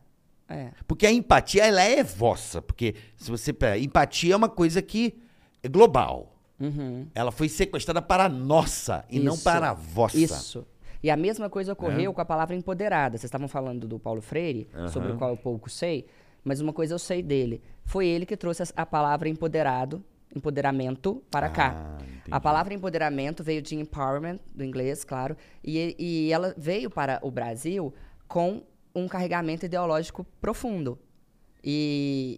é. Porque a empatia, ela é vossa. Porque se você. pera, Empatia é uma coisa que é global. Uhum. Ela foi sequestrada para a nossa e não Isso, para a vossa. É. Isso. E a mesma coisa ocorreu com a palavra empoderada. Vocês estavam falando do Paulo Freire, sobre o qual eu pouco sei, mas uma coisa eu sei dele. Foi ele que trouxe as- a palavra empoderado, empoderamento, para cá. A palavra empoderamento veio de empowerment, do inglês, claro, e, e ela veio para o Brasil com um carregamento ideológico profundo. E,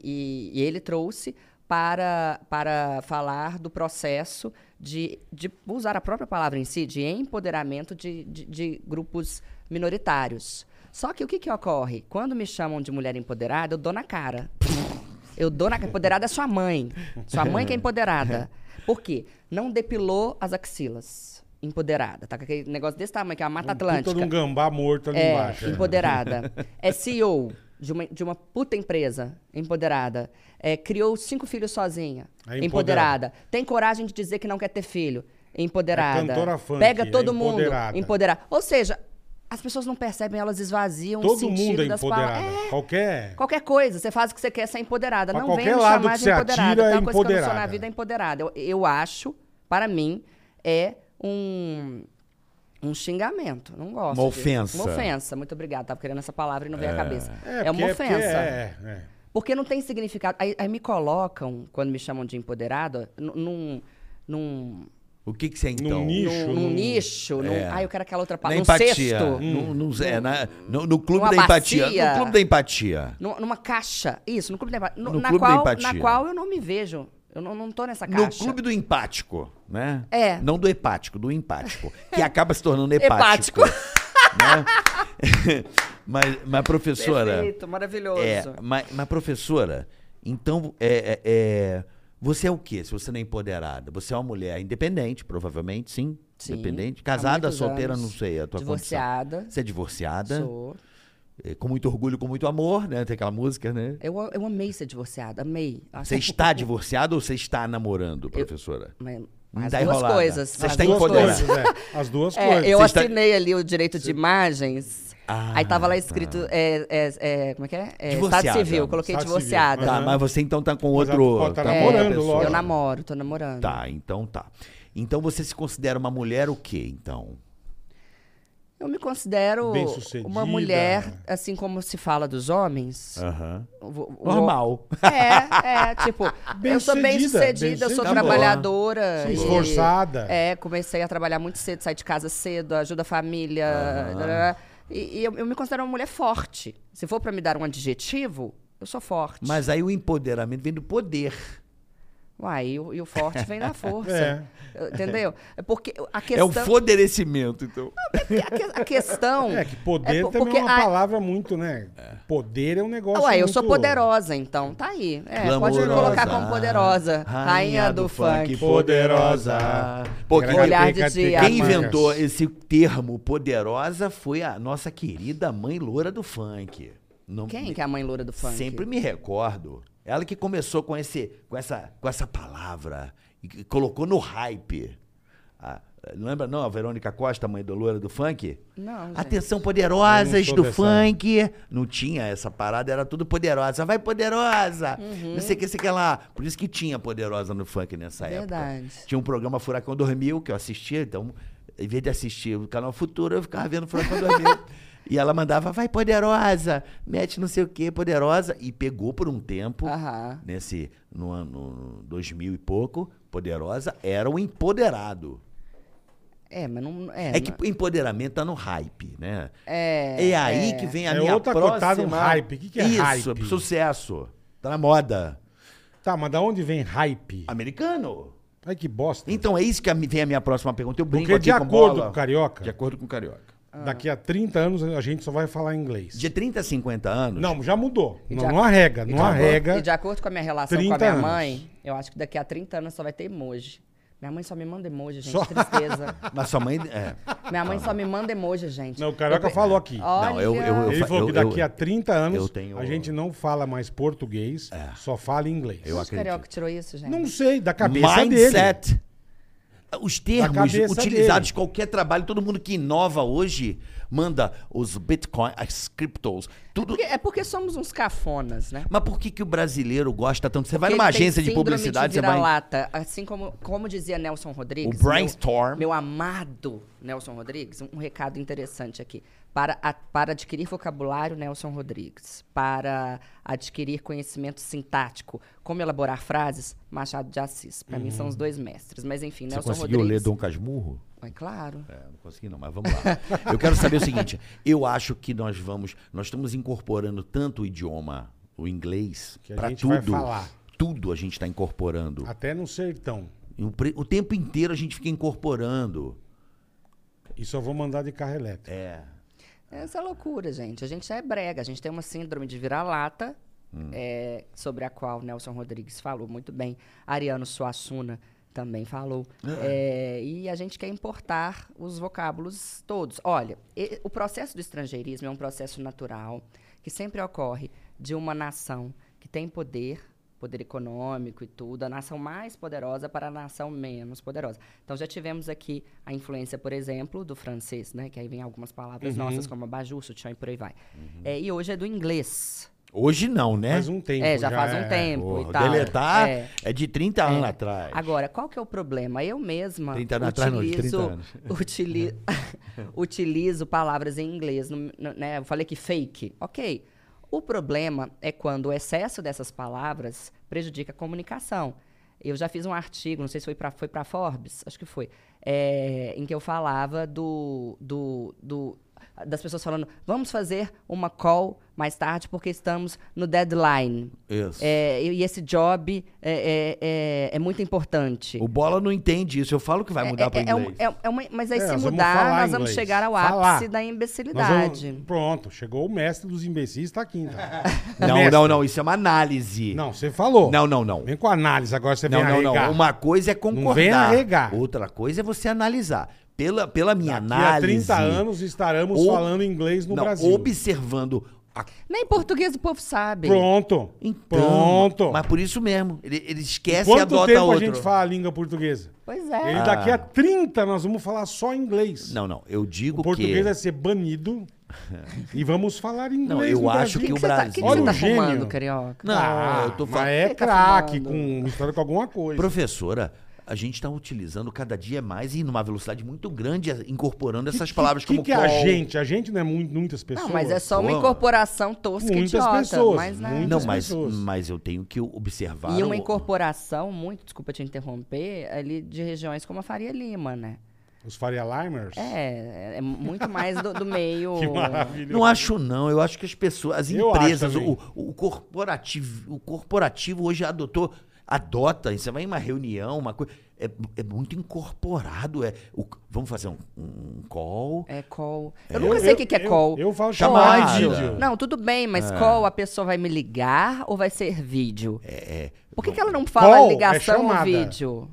e- e ele trouxe para, para falar do processo de, de vou usar a própria palavra em si, de empoderamento de, de, de grupos minoritários. Só que o que, que ocorre? Quando me chamam de mulher empoderada, eu dou na cara. Eu dou na cara. Empoderada é sua mãe. Sua mãe que é empoderada. Por quê? Não depilou as axilas. Empoderada. Tá com aquele negócio desse tamanho, que é uma Mata Atlântica. Puta de um gambá morto ali embaixo. É, é. empoderada. É CEO de uma, de uma puta empresa, empoderada. É, criou cinco filhos sozinha, É empoderada. Tem coragem de dizer que não quer ter filho, É empoderada. cantora funk, Pega é todo mundo, empoderada. empoderada. Ou seja, as pessoas não percebem, elas esvaziam o Todo um sentido mundo é das empoderado. palavras. É, Qualquer. Qualquer coisa, você faz o que você quer, você é empoderada. Pra não vem qualquer me lado chamar que de você empoderada. atira, é Tem uma coisa que eu não sou na empoderada. vida é empoderada. Eu, eu acho, para mim, é um, um xingamento. Não gosto. Uma disso. ofensa. Uma ofensa. Muito obrigada. Tava querendo essa palavra e não veio à cabeça. É, porque- uma ofensa. Porque, é, é. Porque não tem significado. Aí, aí me colocam, quando me chamam de empoderada, nu- num. num O que que você é então? Num nicho. num, num- num nicho, num. Ai, eu quero aquela outra Na palavra. Num É. empatia. cesto. Num- num- é, na- no, no clube Numa da empatia. bacia. No clube da empatia. nu- Numa caixa. Isso, no clube da empatia. No na, clube da qual, empatia. na qual eu não me vejo. Eu não, não tô nessa caixa. No clube do empático, né? É. Não do hepático, do empático. Que acaba se tornando hepático. Hepático. né? mas, mas, professora. Perfeito, maravilhoso. É, mas, mas, professora, então é, é- é, você é o quê? Se você não é empoderada, você é uma mulher independente, provavelmente, sim. Sim, Independente. há Casada, muitos solteira, anos. não sei. A tua Divorciada. Condição. Você é divorciada. Sou. é, Com muito orgulho, com muito amor, né? Tem aquela música, né? Eu, eu amei ser divorciada, amei. Acho Você um está pouco- divorciada ou você está namorando, professora? Mas- Não As tá duas enrolada. coisas. Você as está duas empoderada. coisas. é. As duas coisas. É, eu Você está- assinei ali o direito de imagens. Ah, aí tava lá escrito. É, é, é, como é que é? é Divorciada. Estado civil. Coloquei Estado civil. divorciada. Tá, Aham. mas você então tá com Mas ela outro. pode tá tá com namorando, outra pessoa. lógico. É, Eu namoro, tô namorando. Tá, então tá. Então você se considera uma mulher o quê, então? Eu me considero Bem-sucedida. uma mulher, assim como se fala dos É. homens. Aham. O- o- Normal. É, é, tipo, eu sou bem Bem-sucedida, sucedida, eu sou bem-sucedida. trabalhadora. Sim. e- Esforçada. É, comecei a trabalhar muito cedo, saí de casa cedo, ajuda a família. tarará. E, e eu, eu me considero uma mulher forte. Se for pra me dar um adjetivo, eu sou forte. Mas aí o empoderamento vem do poder. Uai, e, o- e o forte vem da É. força. Entendeu? É Porque a É questão. é o foderecimento, então. a que- a questão. É, que poder po- também porque é uma a- palavra muito, né? Poder é um negócio Uai, eu muito- sou poderosa, então. Tá aí. É, pode me Clamorosa, colocar como poderosa. Rainha, do, funk. poderosa. Pô, quem, Olhar de dia. quem Amanhã. inventou esse termo poderosa foi a nossa querida mãe loura do funk. Não- Quem que é a mãe loura do funk? Sempre me recordo. Ela que começou com, esse, com, essa, com essa palavra e que colocou no hype. Ah, lembra não a Verônica Costa, mãe do Loura do Funk? Não, gente. Atenção, Eu não poderosas sou do dessa. funk. Não tinha essa parada, era tudo poderosa. Vai, poderosa! Uhum. Não sei o que, sei o que lá. Por isso que tinha poderosa no funk nessa Verdade. é época. Tinha um programa Furacão 2000 que eu assistia, então, em vez de assistir o canal Futuro, eu ficava vendo Furacão 2000. E ela mandava, vai, poderosa! Mete não sei o que, poderosa. E pegou por um tempo, Aham. nesse, no ano 2000 e pouco, poderosa era o empoderado. É, mas não. É, É que empoderamento tá no hype, né? É, É, aí que vem a É minha outra próxima... cotada no hype. O que que é Isso, hype? sucesso. Tá na moda. Tá, mas da onde vem hype? Americano. Ai, que bosta. Então é isso que a mi- vem a minha próxima pergunta. Eu brinco Porque aqui de com acordo bola. com o Carioca, De acordo com o Carioca. daqui a 30 anos a gente só vai falar inglês. De 30 a 50 anos... Não, já mudou. Não, de não arrega, não acabou. arrega. E de acordo com a minha relação com 30 a minha anos. mãe, eu acho que daqui a 30 anos só vai ter emoji. Minha mãe só me manda emoji, gente. Só- Tristeza. Mas sua mãe... É. Minha mãe só me manda emoji, gente. Não, o Carioca falou aqui. Olha. Não, eu, eu, eu, Ele fa- falou que eu- eu- daqui a 30 anos eu tenho- É. a gente não fala mais português, só fala inglês. Eu Onde o Carioca tirou isso, gente? Não sei, da cabeça dele. mindset. Os termos cabeça utilizados dele. em qualquer trabalho, todo mundo que inova hoje manda os bitcoins, as criptos, tudo. Porque- é porque somos uns cafonas, né? Mas por que, que o brasileiro gosta tanto? Você vai Porque numa ele tem agência de síndrome publicidade, você vai. vira-lata. Assim como, como dizia Nelson Rodrigues. O brainstorm. Meu, meu amado Nelson Rodrigues, um recado interessante aqui. Para, a- para adquirir vocabulário, Nelson Rodrigues. Para adquirir conhecimento sintático. Como elaborar frases, Machado de Assis. Para mim são os dois mestres. Mas enfim, Uhum. Você Nelson conseguiu Rodrigues. ler Dom Casmurro? É claro. É, não consegui não, mas vamos lá. Eu quero saber o seguinte, eu acho que nós vamos, nós estamos incorporando tanto o idioma, o inglês, Que a para gente vai tudo. falar. Tudo a gente está incorporando. Até no sertão. E O, pre- o tempo inteiro a gente fica incorporando. E só vou mandar de carro elétrico. É. Essa é loucura, gente. A gente é brega, a gente tem uma síndrome de vira-lata, é, sobre a qual Nelson Rodrigues falou muito bem, Ariano Suassuna também falou. É, e a gente quer importar os vocábulos todos. Olha, e- o processo do estrangeirismo é um processo natural que sempre ocorre de uma nação que tem poder poder econômico e tudo, a nação mais poderosa para a nação menos poderosa. Então já tivemos aqui a influência, por exemplo, do francês, né? Que aí vem algumas palavras nossas como abajur, sutiã e por aí vai. É, e hoje é do inglês. Hoje não, né? Faz um tempo. é, já, faz um é. tempo Porra, e tal. Deletar É. é, de 30 anos atrás. Agora, qual que é o problema? Eu mesma 30 anos atrás, não, de 30 utilizo, anos. utili- utilizo palavras em inglês. no- no- né? Eu falei que fake. Ok. O problema é quando o excesso dessas palavras prejudica a comunicação. Eu já fiz um artigo, não sei se foi para foi pra Forbes, acho que foi, é, em que eu falava do, do, do- das pessoas falando, vamos fazer uma call mais tarde porque estamos no deadline. Isso. É, e e esse job é, é, é- é muito importante. O Bola não entende isso. Eu falo que vai mudar é, para é- é um- inglês. é um- é uma- mas aí É, se nós vamos mudar, falar nós vamos inglês. chegar ao Falar. ápice da Nós vamos- imbecilidade. Pronto, chegou o mestre dos imbecis, tá aqui. Então. um O Não, mestre. não, não. Isso é uma análise. Não, você falou. Não, não, não. Vem com análise, agora você Não, vem não, arregar. não. Uma coisa é concordar. vem arregar. Outra coisa é você analisar. Pela, pela minha Daqui a análise. 30 anos estaremos Ob- falando inglês no não, Brasil. Observando. a- Nem português o povo sabe. Pronto. Então, Pronto. Mas é por isso mesmo. Ele, ele esquece e Quanto adota tempo outro. a gente fala a língua portuguesa? Pois é. Ele, tá daqui a 30 nós vamos falar só inglês. Não, não. Eu digo o português é assim, que. vai ser banido e vamos falar inglês. Não, eu no acho O Brasil. que, o que você tá, o que Brasil- que você tá Olha o gênio. fumando, carioca? Não, Ah, eu tô mas falando. é Ele tá craque, falando. com história com alguma coisa. Professora, a gente está utilizando cada dia mais e numa velocidade muito grande, incorporando essas palavras O que, como que é a call. gente? A gente não é muito, muitas pessoas. Não, mas é só uma Pô. incorporação tosca e Muitas idiota. pessoas, mas, né? muitas Não, mas, pessoas. mas eu tenho que observar. E uma o- incorporação muito, desculpa te interromper, ali de regiões como a Faria Lima, né? Os Faria Limers? É, é muito mais do, do meio... Que maravilha. Não acho, não. Eu acho que as pessoas, as Eu acho empresas, também. o, o corporativo, o corporativo hoje adotou, adota. Você vai em uma reunião, uma coisa. É, é muito incorporado. É, o- vamos fazer um, um call. É call. Eu nunca sei o que, que é eu- call. Eu, falo Chamada. chamada. Vídeo. É. Não, tudo bem, mas call a pessoa vai me ligar ou vai ser vídeo? É, é, Por que, que ela não fala Call é ligação ou chamada. vídeo?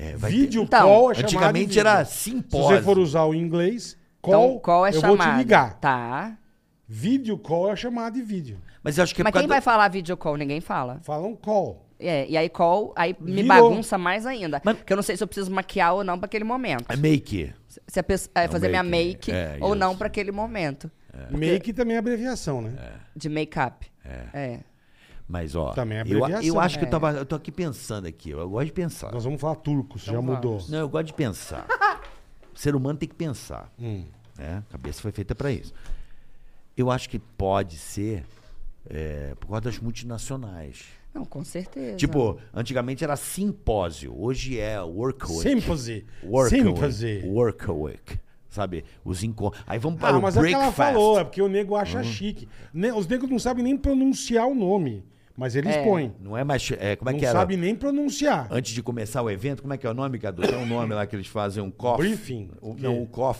é, vai ter- Vídeo Então, call é chamada. Antigamente de era vídeo. Se você simpósio. for usar o inglês, call, então, call é eu chamada. vou te ligar. Tá. Vídeo call é chamada de vídeo. Mas eu acho que é Mas por quem vai causa falar vídeo call? Ninguém fala. Falam call. É, e aí call, aí me Virou. bagunça mais ainda. Mas- Porque eu não sei se eu preciso maquiar ou não pra aquele momento. do... É make. Se a pessoa, é, um Não, fazer minha make, make é, ou não isso. pra aquele momento. Make também é abreviação, né? De make-up. É. Mas, ó. Também é eu, eu abreviação. acho que né? eu tava. Eu tô aqui pensando aqui. Eu gosto de pensar. Nós vamos falar turcos, já vamos. mudou. Não, eu gosto de pensar. o ser humano tem que pensar. Hum. Né? A cabeça foi feita para isso. Eu acho que pode ser é, por causa das multinacionais. Não, com certeza. Tipo, antigamente era simpósio, hoje é work week. Símpose. Work Símpose. week. Work week. Sabe? Os encontros. Aí vamos para Ah, o mas é o que breakfast. Hum. ela falou, é porque o nego acha chique. Ne- Os negros não sabem nem pronunciar o nome, mas eles põem. Não é mais. é, como é não que era? É sabe nem pronunciar. Antes de começar o evento, como é que é o nome, Cadu? Tem um nome lá que eles fazem um cough. Briefing. Um- O quê? não, um cough.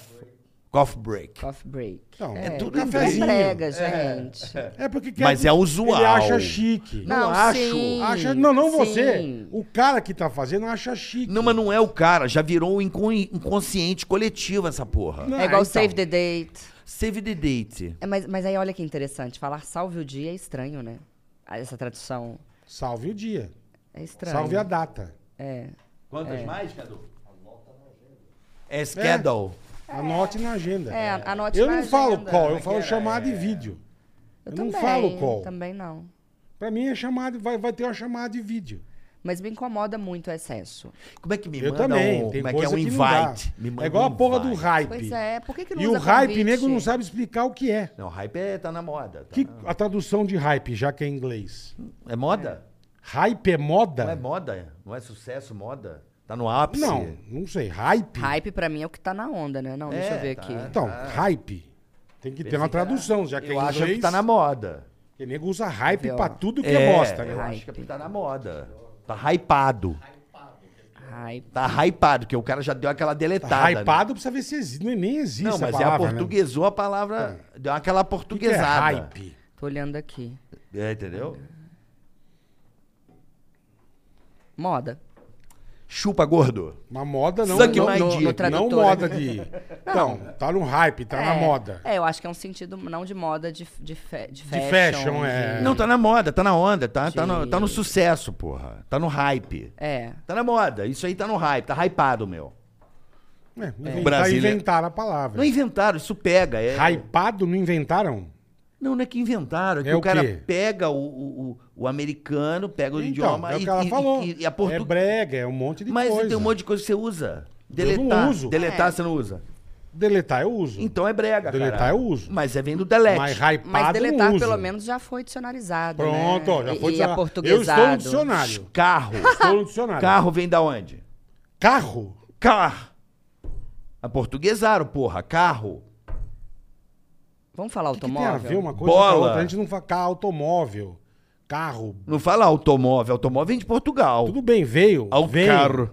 Cough break. Coffee break. Não, é tudo porque cafezinho. prega, gente. É porque quer- Mas é usual. Ele acha chique. Não, sim. Acha, não, não você. Sim. O cara que tá fazendo acha chique. Não, mas não é o cara. Já virou um incon- inconsciente coletivo essa porra. Não. É igual Ah, então. save the date. Save the date. É, mas, mas aí olha que interessante, falar salve o dia é estranho, né? Ah, Essa tradução Salve o dia. é estranha. Salve a data. É. Quantas mais, Cadu? É schedule. Anote na agenda. É, anote Eu na não falo agenda. é call, eu falo chamada de vídeo. Eu, não falo call. Também não. Pra mim é chamada, vai, vai ter uma chamada de vídeo. Mas me incomoda muito o excesso. Como é que me Eu manda também. um, tem como é que é coisa um que não invite? dá. Me manda É igual um a porra do invite. hype. Pois é, por que, que não E usa o hype convite? nego não sabe explicar o que é. Não, hype é, tá na moda. tá Que, na- a tradução de hype, já que é em inglês. É moda? Hype é moda? Não é moda? Não é sucesso, moda? Tá no ápice? Não, não sei. Hype? Hype pra mim é o que tá na onda, né? Não, É, deixa eu ver tá. aqui. Então, hype. Tem que ter uma tradução, já que é Eu inglês. acho que tá na moda. Porque nego usa hype Ó. pra tudo que é bosta, eu né? acho que tá na moda. Tá hypado. Hype. Tá hypado, porque o cara já deu aquela deletada. Tá né? hypado precisa ver se existe. nem- Nem existe Não, mas essa é a palavra, né? portuguesou a palavra. Deu aquela O que que é portuguesada. hype? Tô olhando aqui. É, entendeu? Moda. Chupa, gordo. Uma moda não. Sangue né? não, mais não, dica. não Tradutora. moda de. Não, tá no hype, tá na É, moda. É, eu acho que é um sentido não de moda, de, de, fe, de fashion, fashion. é. de- Não, tá na moda, tá na onda, tá, tá, no, Sim. tá no sucesso, porra. Tá no hype. É. Tá na moda. Isso aí tá no hype, tá hypado, meu. É, inventar- Brasília- inventaram a palavra. Não inventaram, isso pega. É... Hypado não inventaram? Não, não é que inventaram. É que É o, o cara quê? pega o, o, o- o americano, pega o Então, idioma é o e, que ela e- falou. e- e a É portu... brega, é um monte de Mas coisa. tem um monte de coisa que você usa. Eu não Deletar. uso. Deletar É. você não usa. Deletar eu uso. Então é brega, Deletar caralho. eu uso. Mas é vem do delete. Mas Mas hypado eu não deletar, uso. pelo menos, já foi dicionarizado. Pronto, né? ó, já E- foi e, dicionário. aportuguesado. Eu estou no dicionário. Carro. Estou no dicionário. Carro vem da onde? Carro? Car. A portuguesaram, porra. Carro. Vamos falar O que tem automóvel? a ver uma coisa com a Bola. outra? A gente não fala carro, automóvel, carro. Não fala automóvel. Automóvel vem de Portugal. Tudo bem, veio. Ao veio, carro.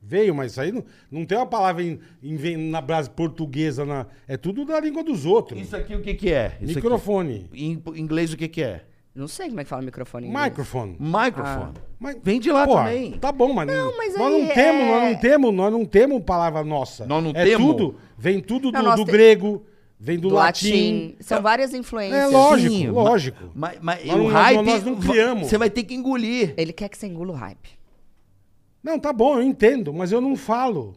Veio, mas isso aí não, não tem uma palavra em, em- na brase portuguesa. Na, é tudo da língua dos outros. Isso aqui o que que é? Isso aqui- Microfone. Em inglês o que que é? Não sei como é que fala microfone. em inglês. Microfone. Microphone. Mas- Vem de lá Porra, também. Tá bom, mas, Não, mas nós aí não temos, é- nós não temos, nós não temos palavra nossa. Nós não é temos? tudo, vem tudo do, Não, nós do te- grego, vem do, Do latim. latim. São várias influências. É lógico, Sim, ma- lógico. Mas, mas Nós o não- hype. nós não va- criamos. Você vai ter que engolir. Ele quer que você engula o hype. Não, tá bom, eu entendo, mas eu não falo.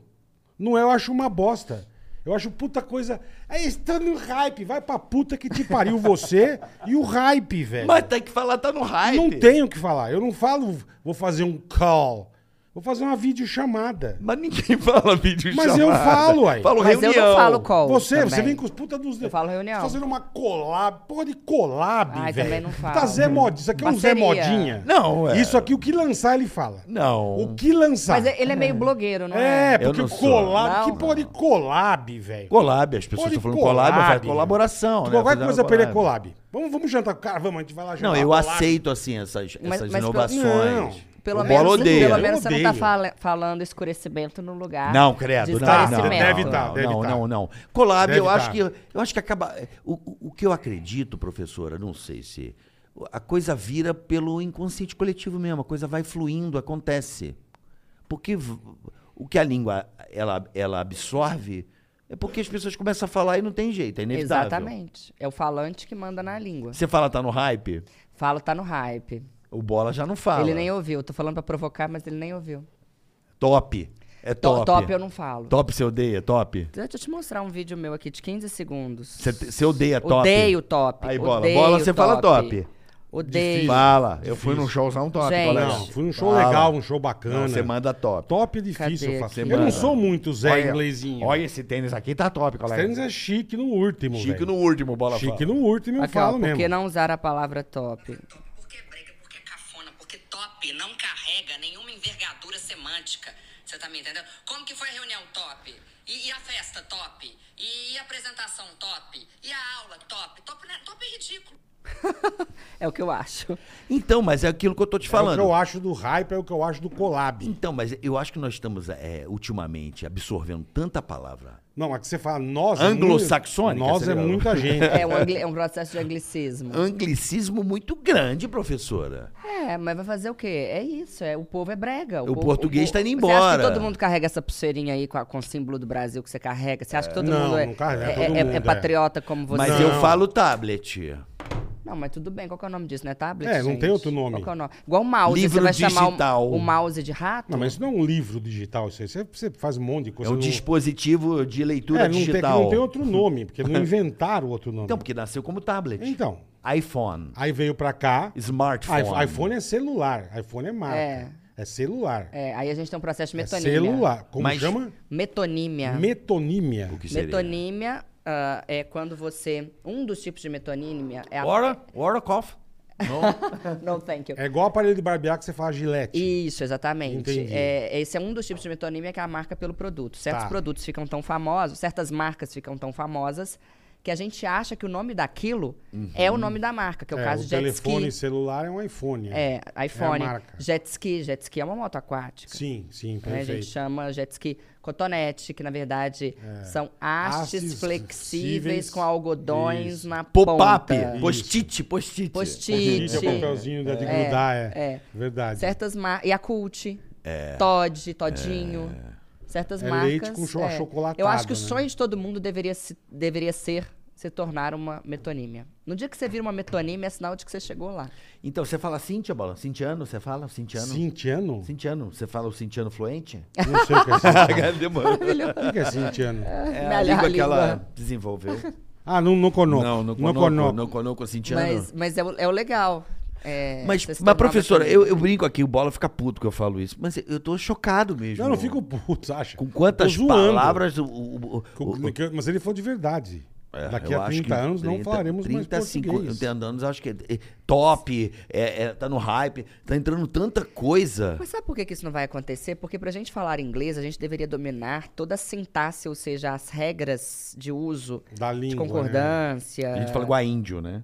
Não é, eu acho uma bosta. Eu acho puta coisa. É está no hype, vai pra puta que te pariu você e o hype, velho. Mas tem que falar, tá no hype. É. Não tenho o que falar. Eu não falo, vou fazer um call. Vou fazer uma videochamada. Mas ninguém fala vídeo Mas eu falo, uai. Falo Mas reunião. eu não falo qual. Você, você também. vem com os puta dos... Eu falo reunião. Fazendo uma collab, porra de collab, Ai, velho. também não falo. Tá Zé Modinha, isso aqui é um Zé Parceria. Modinha. Não, é. Isso aqui, o que lançar, ele fala. Não. O que lançar. Mas ele é meio blogueiro, não é? Tá. É, Eu porque não o sou. collab, Não. que porra de collab, velho. Collab, as pessoas Porra de estão falando collab, mas faz collab, colaboração, né? Qualquer Fazer uma coisa pra ele é collab. Vamos, vamos jantar com o cara, vamos, a gente vai lá jantar. Não, eu collab. aceito, assim, essas, Mas- essas mas pelo- inovações. Pelo O menos, Bola odeia. pelo menos você não tá Odeio. fala- falando escurecimento no lugar. Não, credo, de não, Tá, não, não, esclarecimento. deve tá, não, deve não, tá. não, não. Collab, Deve eu tá. acho que eu acho que acaba o, o- o que eu acredito, professora, não sei se a coisa vira pelo inconsciente coletivo mesmo, a coisa vai fluindo, acontece. Porque v- o que a língua ela ela absorve é porque as pessoas começam a falar e não tem jeito, é inevitável. Exatamente. É o falante que manda na língua. Você fala tá no hype, Falo, tá no hype. o bola já não fala. Ele nem ouviu. Tô falando pra provocar, mas ele nem ouviu. Top. É To- top. Top eu não falo. Top você odeia, top. Deixa eu te mostrar um vídeo meu aqui de 15 segundos. Você- Você odeia top. Odeio top. Aí, bola. Odeio Bola, você fala top. Odeio. Fala. Eu fui num showzão top, Gente. colega. Não, foi um show Fala. legal, um show bacana. Não, você manda top. Top é difícil, Cadê eu aqui? faço. Eu Você não manda. sou muito Zé Inglesinho. Olha esse tênis aqui, tá top, Os colega. tênis é chique no último, Chique velho. no último, bola Chique fala. no último, eu Aqui, ó, falo por que mesmo. não usar a palavra top? Porque é brega, porque é cafona, porque top não carrega nenhuma envergadura semântica. Você tá me entendendo? Como que foi a reunião top? E, e a festa top? E, a apresentação top? E a aula top? Top, né? top é ridículo. É o que eu acho. Então, mas é aquilo que eu tô te É o falando. que eu acho do hype, é o que eu acho do collab. Então, mas eu acho que nós estamos, é, ultimamente, absorvendo tanta palavra. Não, é que você fala nós... Anglo-saxônica, Nós você é viu? muita gente. É um, angli- é um processo de anglicismo. Anglicismo muito grande, professora. É, mas vai fazer o quê? É isso, é, o povo é brega. O povo- português povo- tá indo Você acha embora. que todo mundo carrega essa pulseirinha aí com, a- com o símbolo do Brasil que você carrega? Você acha que todo Não, mundo é, não carrega, é, todo é- é mundo, é. patriota como você? Mas Não. eu falo tablet. Não, mas tudo bem, qual que é o nome disso, né? Tablet, É, não gente? tem outro nome. Qual que é o nome? Igual o mouse, Livro você vai chamar digital. o, o mouse de rato? Não, mas isso não é um livro digital, isso aí. Você, você faz um monte de coisa. é um não- dispositivo de leitura É, não tem, digital. não tem outro nome, porque não inventaram outro nome. Então, porque nasceu como tablet. Então, iPhone. aí veio pra cá. Smartphone. iPhone. iPhone é celular. iPhone é marca. É, É. celular. É, É, aí a gente tem um processo de metonímia. É. celular. Como Mas- chama? Metonímia. Metonímia. O que seria? Metonímia ah, é quando você... Um dos tipos de metonímia é a... Ora, ora, cough. Não. Não, thank you. É igual aparelho de barbear que você fala gilete. Isso, exatamente. Entendi. É, esse é um dos tipos de metonímia que é a marca pelo produto. Certos Tá. produtos ficam tão famosos, certas marcas ficam tão famosas que a gente acha que o nome daquilo é o nome da marca, que é o caso de jet Uhum. telefone ski. celular é um iPhone. É, iPhone, É a marca. jet ski, jet ski é uma moto aquática. Sim, sim, né? A perfeito. É. gente chama jet ski cotonete, que na verdade são hastes Hastes flexíveis, flexíveis com algodões isso. na Pop-up. ponta. Post-it, post-it. Post-it. Fica papelzinho de grudar, é. é. Verdade. Certas marcas. E a Cult. É. Todd, Todinho. Certas É marcas. leite com cho- achocolatado, Eu acho que o né? sonho de todo mundo deveria, se- deveria ser se tornar uma metonímia. No dia que você vira uma metonímia, é sinal de que você chegou lá. Então, você fala Cintia, Bola? Cintiano, você fala? Cintiano? Cintiano? Cintiano, você fala o cintiano fluente? Não sei o que é cintiano. Demorou. O que é cintiano? É Melhor a língua que língua. ela desenvolveu. Ah, no, no Conoco. Não, no No Conoco. Conoco. No Conoco, Cintiano. Mas, mas é, o, é o legal. é, Mas, você se mas tornar uma professora, pessoa- eu, eu brinco aqui, o Bola fica puto que eu falo isso. Mas eu tô chocado mesmo. Não, eu não fico puto, acha? Com quantas Tô zoando. palavras o... o- o- Com- o- o- que- Mas ele falou de verdade. é, Daqui eu a acho 30 que anos não 30, falaremos mais 30, português. 50 anos, acho que é, é top, é, é- tá no hype, tá entrando tanta coisa. Mas sabe por que, que isso não vai acontecer? Porque pra gente falar inglês, a gente deveria dominar toda a sintaxe, ou seja, as regras de uso, Da de língua. né? concordância. A gente fala igual a índio, né?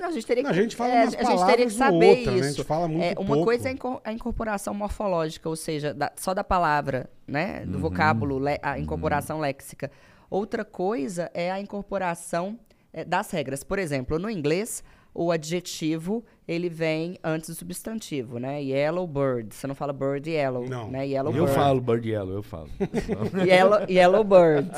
Não, a gente teria que, Não, a gente fala é, umas a gente teria palavras que ou saber outra, né? isso. A gente fala muito é, uma pouco. coisa é a inco- a incorporação morfológica, ou seja, da- só da palavra, né? Uhum. Do vocábulo, le- a incorporação léxica. Outra coisa é a incorporação é, das regras. Por exemplo, no inglês, o adjetivo ele vem antes do substantivo, né? Yellow bird. Você não fala bird yellow, Não. né? Yellow eu bird. falo Bird Yellow, eu falo. Yellow, yellow bird.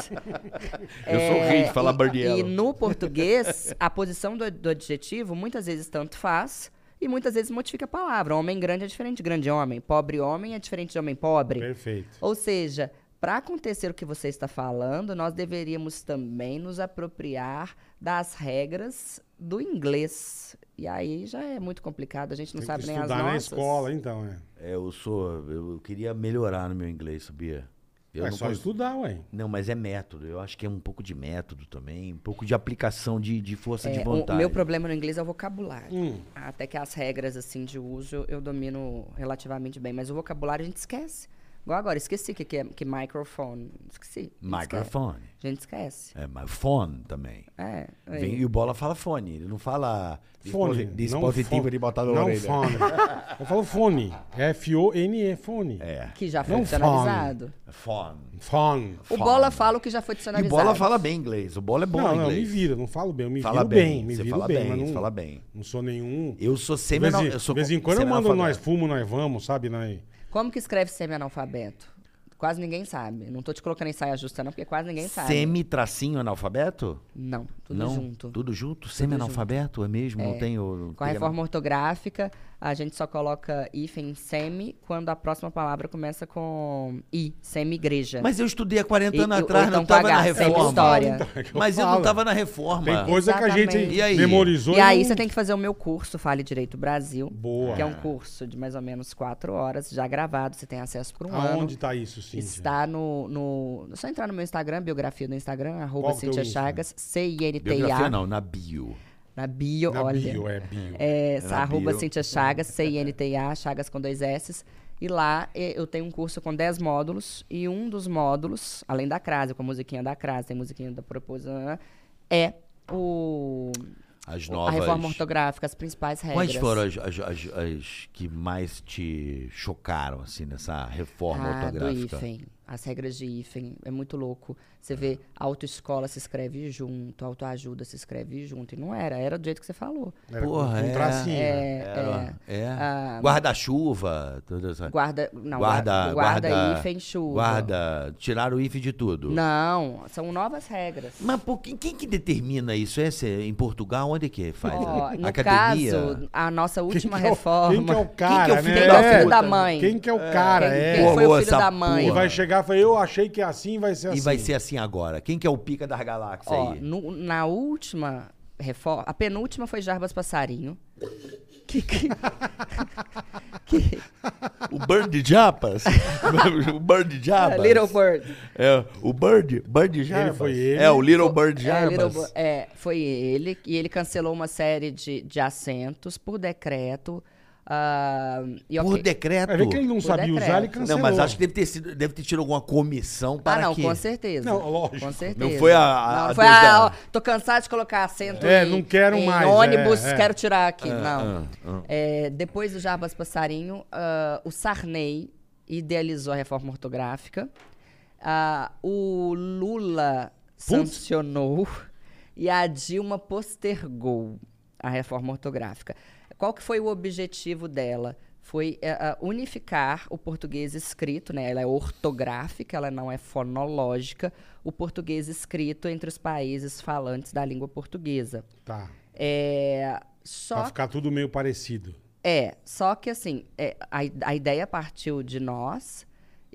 Eu sou rei de falar É, e- bird yellow. E no português, a posição do, do adjetivo muitas vezes tanto faz e muitas vezes modifica a palavra. Homem grande é diferente de grande homem. Pobre homem é diferente de homem pobre. Perfeito. Ou seja, para acontecer o que você está falando, nós deveríamos também nos apropriar das regras do inglês. E aí já é muito complicado, a gente não Tem sabe que nem as estudar na nossas. escola, então, é. É, eu sou... Eu queria melhorar no meu inglês, sabia? Eu é não só consigo- estudar, ué. Não, mas é método. Eu acho que é um pouco de método também, um pouco de aplicação de, de força de É, o- vontade. o meu problema no inglês é o vocabulário. Hum. Até que as regras assim de uso eu domino relativamente bem, mas o vocabulário a gente esquece. Igual agora, esqueci o que, que é que microfone. Esqueci. A gente Microfone. esquece. A gente esquece. É, mas fone também. É. aí. Vem, e o Bola fala fone, ele não fala Fone. disposi- não dispositivo fone. de botar na Não orelha. fone. Eu falo fone. F-O-N-E, fone. É, Que já foi Não dicionalizado. fone. Fone. O Bola fala o que já foi E dicionalizado. Bola fala bem inglês, o Bola é bom não, em não, me inglês. vira, não falo bem. Eu me fala viro bem, bem, me você viro fala bem, bem, mas você não, fala bem. não sou nenhum. Eu sou De vez, seminal, em- eu sou é de vez em com- quando eu mando nós semi-analfabeto. fumo, nós vamos, sabe? Nós... Como que escreve semi-analfabeto? Quase ninguém sabe. Não tô te colocando em saia justa, não, porque quase ninguém sabe. Semi-tracinho analfabeto? Não, tudo não, junto. Tudo junto? Semi-analfabeto é mesmo? Não tem o... Com a reforma ortográfica, a gente só coloca hífen semi quando a próxima palavra começa com i, semi-igreja. Mas eu estudei há 40 E- anos ou atrás, então não tava com na H, sem reforma. história. É que Mas eu falo. não tava na reforma. Tem coisa que a Exatamente. E aí? gente memorizou. E aí não- você tem que fazer o meu curso Fale Direito Brasil, Boa. que é um curso de mais ou menos quatro horas, já gravado, você tem acesso por um Aonde ano. tá isso, sim? Está no, no... é Só entrar no meu Instagram, biografia do Instagram, arroba Qual que é o Cintia Insta? Chagas, Biografia C-I-N-T-I-A, não, na bio. na bio, Na olha. bio, é bio. É, Na arroba bio. Cintia Chagas, C-I-N-T-I-A, Chagas com dois S. E lá eh, eu tenho um curso com 10 módulos, e um dos módulos, além da crase, com a musiquinha da crase, tem musiquinha da proposição, é o As a novas... reforma ortográfica, as principais regras. Quais foram as, as- as- as que mais te chocaram, assim, nessa reforma Ah, do ortográfica? hífen. As regras de hífen. É muito louco. Você É. vê autoescola se escreve junto, autoajuda se escreve junto. E não era, era do jeito que você falou. Era Porra, com um é. tracinho. né? É, é. Era- é. Ah, Guarda-chuva, tudo É. isso. Guarda, não, guarda, guarda, guarda hífen, chuva. Guarda, tiraram o hífen de tudo. Não, são novas regras. Mas por, que- quem que determina isso? Esse, é em Portugal, onde que faz? Ó, A- no Academia? caso, a nossa Quem última que é o- reforma. Quem que é o cara, Quem que é o né? filho da É. puta? da mãe? Quem que é o cara, quem, é. quem foi Pô, o filho essa da porra. mãe? E vai chegar e falar, eu achei que é assim, vai ser assim. E vai ser assim agora. Quem que é o pica das galáxias Ó, aí? no- na última reforma, a penúltima foi Jarbas Passarinho. Que, que- que- O Bird Japas? o Bird Japas? É, Little Bird. É, o Bird, Bird Jarbas. foi ele. É, o Little Bird É, Jarbas. Little Bird. É, foi ele. E ele cancelou uma série de, de assentos por decreto. ah, e Por ok. decreto. Vai ver que ele não é Por sabia decreto. usar, ele cancelou. Não, mas acho que deve ter sido, deve ter tido alguma comissão Ah, para não, que... com certeza. Não, lógico. Com certeza. Não foi a- a- Não, a não foi Deus a. dá. ó, tô cansado de colocar assento É, em, não quero em mais, ônibus, é, é. quero tirar aqui. Ah, não. É, depois do Jarbas Passarinho, ah, o Sarney idealizou a reforma ortográfica. Ah, o Lula sancionou e a Dilma postergou a reforma ortográfica. Qual que foi o objetivo dela? Foi eh, ah, unificar o português escrito, né? Ela é ortográfica, ela não é fonológica, o português escrito entre os países falantes da língua portuguesa. Tá. É, só Pra ficar tudo meio parecido. é, só que assim, é, a, i- a ideia partiu de nós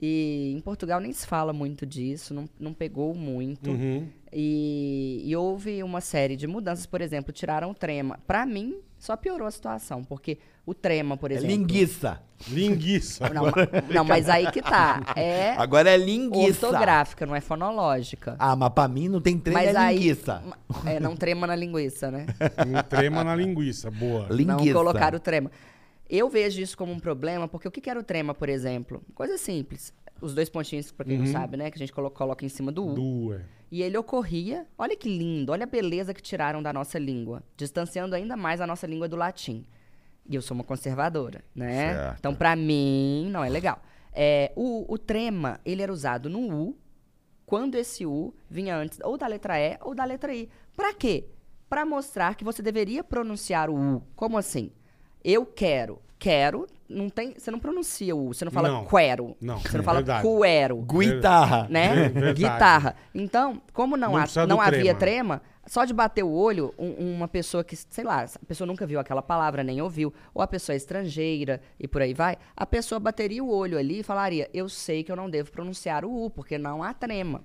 e em Portugal nem se fala muito disso, não, não pegou muito. Uhum. E, e houve uma série de mudanças, por exemplo, tiraram o trema. Pra mim, só piorou a situação, porque o trema, por É exemplo. linguiça. Linguiça. Não, ma- não, mas aí que tá. É Agora é linguiça. ortográfica, não é fonológica. Ah, mas pra mim não tem trem, mas é aí. linguiça. É, não trema na linguiça, né? Um trema na linguiça, boa. Linguiça. Não colocar o trema. Eu vejo isso como um problema, porque o que que era o trema, por exemplo? Coisa simples. Os dois pontinhos, pra quem não sabe, né? Que a gente colo- coloca em cima do U. Duas. E ele ocorria. Olha que lindo, olha a beleza que tiraram da nossa língua, distanciando ainda mais a nossa língua do latim. E eu sou uma conservadora, né? Certo. Então, pra mim, não é legal. É, o, o trema, ele era usado no U, quando esse U vinha antes ou da letra E ou da letra I. Pra quê? Pra mostrar que você deveria pronunciar o U. Como assim? Eu quero. Quero, não tem, você não pronuncia o U, você não fala Não. quero. Não, você é não fala verdade. cuero Guitarra. né? É Verdade. Guitarra. Então, como não, Não há- precisa do não havia trema. trema, só de bater o olho, um- uma pessoa que, sei lá, a pessoa nunca viu aquela palavra, nem ouviu, ou a pessoa é estrangeira e por aí vai, a pessoa bateria o olho ali e falaria: Eu sei que eu não devo pronunciar o U, porque não há trema.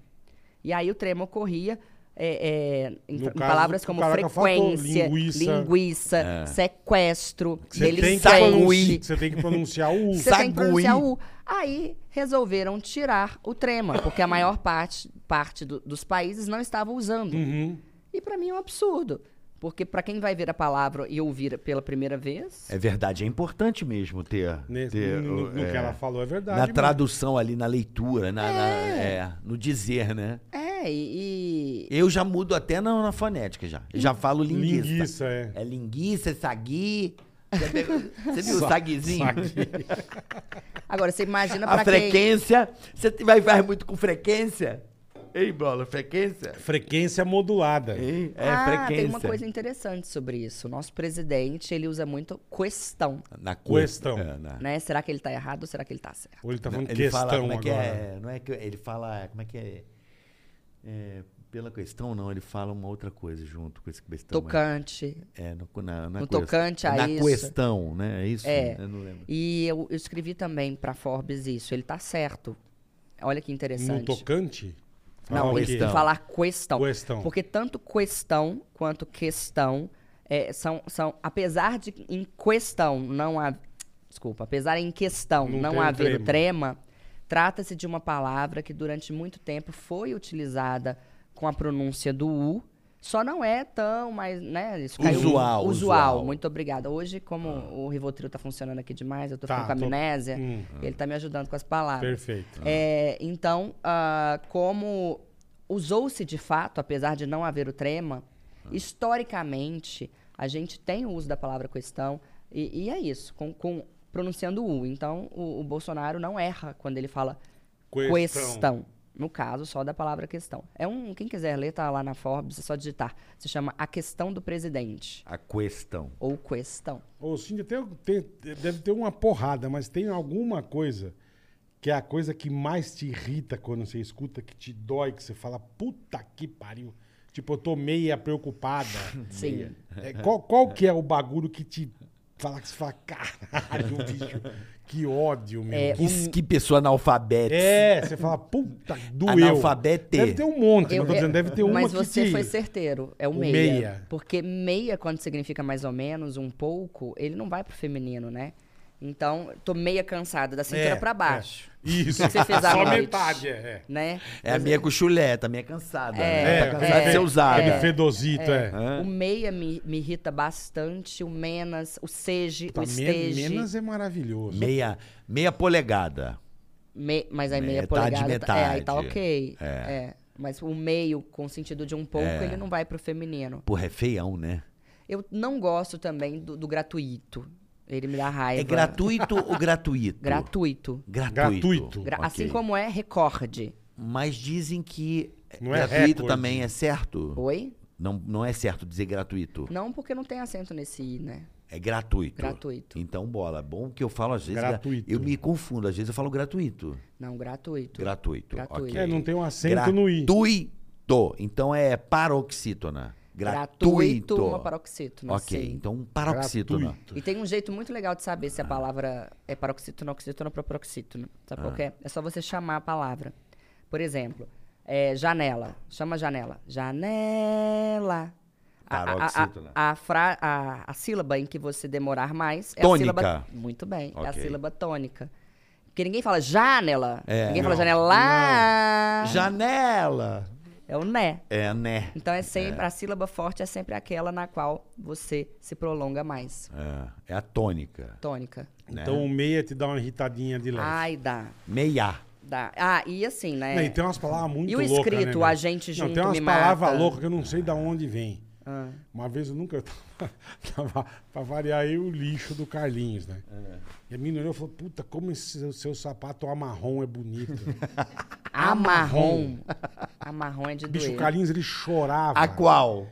E aí o trema ocorria. é, é, em, No em caso palavras que o como Caraca faltou, frequência, linguiça. linguiça, sequestro, Você tem, que delinquente. pronunciar- você tem que pronunciar o U. Você tem que pronunciar Sagui. o U. Aí resolveram tirar o trema, porque a maior parte, parte do- dos países não estava usando. Uhum. E pra mim é um absurdo. Porque pra quem vai ver a palavra e ouvir pela primeira vez, É verdade, é importante mesmo ter. Nesse- ter né? Hum, no, o- no é, que ela falou é verdade. na mesmo. tradução ali, na leitura, na, na- é, no dizer, né? é, e, e- Eu já mudo até na, na fonética já. Eu já falo linguiça. Linguiça, é. É linguiça, é sagui. Você viu- Você viu o saguizinho? Agora, você imagina A pra quem... frequência. Você te- vai, vai muito com frequência? Ei, bola, frequência? Frequência modulada. Ei, é ah, frequência. tem uma coisa interessante sobre isso. O nosso presidente, ele usa muito questão, Na cor- Questão. é, na- né? Será que ele tá errado ou será que ele tá certo? Ou ele tá falando Ele questão fala como é que agora. é. Não é que ele fala. Como é que é? É, pela questão, não, ele fala uma outra coisa junto com esse questão. Tocante, É, no, na, na No ques- tocante a na isso. questão, né? É isso? É. Eu não lembro. E eu, eu escrevi também pra Forbes isso. Ele tá certo. Olha que No interessante. tocante? Não, Fala o ele quê? questão. falar questão. Questão. Porque tanto questão quanto questão é, são, são. Apesar de em questão não há. Desculpa, apesar em questão Não não, ter o haver trema. o trema, trata-se de uma palavra que durante muito tempo foi utilizada com a pronúncia do U. Só não é tão mais, né? Isso caiu- Usual, usual. Usual, muito obrigada. Hoje, como o Rivotril tá funcionando aqui demais, eu tô Ah. Tá, ficando com tô- amnésia, Hum. ele tá me ajudando com as palavras. Perfeito. É, então, ah, como usou-se de fato, apesar de não haver o trema, historicamente a gente tem o uso da palavra questão e, e é isso, com, com- pronunciando o U. Então, o, o Bolsonaro não erra quando ele fala Questão. questão. No caso, só da palavra questão. É um, quem quiser ler, tá lá na Forbes, é só digitar. Se chama A Questão do Presidente A questão. ou questão. Ô, Cindy, tem, tem- deve ter uma porrada, mas tem alguma coisa que é a coisa que mais te irrita quando você escuta, que te dói, que você fala, puta que pariu. Tipo, eu tô meia preocupada. Sim. É, qual, qual que é o bagulho que te fala, que você fala, caralho, bicho, que ódio, meu. É, Que, que pessoa analfabeta. É, você fala, puta, doeu. Analfabete. Deve ter um monte, Eu- é, não tô dizendo, deve ter uma mas que você te... foi certeiro, é o, o meia, meia. Porque meia, quando significa mais ou menos, um pouco, ele não vai pro feminino, né? Então, tô meia cansada, da cintura É, pra baixo. é. Isso, O que você fez à só noite? metade, é. Né? É a minha cochuleta, a minha cansada. né? É, tá cansada de aquele- ser usada. Aquele fedozito, é. né? O meia me, me irrita bastante, o menos, o seja, Tá, o me- esteja. Menos é maravilhoso. Meia, meia polegada. Me- mas aí meia Metade, polegada. É, aí tá metade. ok. É. Mas o meio, com o sentido de um pouco, É. ele não vai pro feminino. Porra, é feião, né? Eu não gosto também do, do gratuito. Ele me dá raiva. É gratuito ou gratuito? Gratuito. Gratuito. Gratuito. Gra- Ok. Assim como é recorde. Mas dizem que Não é gratuito recorde. também é certo. Oi? Não, não é certo dizer gratuito. Não, porque não tem acento nesse i, né? É gratuito. Gratuito. Então, bola. Bom que eu falo às vezes. gra- Gratuito. Eu me confundo. Às vezes eu falo gratuito. Não, gratuito. Gratuito. Gratuito. ok. É, não tem um acento no i. Gratuito. Então é paroxítona. Gratuito. uma paroxítona. Ok, sim. então paroxítona. Gratuito. E tem um jeito muito legal de saber Ah. se a palavra é Ah. paroxítona, oxítona ou proproxítona. Sabe qual que é? É só você chamar a palavra. Por exemplo, É, janela. Chama janela. Janela. A, a, a, Paroxítona. a, a, fra- a- a sílaba em que você demorar mais é Tônica. a sílaba. Muito bem, é a Ok. sílaba tônica. Porque ninguém fala janela. ninguém fala É, não, janela. Janela. É o né. É, né? Então é sempre a sílaba forte é sempre aquela na qual você se prolonga mais. É, é a tônica. Tônica. Então o meia te dá uma irritadinha de leve. Ai, dá. Meia. Dá. Ah, e assim, né? Não, então, e tem umas palavras muito E o loucas. né, escrito, meu? a gente junto Não, tem umas me palavras mata. loucas que eu não sei de onde vem. Ah. Uma vez eu nunca tava, tava pra variar aí o lixo do Carlinhos, né? É. E a menina olhou e falou: Puta, como esse seu, seu sapato amarrom é bonito. Amarrom. Amarrom é de Bicho, o doer. Carlinhos ele chorava. A qual?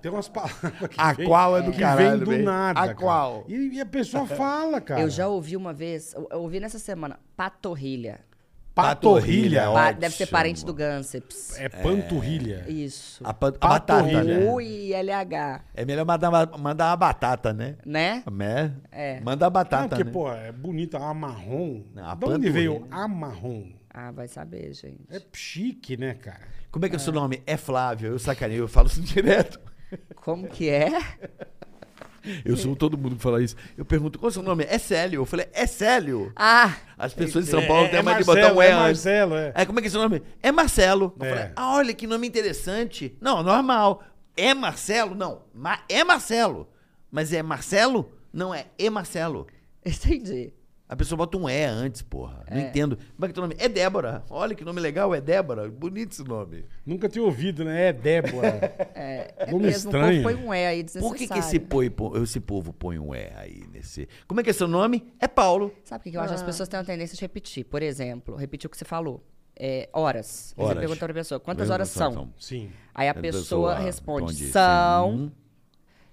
Tem umas palavras que A vem- qual é do que caralho, vem do velho? nada. A cara. qual? E, e a pessoa fala, cara. Eu já ouvi uma vez, eu eu ouvi nessa semana, patorrilha. Patorrilha. Patorrilha, ó. Pa- Ótimo. Ah, deve ser parente do Gans. É panturrilha. Isso. A, pan- a batata, né? Ui, LH. É melhor mandar uma, mandar uma batata, né? Né? Né? É. Manda a Não, batata, porque, né? pô, é bonita, amarrom. Não, a de onde panturrilha. veio amarrom? Ah, vai saber, gente. É chique, né, cara? Como é que é o seu nome? É Flávio. Eu sacaneio, eu falo isso direto. Como que é? Eu sou todo mundo que fala isso. Eu pergunto, qual é o seu nome? É Célio. Eu falei, é Célio. Ah, As pessoas de São Paulo É- têm é mais de Marcelo, botar um E é antes. Marcelo, é. Aí, como é que é seu nome? É Marcelo. Eu É. falei, ah, olha que nome interessante. Não, normal. É Marcelo? Não. Ma- é Marcelo. Mas é Marcelo? Não, é E Marcelo. entendi. A pessoa bota um E antes, porra. Não entendo. Como é que é teu nome? É Débora. Olha que nome legal, é Débora. Bonito esse nome. Nunca tinha ouvido, né? É Débora. É, é Nome mesmo, estranho. o povo põe um E aí desnecessário. Por que, que esse, poi- po- esse povo põe um E aí nesse. Como é que é seu nome? É Paulo. Sabe o que que eu acho? As pessoas têm uma tendência de repetir. Por exemplo, repetir o que você falou. É, horas. Aí Horas. Você pergunta pra pessoa, quantas horas são? Sim. Aí Aí É a a pessoa, pessoa responde, responde, "Hum". "Hum". são...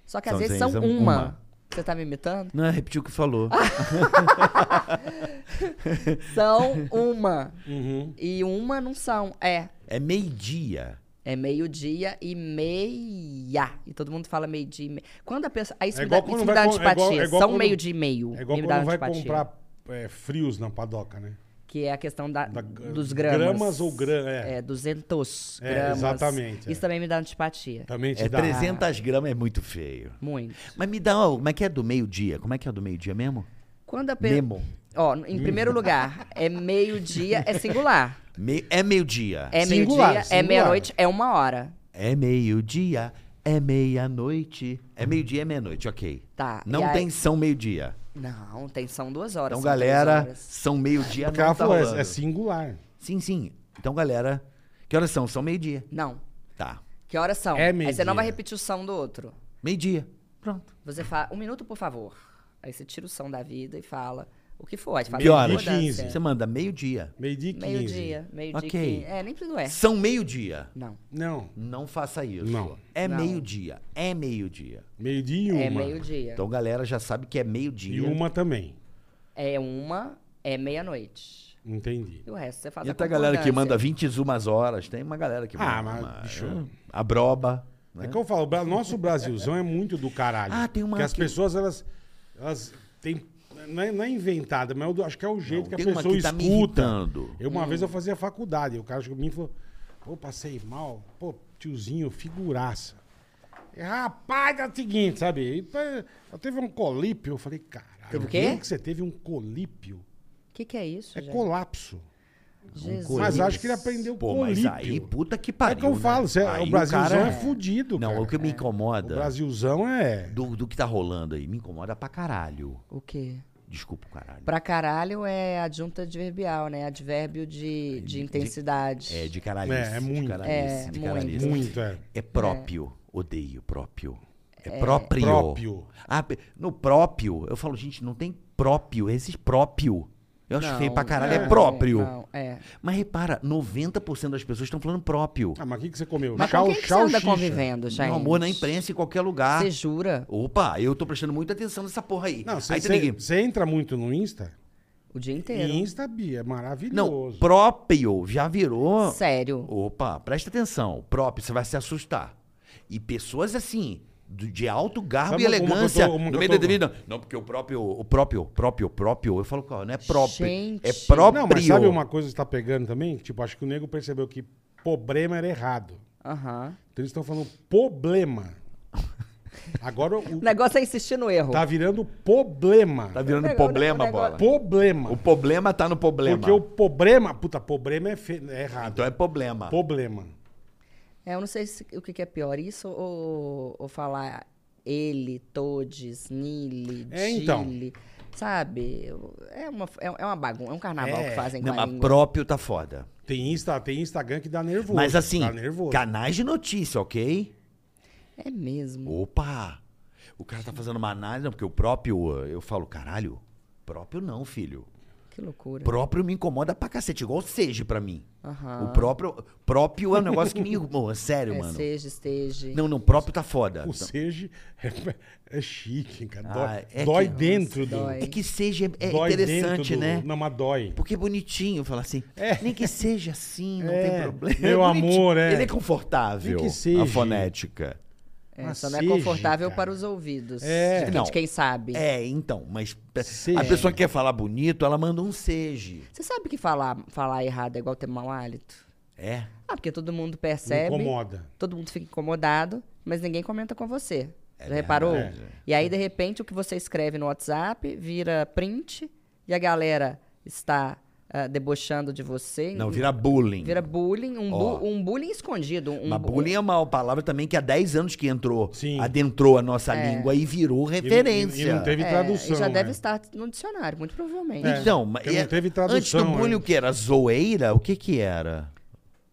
Só que às São vezes seis, são são uma. uma. Você tá me imitando? Não, repetiu o que falou. São uma. Uhum. E uma não são. É. É meio-dia. É meio-dia e meia. E todo mundo fala meio-dia e meia. Quando a pessoa. Aí isso É me igual dá, quando isso me vai dá com- é antipatia. igual- é igual São quando- meio-dia e meio. É igual me dá quando vai antipatia. comprar é, frios na padoca, né? Que é a questão da, Da- dos gramas. gramas ou gra- é. É, 200 É, gramas. exatamente, Isso é. também me dá antipatia. Também te É dá. 300 gramas, é muito feio. Muito. Mas me dá, ó, como é que é do meio-dia? Como é que é do meio-dia mesmo? Quando a Memo. pessoa. Ó, em primeiro lugar, é meio-dia, é singular. Me- é meio-dia. É Singular, meio-dia, é singular. meia-noite, é uma hora. É meio-dia, é meia-noite. É meio-dia, é meia-noite, ok. Tá, e Não aí- tem são meio-dia. Não, tem, são duas horas. Então, são três galera, horas. são meio-dia Porque não ela tá falou, é, rolando. é singular. Sim, sim. Então, galera, que horas são? São meio-dia. Não. Tá. Que horas são? É Aí você meio-dia. não vai repetir o som do outro. Meio-dia. Pronto. Você fala, um minuto, por favor. Aí você tira o som da vida e fala o que for. Aí fala, Que horas? "Foda-se". 15. Você manda meio-dia. Meio-dia e 15. Meio-dia, meio-dia. Ok. quinze. É, nem precisa do é. São meio-dia. Não. Não, Não faça isso. Não. É Não. meio-dia. É meio-dia. meio-dia e uma. É meio-dia. Então, galera, já sabe que é meio-dia. E uma também. É uma, é meia-noite. Entendi. E o resto você faz E a até a galera que manda concordância. 21 horas. Tem uma galera que Ah, mas, manda. uma- bicho. A broba. É que eu falo, o Bra- nosso Brasilzão é muito do caralho. né? Ah, tem uma Porque as que- pessoas, elas, elas têm... Não é, não é inventada, mas eu do- acho que é o jeito que a tem uma pessoa que tá me escuta. irritando. Hum. eu, uma vez eu fazia faculdade, e o cara chegou em mim e falou, pô, passei mal, pô, tiozinho, figuraça. E, Rapaz, é o seguinte, sabe? E, pá, Eu teve um colípio, eu falei, caralho. Teve o quê? bem que você teve um colípio. O que, que é isso, É gente? colapso. Jesus. Mas acho que ele aprendeu Pô, colípio. mas aí, puta que É pariu. o que eu né? falo, cê- Aí o Brasilzão cara- é fudido, Não, cara. o que É. me incomoda O Brasilzão é. do, do que tá rolando aí, me incomoda pra caralho. O quê? Desculpa, o caralho. Pra caralho é adjunta adverbial, né? Advérbio de, de intensidade. É, de caralhice. É, é muito. De caralhice, É, de muito. caralhice. Muito, é. É próprio. Odeio próprio. É, próprio. Próprio. Ah, pe- no próprio, eu falo, gente, não tem próprio. Existe próprio. Eu acho Não, feio pra caralho. É, não, próprio. Não, é. Mas repara, 90% das pessoas estão falando próprio. Ah, mas o que, que você comeu? Mas Chau, com quem que você chau, anda xixa. convivendo, gente? Meu amor, na imprensa, em qualquer lugar. Você jura? Opa, eu tô prestando muita atenção nessa porra aí. Não, aí tem ninguém. você entra muito no Insta? O dia inteiro. Insta, Bia, é Não, maravilhoso. próprio já virou. Sério. Opa, presta atenção. Próprio, você vai se assustar. E pessoas assim, do- de alto garbo Sabe e uma que eu elegância tô- uma que no eu meio tô- da entrevista. Não, porque o próprio, o próprio, próprio, próprio, eu falo, cara, não é próprio, Gente. é próprio. Não, mas sabe uma coisa que tá pegando também? Tipo, acho que o nego percebeu que problema era errado. Aham. Então eles estão falando problema. Agora o, O negócio é insistir no erro. tá virando problema. Tá virando Negócio- problema, bola. negócio- Problema. O problema tá no problema. Porque o problema. Puta, problema é, fe- é errado. Então é problema. Problema. É, eu não sei se- o que, que é pior, isso ou, ou falar ele, todes, nile, É, então. dile, sabe? Eu- É uma, é, é uma bagunça, é um carnaval É. que fazem Não, com a mas língua. próprio tá foda. Tem, Insta, tem Instagram que dá nervoso. Mas assim, Dá tá nervoso. canais de notícia, ok? É mesmo. Opa! O cara tá fazendo uma análise, não, porque o próprio. Eu falo, caralho, próprio não, filho. Que loucura. Próprio me incomoda pra cacete, igual seja pra mim. Aham. O próprio. Próprio é um negócio que me incomoda. Sério, Ah. É, mano. seja, esteja. Não, não, próprio tá foda. Ou seja, é, é chique, cara. Ah, Dói, é dói que- dentro do. Dói. É que seja é dói interessante, dentro do- né? Não, mas dói. Porque é bonitinho, fala assim. Nem que seja assim, não É, tem problema. meu É bonitinho. amor, é. Ele é confortável. Nem que seja. A fonética. É, Mas só não é seja, confortável cara. para os ouvidos. É. de, quem, Não. de quem sabe. É, então, mas Seja. a pessoa que quer falar bonito, ela manda um seja. Você sabe que falar, falar errado é igual ter mau hálito? É. Ah, porque todo mundo percebe. Incomoda. Todo mundo fica incomodado, mas ninguém comenta com você. É Já reparou? verdade. E aí, de repente, o que você escreve no WhatsApp vira print e a galera está ah, debochando de você. Não, vira bullying. Vira bullying, um, Ó. bu- um bullying escondido. Um Mas bu- bullying é uma palavra também que há 10 anos que entrou, Sim. adentrou a nossa língua e virou E- e- referência. E, não teve É, tradução. e já né? deve estar no dicionário, muito provavelmente. Então, mas porque não é- teve antes do tradução, bullying é. o que era? Zoeira? O que que era?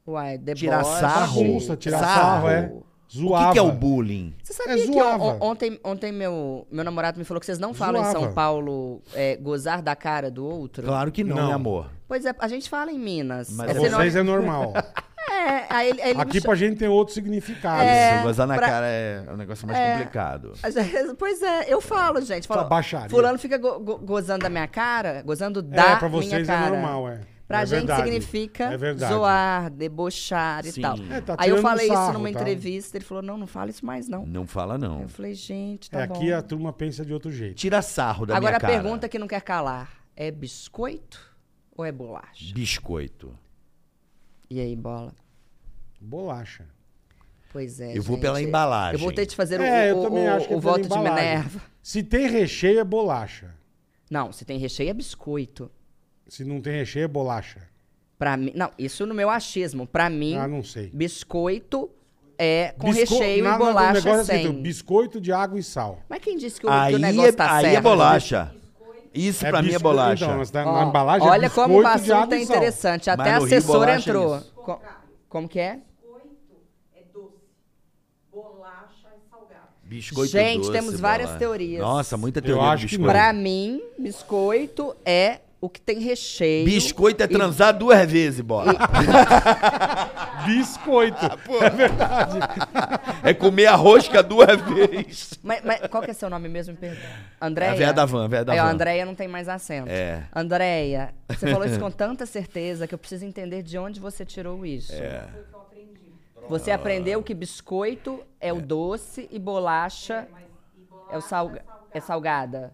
Uai, deboche. Tirar sarro? Bagunça, tirar sarro, é. O que Zoava. que é o bullying? Você sabia que É, zoava. on- ontem, ontem meu, meu namorado me falou que vocês não falam em Zoava. São Paulo é, gozar da cara do outro? Claro que não, Não. né, amor? Pois é, a gente fala em Minas. Mas Esse Vocês nome- é normal. É, aí ele, aí ele me Aqui pra gente tem outro significado. É, Ah, Isso, gozar na pra- cara é um negócio mais complicado. Às vezes- Pois é, eu falo, gente. Falo, Essa baixaria. Fulano fica go- go- gozando da minha cara, gozando É, da pra minha vocês é cara. normal, é. Pra É gente verdade. significa É verdade. zoar, debochar e Sim. tal. É, tá Aí eu tirando falei isso sarro, numa tá? Hum. entrevista, ele falou, não, não fala isso mais não. Não fala, não. Eu falei, gente, tá É, bom. aqui a turma pensa de outro jeito. Tira sarro da Agora minha a cara. pergunta que não quer calar, é biscoito ou é bolacha? Biscoito. E aí, bola? Bolacha. Pois é, Eu vou pela gente. embalagem. Eu vou ter de fazer o- é, o, eu também o- acho que o é pela voto de embalagem. Minerva. Se tem recheio, é bolacha. Não, se tem recheio é biscoito. Se não tem recheio, é bolacha. Pra mim, não, isso no meu achismo. Pra mim, Ah, não sei. biscoito é com Bisco- recheio na- na- e no bolacha negócio é sem. escrito biscoito de água e sal. Mas quem disse que o, que o Aí, negócio é, tá aí certo? é bolacha. Isso pra mim é bisco- bolacha. Então, mas na, Ó, na embalagem é olha biscoito como o de assunto água é e sal. interessante. Mas Até a no Rio, assessora bolacha é entrou. isso. Co- como que é? Biscoito Gente, doce, temos várias bolacha. teorias. Nossa, muita Eu teoria do acho que não. biscoito. Pra mim, biscoito é o que tem recheio. Biscoito é transar duas vezes, bola. Biscoito. Ah, é verdade. É comer a rosca duas vezes. Mas, mas qual que é seu nome mesmo? Me perdoa. Andréia? É a véia da van, véia da Aí, ó, van. Andréia não tem mais acento. É. Andréia, você falou isso com tanta certeza que eu preciso entender de onde você tirou isso. É. Você Ah. aprendeu que biscoito é, o doce e bolacha é, o salga é salgada.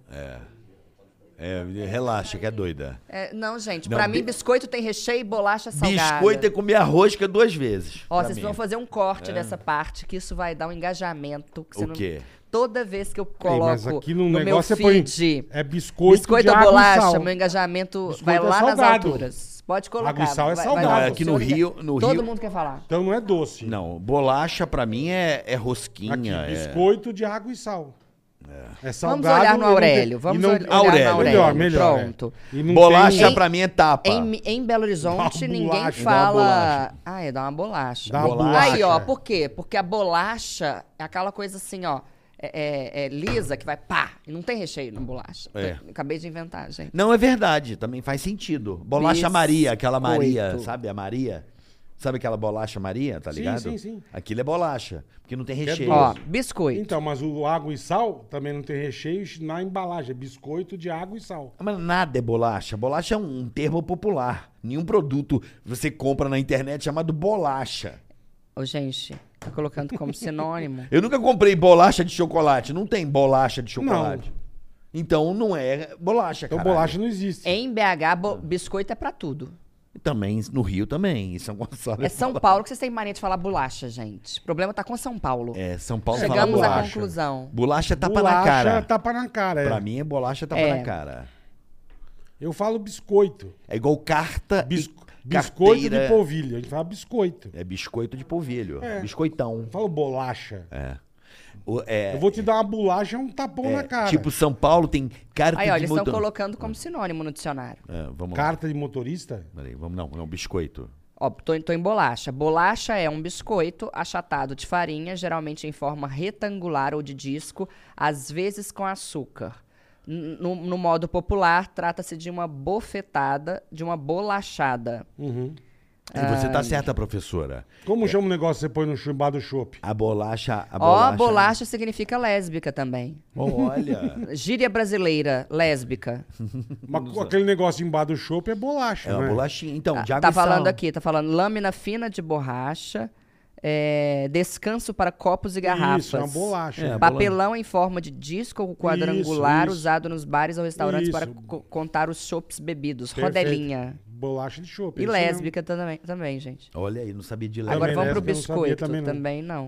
É, relaxa, que é doida. É, não, gente, Não, pra bi- mim biscoito tem recheio e bolacha é salgada. Biscoito é comer a rosca duas vezes. Ó, pra vocês mim. É. vão fazer um corte dessa parte, que isso vai dar um engajamento. Que você O não- quê? Toda vez que eu Ei, coloco mas aqui no, no meu negócio feed... você põe. É biscoito, Biscoito de ou água e bolacha, sal. meu engajamento Biscoito vai é lá nas salgado. alturas. Pode colocar. Água e sal é vai- vai salgado. lá, Não, aqui no senhor quer- Rio- no Todo Rio- mundo quer falar. Então não é doce. Não, bolacha pra mim é, Aqui, é rosquinha. é- biscoito de água e sal. É, salgado. Vamos e olhar no não tem- Aurélio. e Vamos não- olhar no Aurélio. Aurélio. Melhor, melhor. Pronto. é. E não Bolacha tem- pra mim é tapa. Em, em Belo Horizonte, Dá uma ninguém bolacha, dá uma fala. bolacha. Ah, é, dá uma bolacha. Dá uma bolacha. Aí, ó, por quê? Porque a bolacha é aquela coisa assim, ó. É, é- é lisa que vai pá. E não tem recheio na bolacha. É. Acabei de inventar, gente. Não, é verdade, também faz sentido. Bolacha Maria, aquela Maria, Biscoito. sabe? A Maria. Sabe aquela bolacha Maria, tá Sim, ligado? sim, sim. Aquilo é bolacha, porque não tem é recheio. Ó, doce. biscoito. Então, mas o água e sal também não tem recheio na embalagem. É biscoito de água e sal. Mas nada é bolacha. Bolacha é um, um termo popular. Nenhum produto você compra na internet chamado bolacha. Ô, gente, fica colocando como sinônimo. Eu nunca comprei bolacha de chocolate. Não tem bolacha de chocolate. Então não é bolacha, Então cara. bolacha não existe. Em BH, bo- biscoito é pra tudo. Também, no Rio também, em São Gonçalo. É São Paulo que vocês têm mania de falar bolacha, gente. O problema tá com São Paulo. É, São Paulo fala Chegamos à bolacha. Tá conclusão. Bolacha tapa bolacha, na cara. tapa na cara. é. Pra mim é bolacha tapa É. na cara. Eu falo biscoito. É igual carta Bis- e biscoito de carteira. polvilho. É. A gente fala biscoito. É biscoito de polvilho. Biscoitão. Eu falo bolacha. É. O- É, Eu vou te dar uma bolacha e um tapão na cara. Tipo, São Paulo tem carta Aí, ó, de eles estão motor- colocando como sinônimo no dicionário. É, vamos lá. Carta de motorista? Peraí, vamos não, não, biscoito. Ó, tô, tô em bolacha. Bolacha é um biscoito achatado de farinha, geralmente em forma retangular ou de disco, às vezes com açúcar. N- No, no modo popular, trata-se de uma bofetada, de uma bolachada. Uhum. E você tá certa, professora. Como chama o negócio que você põe no chumbado chopp? A bolacha, a Ó, bolacha. né? bolacha significa lésbica também. Olha. Gíria brasileira, lésbica. Mas co- aquele negócio embaixo do chopp é bolacha, É uma né? bolachinha. Então, de Tá, água tá e sal. falando aqui, tá falando lâmina fina de borracha, é, descanso para copos e garrafas. Isso, é uma bolacha. É, Papelão em forma de disco ou quadrangular Isso, isso. usado nos bares ou restaurantes Isso. para co- contar os chopps bebidos. Perfeito. Rodelinha. Bolacha de chopp. E isso é um mesmo. lésbica também, também, gente. Olha aí, não sabia de Agora lésbica. vamos pro lésbica eu não sabia biscoito. também, também, não. não.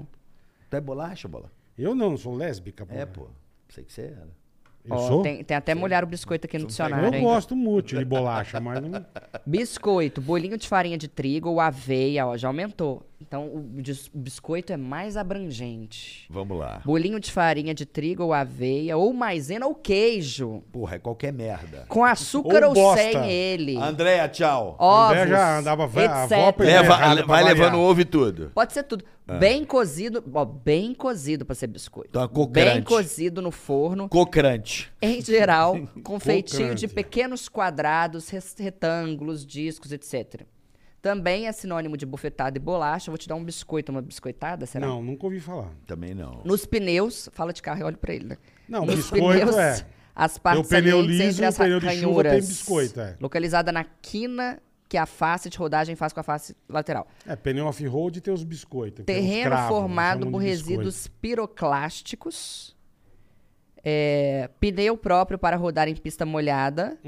Tu é bolacha, bola? Eu não, sou lésbica, pô. É, pô. Sei que você é. era. Eu Ó, sou? Então tem, tem até molhar o biscoito aqui no dicionário, Eu hein? gosto muito de bolacha, mas não... Biscoito, bolinho de farinha de trigo ou aveia, ó, já aumentou. Então o bis- o biscoito é mais abrangente. Vamos lá. Bolinho de farinha de trigo ou aveia, ou maisena ou queijo. Porra, é qualquer merda. Com açúcar Ou ou, bosta. sem ele. Andréia, tchau. Ovos, André já andava velho, a avó etc. pegou- Leva, Andréia, le- pra vai variar. levando ovo e tudo. Pode ser tudo. Bem cozido, ó, bem cozido pra ser biscoito. Então é cocrante. bem cozido no forno. Cocrante. Em geral, com feitinho de Cocrante. pequenos quadrados, res- retângulos, discos, etc. Também é sinônimo de bufetada e bolacha. Vou te dar um biscoito, uma biscoitada, será? Não, nunca ouvi falar. Também não. Nos pneus, fala de carro e olho pra ele, né? Não, Nos biscoito pneus, é. As partes Tem o pneu salientes liso, entre as o pneu de chuva tem ranhuras, biscoito, é. Localizada na quina que a face de rodagem faz com a face lateral. É, pneu off-road tem os biscoitos. tem um né? os Terreno cravos, formado chamam por um de resíduos piroclásticos. é, pneu próprio para rodar em pista molhada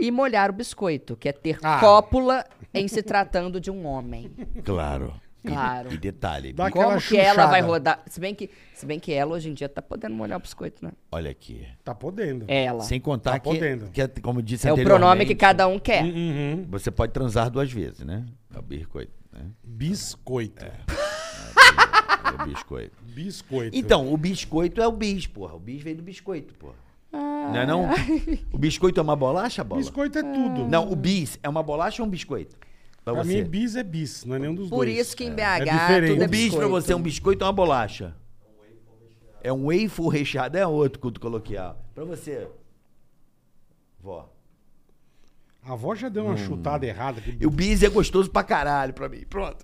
e molhar o biscoito, que é ter Uhum. Ah. cópula em se tratando de um homem. Claro. E- Claro. E, detalhe. Dá- bicho, Como Aquela que ela chuchada. vai rodar? Se bem, que, se bem que ela hoje em dia tá podendo molhar o biscoito, né? Olha aqui. biscoito. Tá podendo. Ela. Sem contar Tá podendo. que, que, é- como disse é o pronome anteriormente, que cada um quer. Uhum. Você pode transar duas vezes, né? É o biscoito, né? Biscoito. É o biscoito. Biscoito. Então, o biscoito é o bis, porra. O bis vem do biscoito, porra. Não é não? O biscoito é uma bolacha, bola? Biscoito é tudo. Não, o bis é uma bolacha ou um biscoito? Pra pra você. mim, bis é bis, não é nenhum dos Por dois. isso que em BH diferente. tudo é o bis pra biscoito. você é um biscoito ou uma bolacha? É um waffle recheado, é outro culto coloquial. Pra você, vó. A avó já Hum. deu uma chutada errada. Que E o bis é gostoso pra caralho pra mim. Pronto.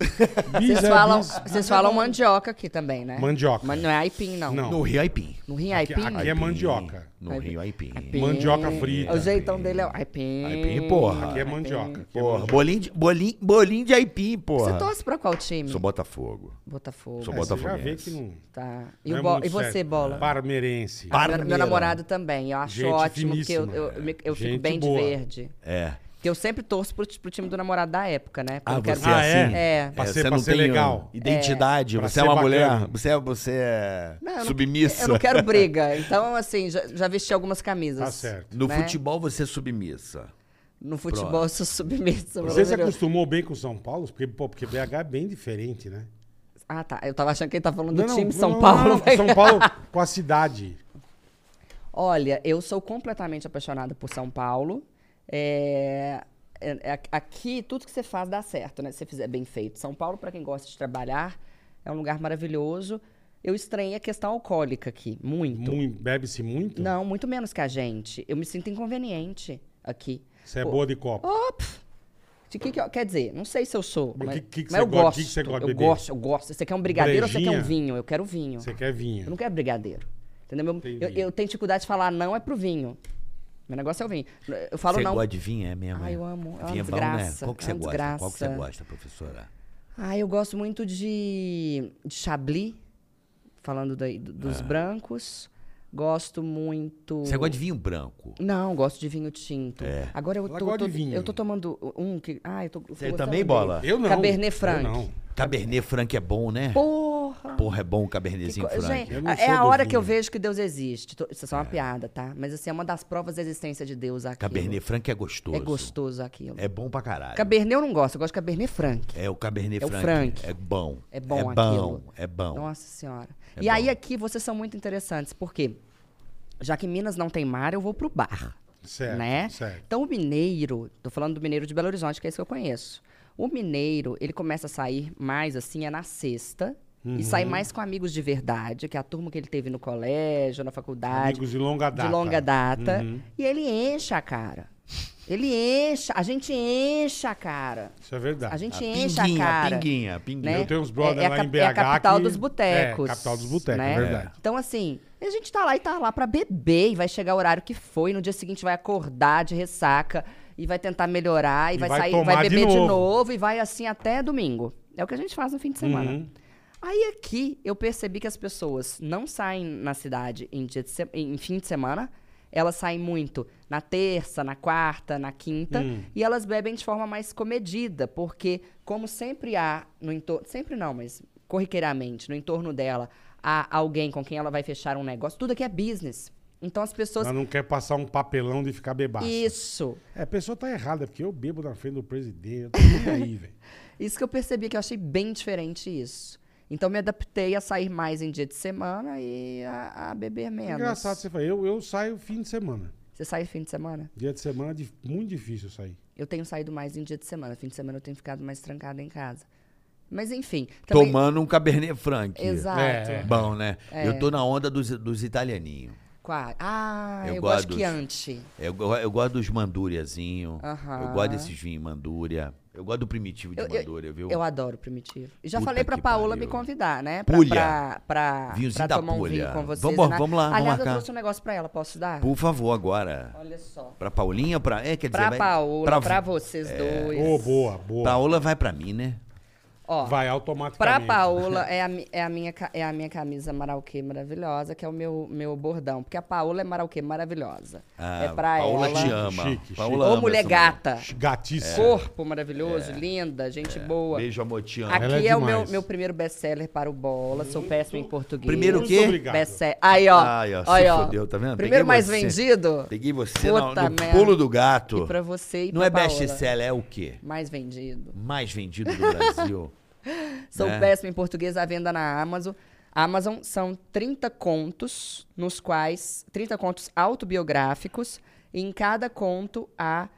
bis Vocês é falam, bis. vocês falam mandioca aqui também, né? Mandioca. Mas não é aipim, não. Não. No Rio Aipim. No Rio é aipim? Aqui- aqui é mandioca. No Rio Aipim. Aipim. Mandioca frita. O jeitão dele é o aipim. Aipim, porra. Aqui é mandioca. aqui é Porra, mandioca. bolinho de, bolinho, bolinho de aipim, porra. Você torce pra qual time? Sou Botafogo. Botafogo. Sou É, você já Botafoguense. vê que não, Tá. E, não o é bo- muito e você, certo. bola? Parmeirense. Parmeira. é Meu, meu namorado também. Eu acho Gente ótimo, porque eu, finíssima. eu, eu me- eu fico Gente bem boa. de verde. É. Porque eu sempre torço pro, ti- pro time do namorado da época, né? Porque Ah, eu quero- você Ah, é é? assim? É. Pra É, ser- você pra não ser tem legal. uh, Identidade, Pra você é ser uma bacana. mulher, você é, você é Não, eu não- submissa. Eu não quero briga. Então, assim, já, já vesti algumas camisas. Tá certo. No né? futebol você é submissa. No futebol, eu sou submissa. Você se maravilhoso. acostumou bem com São Paulo? Porque, pô, porque BH é bem diferente, né? Ah, tá. Eu tava achando que ele tava falando do Não, não, time São não, não, Paulo. não, não, São Paulo com a cidade. Olha, eu sou completamente apaixonada por São Paulo. É, é- é- aqui, tudo que você faz dá certo, né? Se você fizer bem feito. São Paulo, para quem gosta de trabalhar, é um lugar maravilhoso. Eu estranhei a questão alcoólica aqui, muito. Mui- Bebe-se muito? Então Não, muito menos que a gente. Eu me sinto inconveniente aqui. Você é Pô, boa de copo. Oh. De que que eu- quer dizer, não sei se eu sou, Mas mas, que- que que mas você eu gosta- gosto. que que você gosta de eu beber? gosto, eu gosto. Você quer um brigadeiro ou você quer um Brejinha? vinho? Eu quero vinho. Você quer vinho? É. Eu não quero brigadeiro. Entendeu? Meu- Entendi. eu, eu tenho dificuldade de falar não é pro vinho. Meu negócio é o vinho. Eu falo você não. gosta de vinho, é mesmo? Ah, é? eu amo. É uma Vinho é bom, né? desgraça. Qual que você É uma gosta? Qual que você desgraça. gosta, professora? Ah, eu gosto muito de, de Chablis, falando daí do- Ah. dos brancos. Gosto muito. Você gosta de vinho branco? Não, gosto de vinho tinto. É. Agora eu Ela tô, gosta tô- de vinho. eu tô tomando um que. Ah, eu tô. tô Você gostando também dele. bola? Eu não. Cabernet Eu Franc. não. Cabernet Franc é bom, né? Porra! Porra, é bom o Que Cabernetzinho co- Franc. Gente, Eu não é sou a do hora que eu vinho. vejo que Deus existe. Tô- Isso é só uma piada, tá? Mas assim, é uma das provas da existência de Deus aqui. Cabernet Franc é gostoso. É gostoso aquilo. É bom pra caralho. Cabernet eu não gosto, eu gosto de Cabernet Franc. É o Cabernet É o Franc. Franc. É bom. É bom É aquilo. Então, bom, é bom. Nossa senhora. É e aí bom. aqui vocês são muito interessantes, porque já que Minas não tem mar, eu vou pro bar, Certo, né? certo. Então o mineiro, tô falando do mineiro de Belo Horizonte, que é esse que eu conheço. O mineiro, ele começa a sair mais assim, é na sexta. E sai Uhum. mais com amigos de verdade, que é a turma que ele teve no colégio, na faculdade. Amigos de longa data. Ah, de longa data. Uhum. E ele enche a cara. Ele enche, a gente enche a cara. Isso é verdade. A gente enche a Pinguinha, cara. pinguinha, pinguinha. né? Eu tenho uns brother é, lá a, cap- em é a BH capital que- dos botecos. É, capital dos botecos, né? é verdade. Então, assim, a gente tá lá e tá lá pra beber, e vai chegar o horário que foi, no dia seguinte vai acordar de ressaca, e vai tentar melhorar, e, E vai, vai sair, vai tomar de beber de novo. novo. e vai assim até domingo. É o que a gente faz no fim de semana. Uhum. Aí aqui eu percebi que as pessoas não saem na cidade em, dia de se- em fim de semana, elas saem muito na terça, na quarta, na quinta, Hum. e elas bebem de forma mais comedida, porque como sempre há no entorno, sempre não, mas corriqueiramente no entorno dela há alguém com quem ela vai fechar um negócio, tudo aqui é business. Então as pessoas Ela não quer passar um papelão de ficar bebaça. isso É, a pessoa tá errada, porque eu bebo na frente do presidente. Eu tô nem aí, velho. Isso que eu percebi, que eu achei bem diferente isso. Então me adaptei a sair mais em dia de semana e a, a beber menos. Engraçado, você fala, eu, eu saio fim de semana. Você sai fim de semana? Dia de semana é dif- muito difícil eu sair. Eu tenho saído mais em dia de semana. Fim de semana eu tenho ficado mais trancada em casa. Mas enfim. também- Tomando um Cabernet Franc. Exato. É. Bom, né? É. Eu tô na onda dos, dos italianinhos. Qua- Ah, eu, Eu gosto gosto. que ante. Eu, go- eu gosto dos mandúriazinhos. Aham. Eu gosto desses vinhos mandúria. Eu gosto do primitivo de Eu- eu- mandúria, viu? Eu adoro primitivo. E já Puta falei pra que Paola pariu. me convidar, né? Pra, Pulha. pra, pra, Vinhozinho pra da tomar um Pulha. vinho com vocês. Vamos- né? vamos lá, vamos Aliás, marcar. eu trouxe um negócio pra ela. Posso dar? Por favor, agora. Olha só. Pra Paulinha, pra. É, quer dizer, Pra vai- Paola, pra, pra- É. vocês Ô, dois. boa, boa. Paola vai pra mim, né? Ó, Vai Pra automaticamente. Paola, é a, mi- é, a minha, ca- é a minha camisa marauquê maravilhosa, que é o meu, meu bordão. Porque a Paola é marauquê maravilhosa. Ah, é pra Paola ela. te ama. Chique, Paola Ô, ama mulher essa mulher. gata. Gatíssimo. Corpo É. maravilhoso, linda, gente boa. Beijo, amor, te amo. Ela Aqui é é, o demais. meu, meu primeiro best-seller para o Bola. Sou péssimo em português. Primeiro o Muito quê? obrigado. Best-seller. Aí, ó. Ai, ó, se aí, ó. fodeu, tá vendo? Peguei Primeiro mais você. vendido. Peguei você no, Puta no merda. pulo do gato. E pra você e Não pra é Paola. best-seller, é o quê? Mais vendido. Mais vendido do Brasil. Sou Né? péssimo em português à venda na Amazon. Amazon são 30 contos, nos quais. 30 contos autobiográficos. E em cada conto há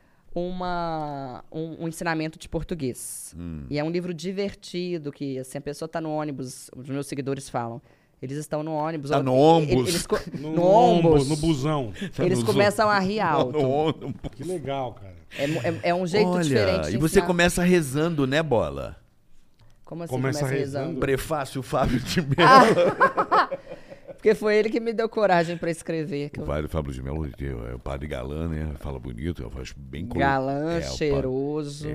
uma, um, um ensinamento de português. Hum. E é um livro divertido, que assim, a pessoa tá no ônibus, os meus seguidores falam. Eles estão no ônibus. Tá ou- no e- ônibus. e- eles co- No, no, no ônibus. ombro, no busão. Tá Eles começam a rir alto. Que legal, cara. É, mu- é- é um jeito Olha, diferente. de E você ensinar. começa rezando, né, bola? Como assim Começa começa, rezando. rezando? Prefácio Fábio de Ah. Mello. Porque foi ele que me deu coragem pra escrever. que eu- padre Fábio de Mello é o padre galã, né? Fala bonito, faz bem É, Galã, é, cheiroso,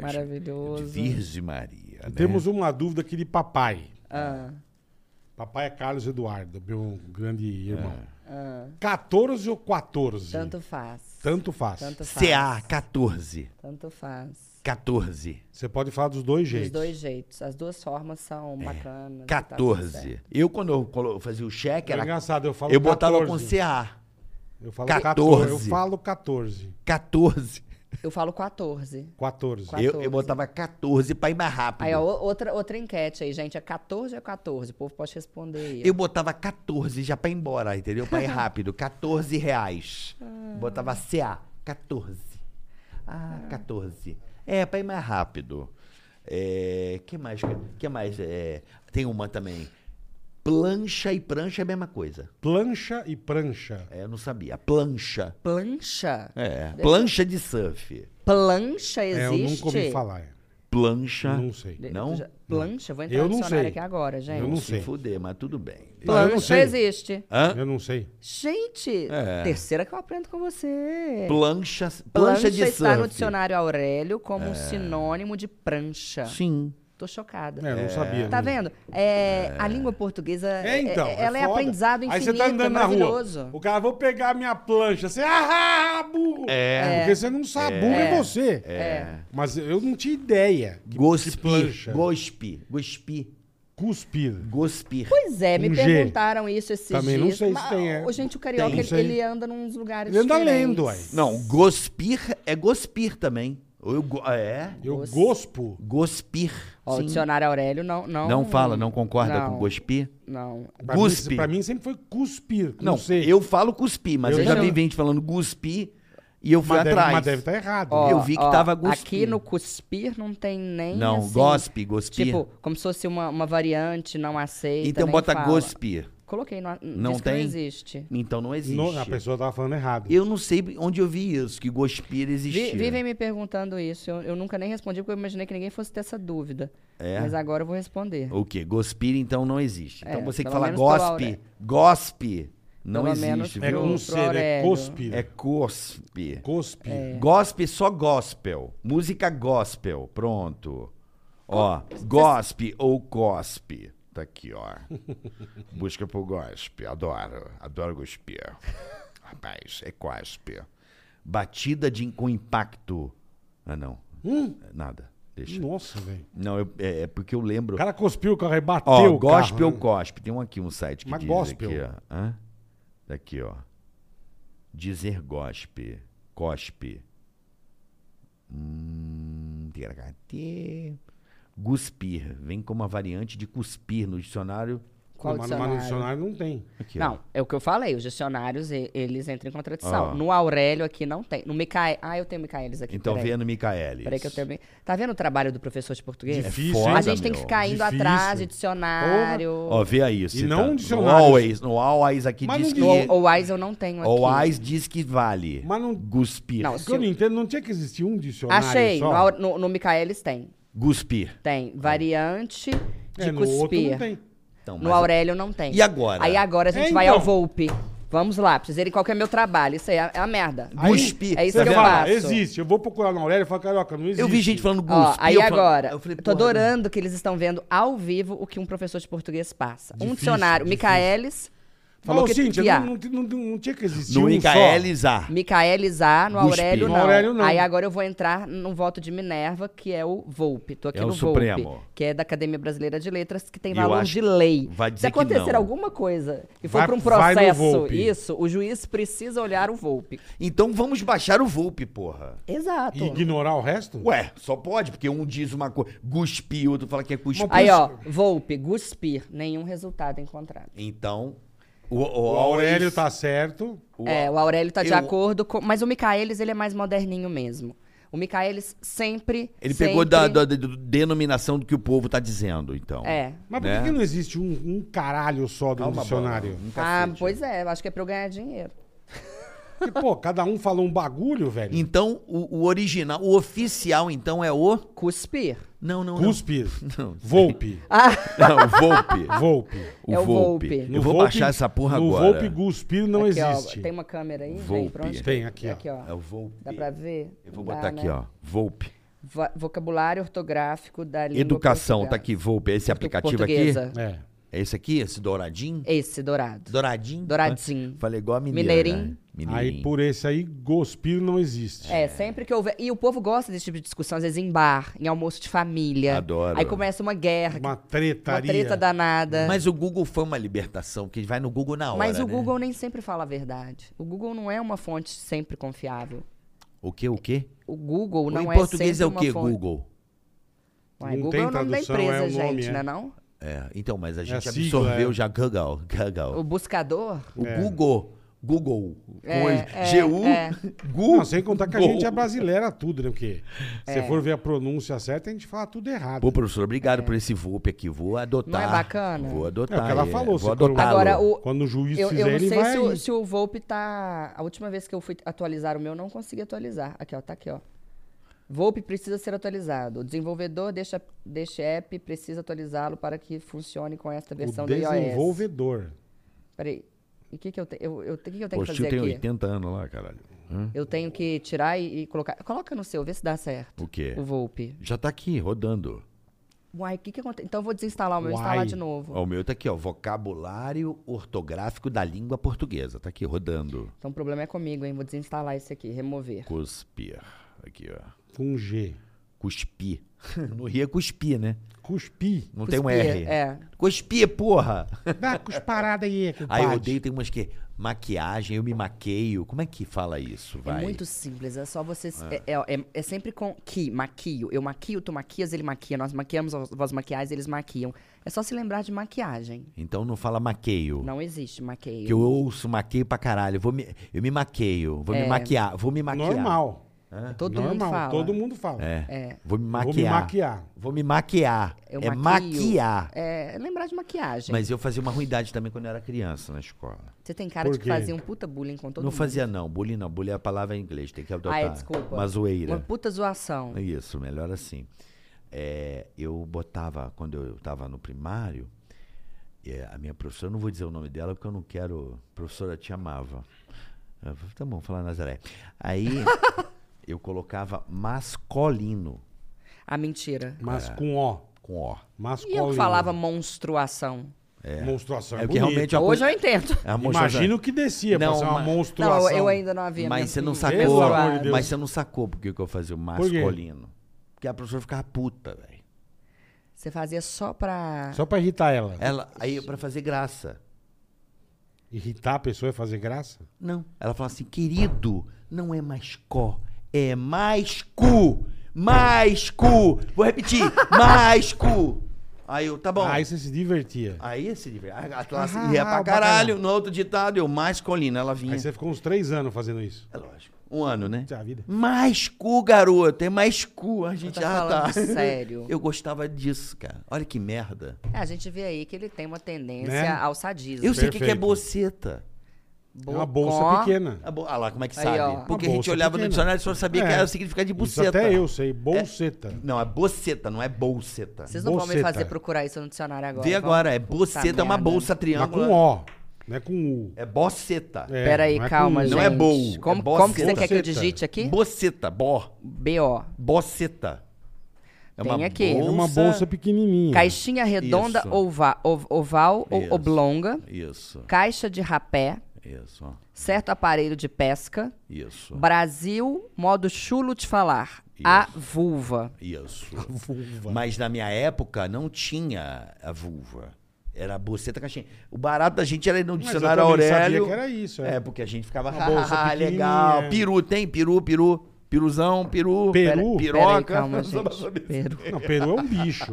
maravilhoso. Virgem Maria. Né? Temos uma dúvida aqui de papai. Ah, Papai é Carlos Eduardo, meu grande irmão. ah, 14 ou 14? tanto faz. Tanto faz. Tanto faz. CA 14. Tanto faz. 14. Você pode falar dos dois Dos jeitos. dois jeitos. As duas formas são É, bacanas. e tá tudo certo. 14. Eu, quando eu colo- fazia o cheque, É era, engraçado, eu falo eu botava 14. com CA. Eu falo 14. 14. Eu falo 14. 14. Eu falo 14. 14. Quatro. Eu, eu botava 14 pra ir mais rápido. Aí, ó, o- outra, outra enquete aí, gente. É 14 ou 14? O povo pode responder aí. ó. Eu botava 14 já pra ir embora, entendeu? Pra ir rápido. 14 reais. Ah. Botava CA. 14. Ah, 14. É, pra ir mais rápido. É, que mais? Que mais? É, tem uma também. Plancha e prancha é a mesma coisa. Plancha e prancha. É, eu não sabia. Plancha. Plancha? É. Plancha de surf. Plancha É, eu existe? nunca ouvi falar. Plancha. Não sei. De- Não? já- Plancha? Vou entrar Eu no não dicionário sei. aqui agora, gente. Eu não Se sei. fuder, mas tudo bem. Ah, eu não Plancha sei. existe. Hã? Eu não sei. Gente, É. terceira que eu aprendo com você. Plancha, plancha, Plancha é de surf. É. está no dicionário Aurélio como um sinônimo de prancha. Sim. Tô chocada. É, eu não sabia. Tá não. vendo? É, A língua portuguesa, É, então. é- ela é, foda. aprendizado infinito, Aí você tá é andando na rua. maravilhoso. O cara, vou pegar a minha plancha. Você, ah, ah, burro! É. Porque você não sabe, burro é você. É. Mas eu não tinha ideia. Gospi, plancha. gospi, gospi, Cuspir. gospir. Pois é, me Um G. perguntaram isso esses Também não dias. sei se Mas, tem, é. ô, Gente, o carioca, Tem. Não sei. ele, ele anda nos lugares Ele anda diferentes. lendo, uai. Não, gospir é gospir também. Ou Eu, go- é, Eu Gos- gospo. gospir. Ó, o sim. dicionário Aurélio não... Não, Não fala, não concorda não, com gospir? Não. Pra mim, Guspe. pra mim sempre foi cuspir. Não, Não, sei. eu falo cuspi, mas Eu eu, já não- vi gente falando guspi e eu fui mas, deve, atrás. mas deve tá- estar errado. Ó, Eu vi que ó, tava Aqui cuspindo. no cuspir não tem nem Não, assim, gospe, gospir. Tipo, como se fosse uma, uma variante, não aceita, então nem bota fala. gospi. Coloquei, não, Não diz que tem? não existe. Então não existe. No- a pessoa tava falando errado. Eu não sei onde eu vi isso, que gospir Vi- existia. vivem me perguntando isso. Eu, eu nunca nem respondi, porque eu imaginei que ninguém fosse ter essa dúvida. É? Mas agora eu vou responder. O quê? Gospir então não existe. É, então você que pelo fala menos pela gospe, Auré- gospe, não Pelo menos existe. é pro- viu? com pro C, é Aurélio. cuspir. É cospe. Cuspir. É. Gospel só gospel. Música gospel. Pronto. Ó, gospe ou cospe. Tá aqui, ó. Busca por gospe. Adoro. Adoro cuspir. Rapaz, é cospe. Batida de, com impacto. Ah, não. Hum, Nada. Deixa. nossa, velho. Não, eu- é, é porque eu lembro. O cara cuspiu o carro e bateu Ó, o carro. gospel né? cospe. Tem um aqui, um site que Mas diz gospel. aqui, ó. Hã? Aqui, ó. Dizer gospe. Cospe. Hum, ticaracati. Guspir. Vem como a variante de cuspir no dicionário. Qual Não, mas, mas dicionário? no dicionário não tem. Aqui, ó. Não, é o que eu falei. Os dicionários, e- eles entram em contradição. Ó. No Aurélio aqui não tem. No Micael... Ah, eu tenho Micaelis aqui. Então peraí. venha no Micaelis. É Peraí que eu tenho... mi- Tá vendo o trabalho do professor de português? É Difícil. Foda, A gente tem que meu. ficar indo Difícil. atrás de dicionário. Ó, vê aí. cita. não um No dicionário. Always. No Always aqui Mas diz não que... diz- O, o Wise eu não tenho aqui. Always diz que vale. Mas não- Guspir. Não, O que eu não entendo, não tinha que existir um dicionário Achei. No, só. Au- no, no Micaelis tem. Guspir. Tem. Variante de É, no outro cuspir. não tem. Então, No mas- Aurélio não tem. E agora? Aí agora a gente É, vai então. ao Volpe. Vamos lá, pra vocês verem qual que é meu trabalho. Isso aí é, é a merda. Aí, Cuspi. É isso Você que eu fala, faço. existe. Eu vou procurar na Aurélia e falo, carioca, não existe. Eu vi gente falando guspi. Ó, aí eu falo- agora, eu falei, tô porra, adorando que eles estão vendo ao vivo o que um professor de português passa. um Difícil, dicionário, difícil. Micaelis, falou Ô, que Cíntia, tinha. não, não- não- não tinha que existir No um Micaelis A. Micaelis A, no Cuspi. Aurélio, No não. Aurélio, não. Aí agora eu vou entrar no voto de Minerva, que é o Volpe. Tô aqui É no o Volpe, Supremo. que é da Academia Brasileira de Letras, que tem Eu valor acho de lei. vai Se dizer que acontecer não. alguma coisa e for Vai- pra um vai no processo, Volpe. isso, o juiz precisa olhar o Volpe. só. Então vamos baixar o Volpe, porra. Exato. E ignorar o resto? Ué, só pode, porque um diz uma coisa, guspi, outro fala que é cuspi. Aí, ó, Volpe, Guspir, nenhum resultado encontrado. Então, o, o O Aurélio tá certo. é, o Aurélio tá de eu- acordo com. Mas o Micaelis, ele é mais moderninho mesmo. O Micaelis sempre. Ele pegou da, sempre- da- da- do- denominação do que o povo tá dizendo, então. É. Mas por Né? que não existe um, um caralho só do Calma, dicionário? bola, um Ah, cacete. pois é, eu acho que é pra eu ganhar dinheiro. Porque, pô, cada um falou um bagulho, velho. Então, o, o original, o oficial, então, é o... Cuspir. Não, não, não. Cuspe. Volpe. Não, o Volpe. Volpe. O É o Volpe. Volpe. Eu vou Volpe- baixar essa porra no agora. Volpe Guspir não Aqui, ó, existe. tem uma câmera aí? Tem, Volpe. pronto. Tem, aqui, ó. Aqui, ó. É o Volpe. Dá pra ver? Eu vou Dá, botar né? aqui, ó. Volpe. Va- vocabulário ortográfico da língua Educação, tá portuguesa. aqui, Volpe. É esse aplicativo Portuguesa. aqui? É. É esse aqui, esse douradinho? Esse, dourado. Douradinho? Douradinho. Falei igual a mineira. Mineirinho. né? Aí por esse aí, Gospir não existe. É, sempre que houver. E o povo gosta desse tipo de discussão, às vezes em bar, em almoço de família. Adoro. Aí começa uma guerra, Uma uma tretaria. treta danada. Mas o Google foi uma libertação, que vai no Google na hora, Mas o né? Google nem sempre fala a verdade. O Google não é uma fonte sempre confiável. O quê, o quê? O Google não em é português sempre é o uma quê, fonte... Google? Uai, Não Google tem é o nome da tradução, empresa, é o nome, gente, é. né não? É, então, mas a gente a sigla, absorveu é. já Google, Google. O buscador... O Google, Google, É, com é, GU, é. Google. Não, sem contar que a gente é brasileira tudo, né? Porque se É. você for ver a pronúncia certa, a gente fala tudo errado. É Pô, professor, obrigado por esse VUP aqui. Vou adotar. Não é bacana? Vou adotar. É o que ela falou, tá, Vou se for um- adotar. Agora, o- Quando o juiz Eu, fizer, eu não ele sei vai. se o, se o Volpe tá... A última vez que eu fui atualizar o meu, eu não consegui atualizar. Aqui, ó, tá aqui, ó. Volpe precisa ser atualizado. O desenvolvedor deixa, deixa app precisa atualizá-lo para que funcione com esta versão é o do iOS. desenvolvedor. Peraí, e o que, que eu, te, eu, eu, o que, que eu tenho Pô, o que tio fazer tem aqui? 80 anos lá, caralho. Hã? Eu tenho que É. tirar e, e colocar... Coloca no seu, vê se dá certo. O quê? O Volpe. Já tá aqui, rodando. Uai, o que que aconteceu? Então eu vou desinstalar o meu e Uai. instalar de novo. Ó, o meu tá aqui, ó. Vocabulário ortográfico da língua portuguesa. Tá aqui, rodando. Então o problema é comigo, hein? Vou desinstalar esse aqui, remover. Cuspir. Aqui, ó. Com G. Cuspir. No Rio é cuspir, né? Cuspi. Não tem um R. Cuspir, é. Cuspir, porra! Dá cusparada aí, compadre. Aí eu odeio, tem umas que. Maquiagem, eu me maqueio. Como é que fala isso, É vai? muito simples, é só você. É, é- é- é sempre com que, maquio. Eu maquio, tu maquias, ele maquia. Nós maquiamos, vós vós maquiais, eles maquiam. É só se lembrar de maquiagem. Então não fala maqueio. Não existe maqueio. Que eu ouço maqueio pra caralho. Eu Vou me, eu me maqueio. É. Vou me maquiar. Vou me maquiar. Normal. Todo Normal. mundo fala. é Todo mundo fala. É. Vou me Vou maquiar. me maquiar. Vou me maquiar. Eu é maquio. maquiar. É, lembrar de maquiagem. Mas eu fazia uma ruindade também quando eu era criança na escola. Você tem cara Por de que quê? fazia um puta bullying com todo não mundo. fazia não, bullying não, bullying é a palavra em inglês, tem que adotar. Ah, é, desculpa. Uma zoeira. Uma puta zoação. Isso, melhor assim. É, eu botava, quando eu estava no primário, é, a minha professora, eu não vou dizer o nome dela porque eu não quero. A professora te amava. Eu falei, Tá bom, vou falar Nazaré. Aí eu colocava masculino A Ah, mentira. Mas com O. É. com O. E eu Masculino. que falava monstruação. Monstruação. É É porque realmente realmente. é uma Hoje coisa- eu entendo. é uma Imagino que descia pra Não, ser uma mas- Não, monstruação. eu ainda não havia. Mas você não menstruado. sacou. Pelo amor de Deus. Mas você não sacou porque que eu fazia o quê? masculino. Porque a professora ficava puta, velho. Você fazia só pra. Só pra irritar ela. Ela, aí pra fazer graça. Irritar a pessoa é fazer graça? Não. Ela falava assim, querido, não é mais có, é mais cu. Mais cu. Vou repetir, mais cu. Aí eu, tá bom. Ah, Aí você se divertia. Aí se livrei. A classe Ah, ia pra bacana. caralho. No outro ditado, eu mais colina. Ela vinha. Aí você ficou uns três anos fazendo isso. É lógico. Um ano, né? Isso é a vida. Mais cu, garoto. É mais cu. A gente tá já tá. falando sério. Eu gostava disso, cara. Olha que merda. É, a gente vê aí que ele tem uma tendência Né? ao sadismo. Eu sei o que, que é Perfeito. boceta. É uma Bocó. bolsa pequena. A bo- Ah lá, como é que Aí, sabe? ó. Uma Porque a gente bolsa olhava no pequena. dicionário e só sabia que É. era o significado de Isso buceta. até eu sei. Bolseta. Não, é boceta, não é bolseta. Vocês não vão me Bolseta. fazer procurar isso no dicionário agora. Vê vão? agora, é Puta boceta, é uma merda. bolsa Mas triângulo. com O. Não é com U. É boceta. É, Pera aí, não é calma, com- gente. Não é bowl, é Como, como que você boceta. quer que eu Boceta. digite aqui? Boceta, bó. B.O. Boceta. É Tem aqui. É uma bolsa pequenininha. Caixinha redonda, Isso. ova- ov- oval Isso. ou oblonga. Isso, Caixa de rapé. isso, ó. Certo aparelho de pesca. isso, Brasil, modo chulo de falar. Isso. A vulva. isso. Vulva. Mas na minha época não tinha a vulva. Era a boceta caixinha. O barato da gente era ir no eu dicionário também Aurélio. sabia que era isso, é. É, porque a gente ficava, Uma bolsa "Ah, pequenininha." legal. Peru, tem? Peru, peru. Piruzão, peru. Peru? Piroca. Pera aí, calma, Só pra gente. saber. Peru. Não, peru é um bicho.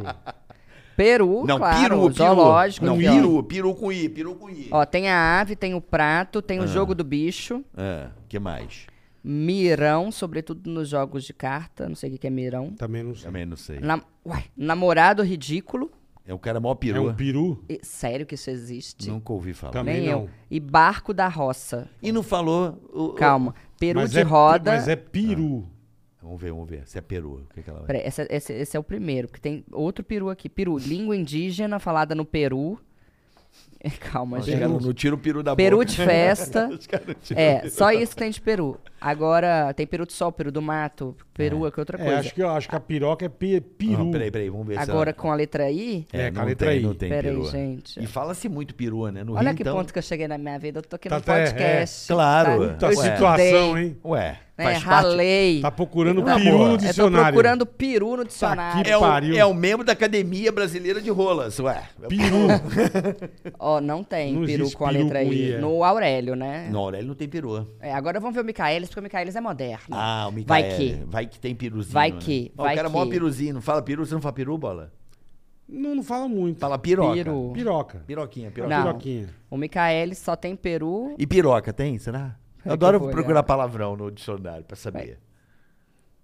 Peru, Não, claro. peru, peru. zoológico. Não, aqui, ó. peru, peru com i, peru com i. Ó, tem a ave, tem o prato, Ah. tem o jogo do bicho. É, que mais? Mirão, sobretudo nos jogos de carta. Não sei o que que é mirão. Também não sei. Também não sei. Na- Uai, namorado ridículo. É o cara mó É peru. um peru? E- sério que isso existe? Nunca ouvi falar. Também. Nem não. eu. E barco da roça. E não falou... o- o- Calma. Peru Mas de é- roda. Mas é peru. Ah, Vamos ver, vamos ver. Se é peru. O que, que ela vai... Peraí, essa- esse, esse é o primeiro, porque tem outro peru aqui. Peru, língua indígena falada no Peru. Calma, Os caras gente. não tira o peru da Peru boca. de festa. Os caras tiram. É, só isso tem de peru. Agora, tem peru de sol, peru do mato, peru é que é outra É, coisa. acho que, acho que a piroca é pe- peru. Não, Ah, peraí, peraí. Vamos ver se Agora ela... com a letra I. É, É, com a não letra tem, I. não tem Peraí, perua. gente. E fala-se muito perua, né? No Olha Rio, que então... ponto que eu cheguei na minha vida. Eu tô aqui no Tá- é, podcast. claro. sabe? Puta Eu situação, estudei, hein? Ué, Né? faz parte... Ralei. Tá procurando Não, peru no amor. É, tô Eu tô dicionário. Tá procurando peru no dicionário. que É o, pariu. é o membro da Academia Brasileira de Rolas, ué. É Peru. Ó, não tem Não peru existe com a peru letra com I. I, é. No Aurélio, né? Não, Aurélio não tem perua. É, agora vamos ver o Micaelis, porque o Micaelis é moderno. Ah, o Micael. Vai que. Vai que tem piruzinho. Vai né? que, Ó, vai o cara que. mó piruzinho. Não fala peru, você não fala peru, bola? não, não fala muito. Fala piroca. Peru. Piroca. Piroquinha, piroca. Não. Piroquinha. O Micaelis só tem peru. E piroca tem, será? Eu É que adoro eu vou procurar olhar. palavrão no dicionário pra saber.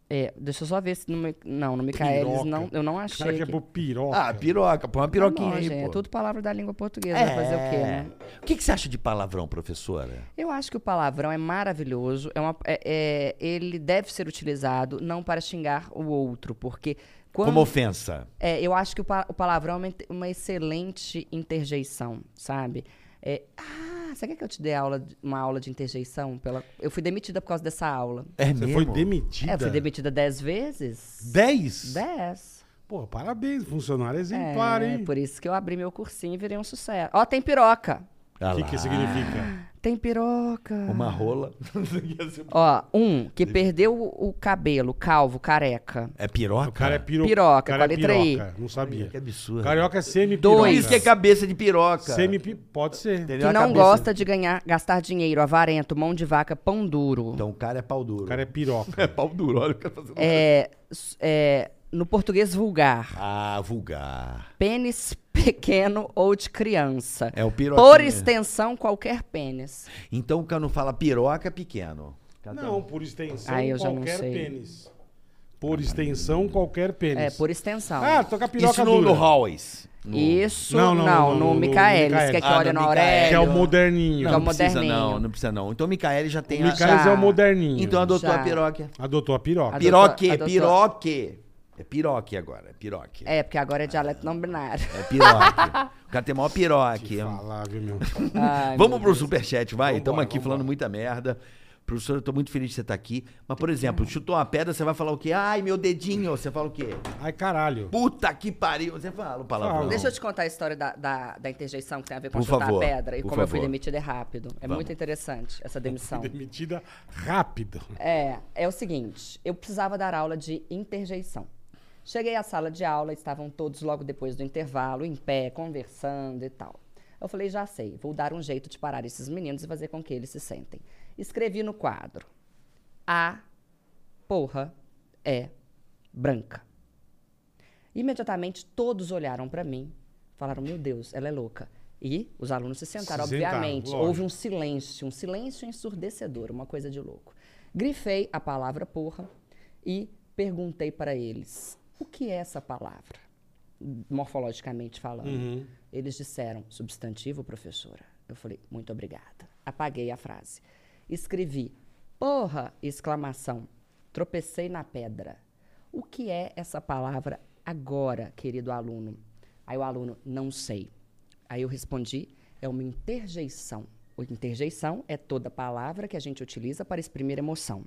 É, deixa eu só ver se no. Mi- Não, no Micaelis Piroca. não, eu não O cara achei. que é que- pro piroca. Ah, piroca. Põe uma Tá bom, piroquinha aí, gente, pô. É tudo palavra da língua portuguesa. Vai fazer É. o quê, né? O que, que você acha de palavrão, professora? Eu acho que o palavrão é maravilhoso. É uma, é- é- ele deve ser utilizado não para xingar o outro, porque. Quando, Como ofensa. É, eu acho que o, pa- o palavrão é uma, inte- uma excelente interjeição, sabe? É, ah, você quer que eu te dê aula, de- uma aula de interjeição? Pela, eu fui demitida por causa dessa aula. É Você mesmo? foi demitida? É, eu fui demitida dez vezes. 10? Dez. Pô, parabéns, funcionário exemplar, é, hein? por isso que eu abri meu cursinho e virei um sucesso. Ó, tem piroca. Ah O que, lá. que significa? Tem piroca. Uma rola. é Ó, um que perdeu o o cabelo, calvo, careca. É O piroca? cara é piro... Piroca, o cara com a é letra I. piroca, Não sabia. Que absurdo. Carioca é semi-piroca. Por Dois. isso que é cabeça de piroca. semi Pode ser. Entendeu? Que A não cabeça- gosta de ganhar, gastar dinheiro, avarento, mão de vaca, pão duro. Então o cara é pau duro. O cara é piroca. é pau duro, olha o cara fazendo. É, s- é, no português vulgar, Ah, vulgar. pênis pequeno ou de criança. É o piroquinha. Por extensão, qualquer pênis. Então o cara não fala piroca, é pequeno. Cada um. Não, por extensão, Ah, eu já não qualquer sei. pênis. Por extensão, qualquer pênis. É, por extensão. Ah, toca a piroca Isso no, dura. no Hallways. No... Isso, Não, não, não, não, no- no, no Micaelis, Micaelis. que é que Ah, olha no na Micaelis. orelha. Que é o moderninho. Não, Que é não o precisa moderninho. não, não precisa não. Então o Micael já tem o Micaelis já. é o moderninho. Então adotou Já. a piroca. Adotou a piroca. Adotou. Piroque, é adotou. piroque. É piroque agora, é piroque. É, É, porque agora é dialeto não binário. piroque. o cara tem maior é piroque. Falar, viu, meu? Ai, Vamos pro superchat, vai. Estamos Vambora, aqui falando muita merda. Professor, eu tô muito feliz de você estar aqui. Mas, por exemplo, chutou uma pedra, você vai falar o quê? Ai, meu dedinho. Você fala o quê? Ai, caralho. Puta que pariu. Você fala o palavrão. Fala. Deixa eu te contar a história da, da, da interjeição que tem a ver com Por chutar favor, a pedra e por como eu fui favor. demitida rápido. É muito interessante essa demissão. Demitida rápido. É, é o seguinte, eu precisava dar aula de interjeição. Cheguei à sala de aula, estavam todos logo depois do intervalo, em pé, conversando e tal. Eu falei, já sei, vou dar um jeito de parar esses meninos e fazer com que eles se sentem. Escrevi no quadro: A porra é branca. Imediatamente todos olharam para mim, falaram: Meu Deus, ela é louca. E os alunos se sentaram, Se sentaram, obviamente. lógico. Houve um silêncio, um silêncio ensurdecedor, uma coisa de louco. Grifei a palavra porra e perguntei para eles: O que é essa palavra? Morfologicamente falando. Uhum. Eles disseram: Substantivo, professora. Eu falei: Muito obrigada. Apaguei a frase. Escrevi: Porra! Exclamação. Tropecei na pedra. O que é essa palavra agora, querido aluno? Aí o aluno, não sei. Aí eu respondi, é uma interjeição. O- Interjeição é toda palavra que a gente utiliza para exprimir emoção.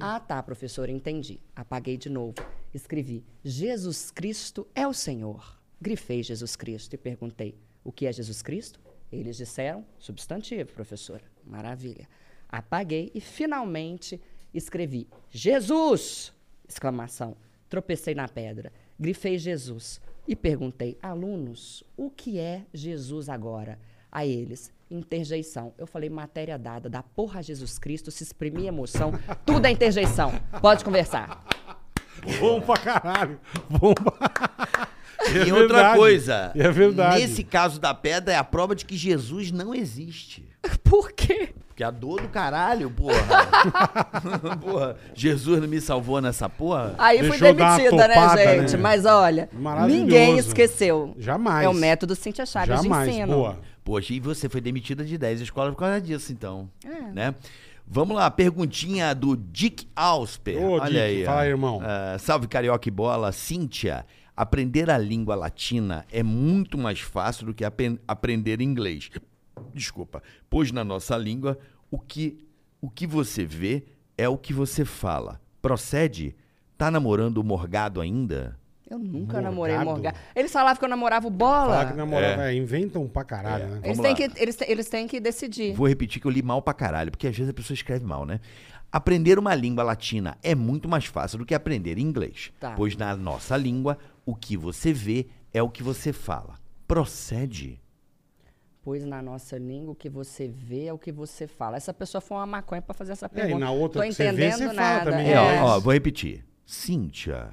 Ah, tá, professor, entendi. Apaguei de novo. Escrevi, Jesus Cristo é o Senhor. Grifei Jesus Cristo e perguntei, o que é Jesus Cristo? Eles disseram, substantivo, professora. Maravilha. Apaguei e finalmente escrevi, Jesus! Exclamação. Tropecei na pedra. Grifei Jesus e perguntei, alunos, o que é Jesus agora? A eles, interjeição. Eu falei, matéria dada, da porra a Jesus Cristo, se exprimir emoção, tudo é interjeição. Pode conversar. Bom pra caralho. Bom pra... É E outra verdade. coisa. É verdade. Nesse caso da pedra é a prova de que Jesus não existe. Por quê? Porque a dor do caralho, porra. porra. Jesus não me salvou nessa porra. Aí Deixou eu fui dar uma demitida, topada, né, gente? né? Mas olha, Maravilhoso. ninguém esqueceu. Jamais. É o método Cintia Chaves Jamais, de ensino. boa. Poxa, e você foi demitida de 10 escolas por causa disso, então. É. Né? Vamos lá, perguntinha do Dick Ausper. Ô, É, Olha Dick, aí. ó. fala aí, irmão. Ah, salve, Carioca e Bola. Cíntia, aprender a língua latina é muito mais fácil do que apen- aprender inglês. Desculpa. Pois na nossa língua, o que, o que você vê é o que você fala. Procede? Tá namorando o Morgado ainda? Eu nunca Morgado? namorei morgado. Eles falavam que eu namorava o bola. Falar que namorava. É. inventam pra caralho, né? Eles Vamos têm, lá. que, eles, te- eles têm que decidir. Vou repetir que eu li mal pra caralho, porque às vezes a pessoa escreve mal, né? Aprender uma língua latina é muito mais fácil do que aprender inglês. Tá. Pois na nossa língua, o que você vê é o que você fala. Procede. Pois na nossa língua, o que você vê é o que você fala. Essa pessoa foi uma maconha pra fazer essa É, e pergunta. na outra Tô que você vê, entendendo você fala nada. também, É, É. ó, ó, vou repetir. Cíntia,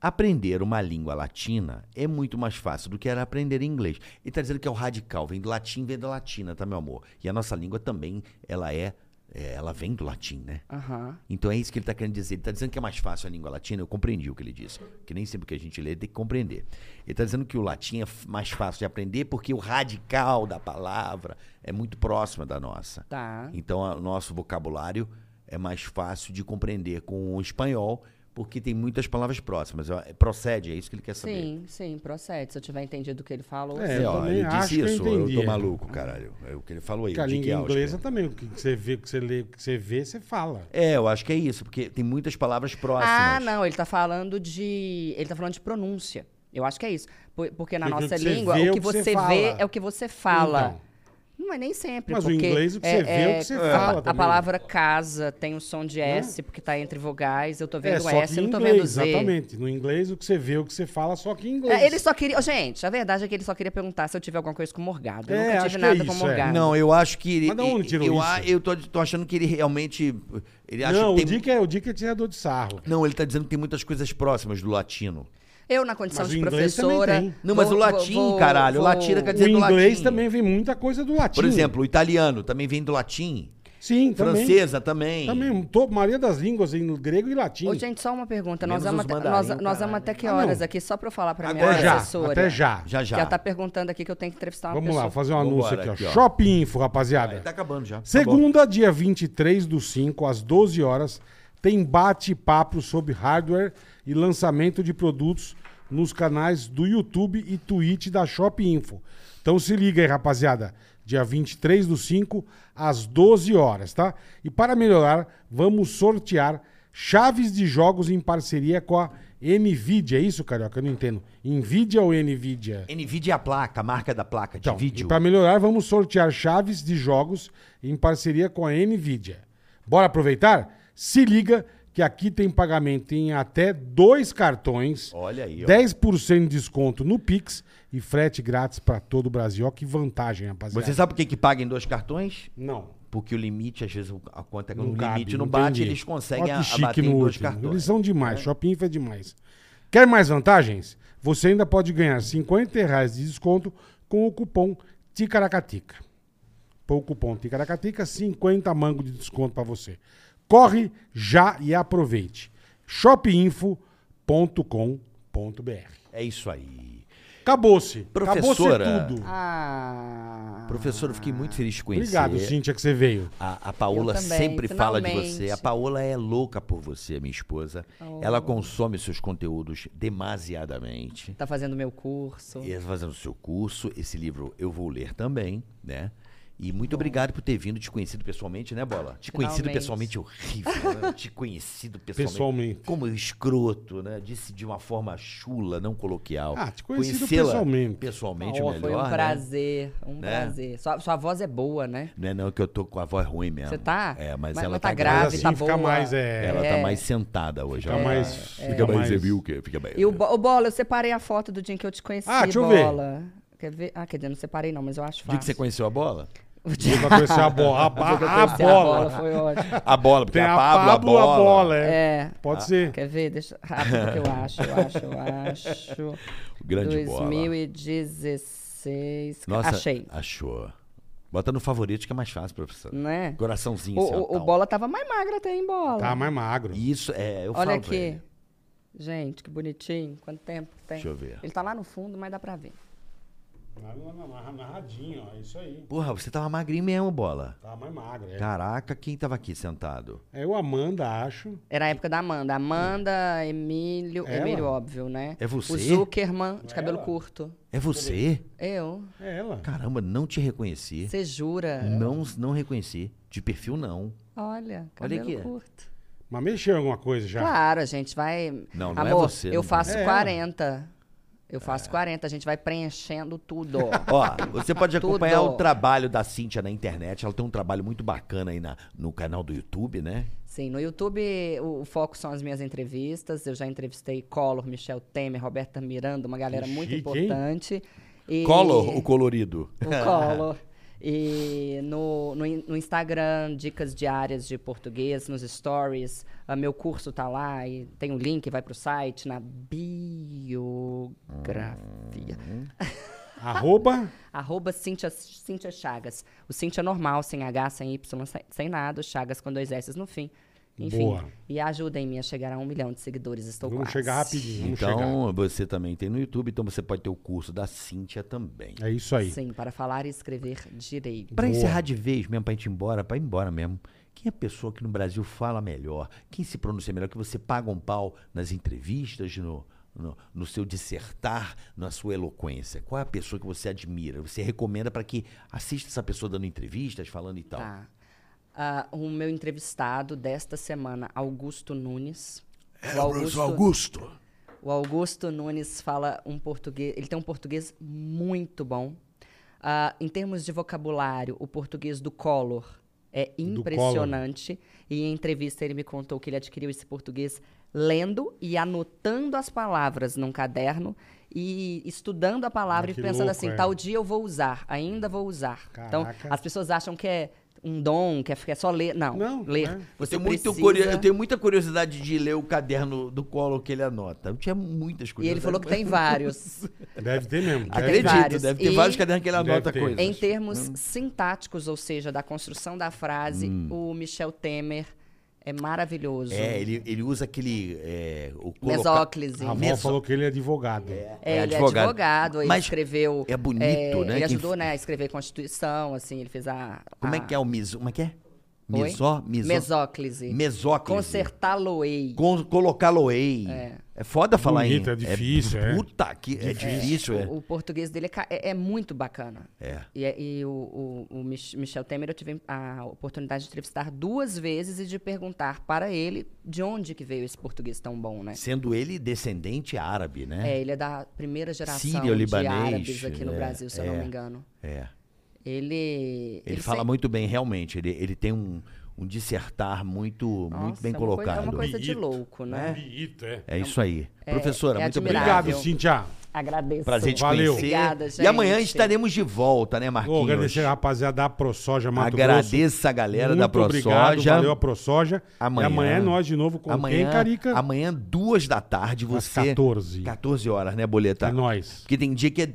aprender uma língua latina é muito mais fácil do que era aprender inglês. Ele tá dizendo que é o radical, vem do latim, vem da latina, tá, meu amor? E a nossa língua também, ela é- é ela vem do latim, né? Aham. Então é isso que ele está querendo dizer. Ele está dizendo que é mais fácil a língua latina. Eu compreendi o que ele disse. Que nem sempre que a gente lê tem que compreender. Ele está dizendo que o latim é f- mais fácil de aprender porque o radical da palavra é muito próximo da nossa. Tá. Então a- o nosso vocabulário é mais fácil de compreender com o espanhol porque tem muitas palavras próximas. Ó, Procede, é isso que ele quer saber. Sim, sim, procede. Se eu tiver entendido o que ele falou, É, sim. É, ó, também ele acho disse que eu isso, eu, entendi, tô é. maluco, caralho. É o que ele falou aí. Porque a o Dick né? língua Austin. inglesa também, o que você vê, o que você lê, o que você vê, você fala. É, eu acho que é isso, porque tem muitas palavras próximas. Ah, não, ele tá falando de. Ele tá falando de pronúncia. Eu acho que é isso. Por- Porque na Porque o nossa que você língua, vê é o que você fala. vê é o que você fala. Então. Não é nem sempre. Mas o porque inglês, o que você vê é o que você a- fala A, também. palavra casa tem o som de S, porque tá entre vogais. Eu tô É, vendo só S, que eu em não tô vendo inglês, Z. exatamente. No inglês, o que você vê, o que você fala, só que em inglês. É, ele só queria. Ô, Gente, a verdade é que ele só queria perguntar se eu tive alguma coisa com morgado. Eu É, nunca acho tive que é nada com isso, é. morgado. Não, eu acho que ele. Mas da onde tirou eu, isso? a- Eu tô, tô achando que ele realmente. Ele acha Não, que o tem- Dick é, o Dick é tirador de sarro. Não, ele tá dizendo que tem muitas coisas próximas do latino. Eu, na condição Mas o de inglês também professora. tem. Não, mas o latim, caralho, o latim era- Quer dizer, o do inglês latim. também vem muita coisa do latim. Por exemplo, o italiano também vem do latim. Sim, também. Francesa também. Também, tô, maioria das línguas em grego e latim. Ô, gente, só uma pergunta. Menos Nós vamos os até, nós, mandarim, nós caralho. vamos até que Ah, não. horas aqui, só pra eu falar pra minha até já, professora. até já. é Já, já. Que ela tá perguntando aqui que eu tenho que entrevistar uma Vamos lá, pessoa. vou fazer um Vambora, anúncio aqui, ó. aqui, ó. Shopping Info, rapaziada. Tá acabando já. Segunda, dia 23 do 5, às 12 horas, tem bate-papo sobre hardware e lançamento de produtos nos canais do YouTube e Twitch da Shop Info. Então se liga aí, rapaziada. Dia 23 do 5, às 12 horas, tá? E para melhorar, vamos sortear chaves de jogos em parceria com a NVIDIA. É isso, Carioca? Eu não entendo. NVIDIA ou NVIDIA? NVIDIA é a placa, a marca da placa de Então, vídeo. e para melhorar, vamos sortear chaves de jogos em parceria com a Nvidia. Bora aproveitar? Se liga que aqui tem pagamento em até dois cartões. Olha aí, ó. 10% de desconto no Pix e frete grátis para todo o Brasil. Ó, que vantagem, rapaziada. Você sabe por que, que paga em dois cartões? Não. Porque o limite, às vezes, o- a conta Não no cabe, limite não bate, entendi. eles conseguem Ó, que chique abater no em dois último. cartões. Eles são demais, Shopping Info é demais. Quer mais vantagens? Você ainda pode ganhar R$ 50 reais de desconto com o cupom Ticaracatica. Põe o cupom Ticaracatica, 50 mango de desconto para você. Corre já e aproveite. shopinfo.com.br É isso aí. Acabou-se. Professora. Acabou-se tudo. Ah. Professor, eu fiquei muito feliz de conhecer. Ah, Obrigado, Cíntia, que você veio. A, a Paola Eu também, sempre fala de finalmente. você. A Paola é louca por você, minha esposa. Oh. Ela consome seus conteúdos demasiadamente. Tá fazendo meu curso. E ela fazendo o seu curso, esse livro eu vou ler também, né? E muito obrigado por ter vindo, te conhecido pessoalmente, né, Bola? Te conhecido Finalmente. pessoalmente é horrível, né? Te conhecido pessoalmente. Pessoalmente. Como escroto, né? Disse de uma forma chula, não coloquial. Ah, te conhecido Conhecê-la pessoalmente. Pessoalmente Ó, é melhor, foi um né? prazer. Um Né? prazer. Sua, sua voz é boa, né? Não é não que eu tô com a voz ruim mesmo. Você tá? É, mas, mas ela mas tá, tá Mas grave, assim tá fica boa. mais, é, Ela É. tá mais sentada hoje. Fica ela mais- tá- é. Fica mais. mais- Você viu o quê? Fica É. mais. E o, Bo- o Bola, eu separei a foto do dia em que eu te conheci, Ah, deixa eu ver. Bola. Quer ver? Ah, quer dizer, não separei não, mas eu acho O dia fácil. que você conheceu a bola? O dia- Você vai conhecer a bola. A, ba- a Conhecer bola. foi ótimo. A bola, porque Tem a Pablo, a Pablo, bola. é. É. Pode ser. Quer ver? Deixa rápido que eu acho, eu acho, eu acho. Grande bola. 2016. Nossa, Achei. Achou. Bota no favorito que é mais fácil, professor. Né? Coraçãozinho, O, assim, ó, o- o tal. Bola tava mais magra até, hein, Bola? Tá mais magro. E Isso, é, eu falo Olha pra aqui. ele. Gente, que bonitinho. Quanto tempo que tem? Deixa eu ver. Ele tá lá no fundo, mas dá pra ver. Narradinho, ó. É isso aí. Porra, você tava magrinho mesmo, bola. Tá mais magro. É. Caraca, quem tava aqui sentado? É o Amanda, acho. Era a época da Amanda. Amanda, Emílio. Ela? Emílio, óbvio, né? É você? O Zuckerman, de cabelo Ela? curto. É você? Eu? É ela. Caramba, não te reconheci. Você jura? Não, não reconheci. De perfil, não. Olha, Olha cabelo aqui. curto. Mas mexeu em alguma coisa já. Claro, a gente vai. Não, não é Amor, você, eu não faço é. 40. Eu faço 40, a gente vai preenchendo tudo. Ó, você pode Tudo. acompanhar o trabalho da Cíntia na internet. Ela tem um trabalho muito bacana aí na, no canal do YouTube, né? Sim, no YouTube o, o foco são as minhas entrevistas. Eu já entrevistei Collor, Michel Temer, Roberta Miranda, uma galera Que muito chique, hein? importante. E- Color, o colorido. O Collor. E no, no, in- no Instagram, dicas diárias de português, nos stories. Ah, meu curso tá lá e tem um link, vai pro site, na biografia. Uhum. Arroba. Arroba Cintia, Cintia Chagas. O Cintia é normal, sem H, sem Y, sem, sem nada. o Chagas com dois S no fim. Enfim. Boa. E ajudem-me a chegar a um milhão de seguidores. Estou Vamos quase. chegar rapidinho. Vamos Então, você também tem no YouTube, então você pode ter o curso da Cíntia também. chegar. É isso aí. Sim, para falar e escrever direito. Pra Boa. encerrar de vez mesmo, pra gente ir embora, pra ir embora mesmo. Quem é a pessoa que no Brasil fala melhor? Quem se pronuncia melhor? Que você paga um pau nas entrevistas, no, no, no seu dissertar, na sua eloquência? Qual é a pessoa que você admira? Você recomenda para que assista essa pessoa dando entrevistas, falando e tal? Tá. Ah, o meu entrevistado desta semana, Augusto Nunes. É, O Augusto, Augusto. o Augusto Nunes fala um português. Ele tem um português muito bom. Ah, em termos de vocabulário, o português do Collor é Collor. impressionante. E em entrevista ele me contou que ele adquiriu esse português lendo e anotando as palavras num caderno e estudando a palavra Ah, e que pensando louco, assim, é. tal dia eu vou usar, ainda vou usar. Então, Caraca. as pessoas acham que é um dom, que é, que é só ler. Não, Não, ler. é. Você eu, tenho muito precisa... curio- eu tenho muita curiosidade de ler o caderno do Collor que ele anota. Eu tinha muitas E ele curiosidades. falou que tem vários. Deve ter mesmo. tem deve ter. vários. Acredito, deve ter E- vários cadernos que ele Deve anota ter. coisas. Em termos Hum. sintáticos, ou seja, da construção da frase, o Michel Temer é maravilhoso. É, ele, ele usa aquele. É, o coloca- Mesóclise. A avó Meso- falou que ele é advogado. É, é ele é advogado. advogado, ele Mas escreveu. é bonito, né, Ele que- ajudou, né, a escrever Constituição, assim, ele fez a. Como é a- que é o miso? Como é que é? Ah. Oi? Misó? Misó? Mesóclise. Mesóclise. Consertá-lo-ei. Con- Colocá-lo-ei. É. foda falar Bonito, em... é difícil, é. Puta, que... é difícil, é. O português dele é ca- é, é muito bacana. É. E, é- e o, o- o Mich- Michel Temer, eu tive a oportunidade de entrevistar duas vezes e de perguntar para ele de onde que veio esse português tão bom, né? É. Sendo ele descendente árabe, né? É, ele é da primeira geração de Sírio-libanês, árabes aqui no é, Brasil, se eu não é. me engano. É. Ele. Ele, fala sempre- muito bem, realmente. Ele, ele tem um, um dissertar muito, muito Nossa, bem é uma coisa- colocado. é uma coisa de Bonito. louco, né? Bonito, é. É isso aí. Professora, é muito admirável. obrigado. Obrigado, Cintia. Agradeço. Prazer te Valeu. conhecer. Obrigada, gente. E amanhã estaremos de volta, né, Marquinhos? Vou agradecer a rapaziada da ProSoja Mato Grosso. Agradeço a galera da Muito obrigado, ProSoja. valeu a ProSoja. Amanhã. E amanhã é nós de novo com amanhã, quem, Carica? Amanhã, duas da tarde, você... 14. 14 horas, né, Boleta? É nóis. Porque tem dia que é...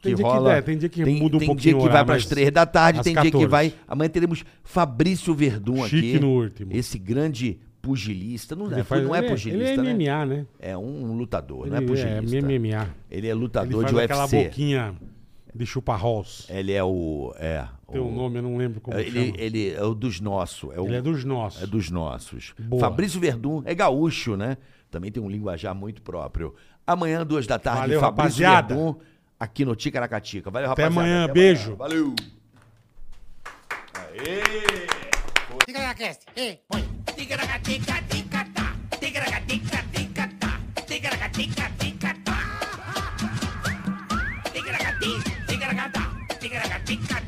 Tem dia que rola, der, tem dia que muda um tem pouquinho o dia que vai horário, para as mas três da tarde, às tem dia que 14. vai... Amanhã teremos Fabrício Verdun Chique aqui. no último. Esse grande pugilista. Não, é, Ele faz- não é ele Ele pugilista, é né? MMA, né? É um lutador, não é Ele pugilista. É MMA. Ele é Ele lutador faz de aquela UFC. boquinha de chupa rolls. Ele é o... É, Tem um o- nome, eu não lembro como Ele, chama. ele é o dos nossos. É o, Ele é dos nossos. é dos nossos. Boa. Fabrício Verdun é gaúcho, né? Também tem um linguajar muito próprio. Amanhã, duas da tarde, Valeu, Fabrício rapaziada. Verdun, aqui no Ticaracatica. Valeu, Até rapaziada. amanhã, beijo. Valeu. Ticaracast, ei, põe. Ticaracatica, ticatá. Ticaracatica, ticatá. Ticaracatica, ticatá. Ticaracatica, ticaracatá. Ticaracatica,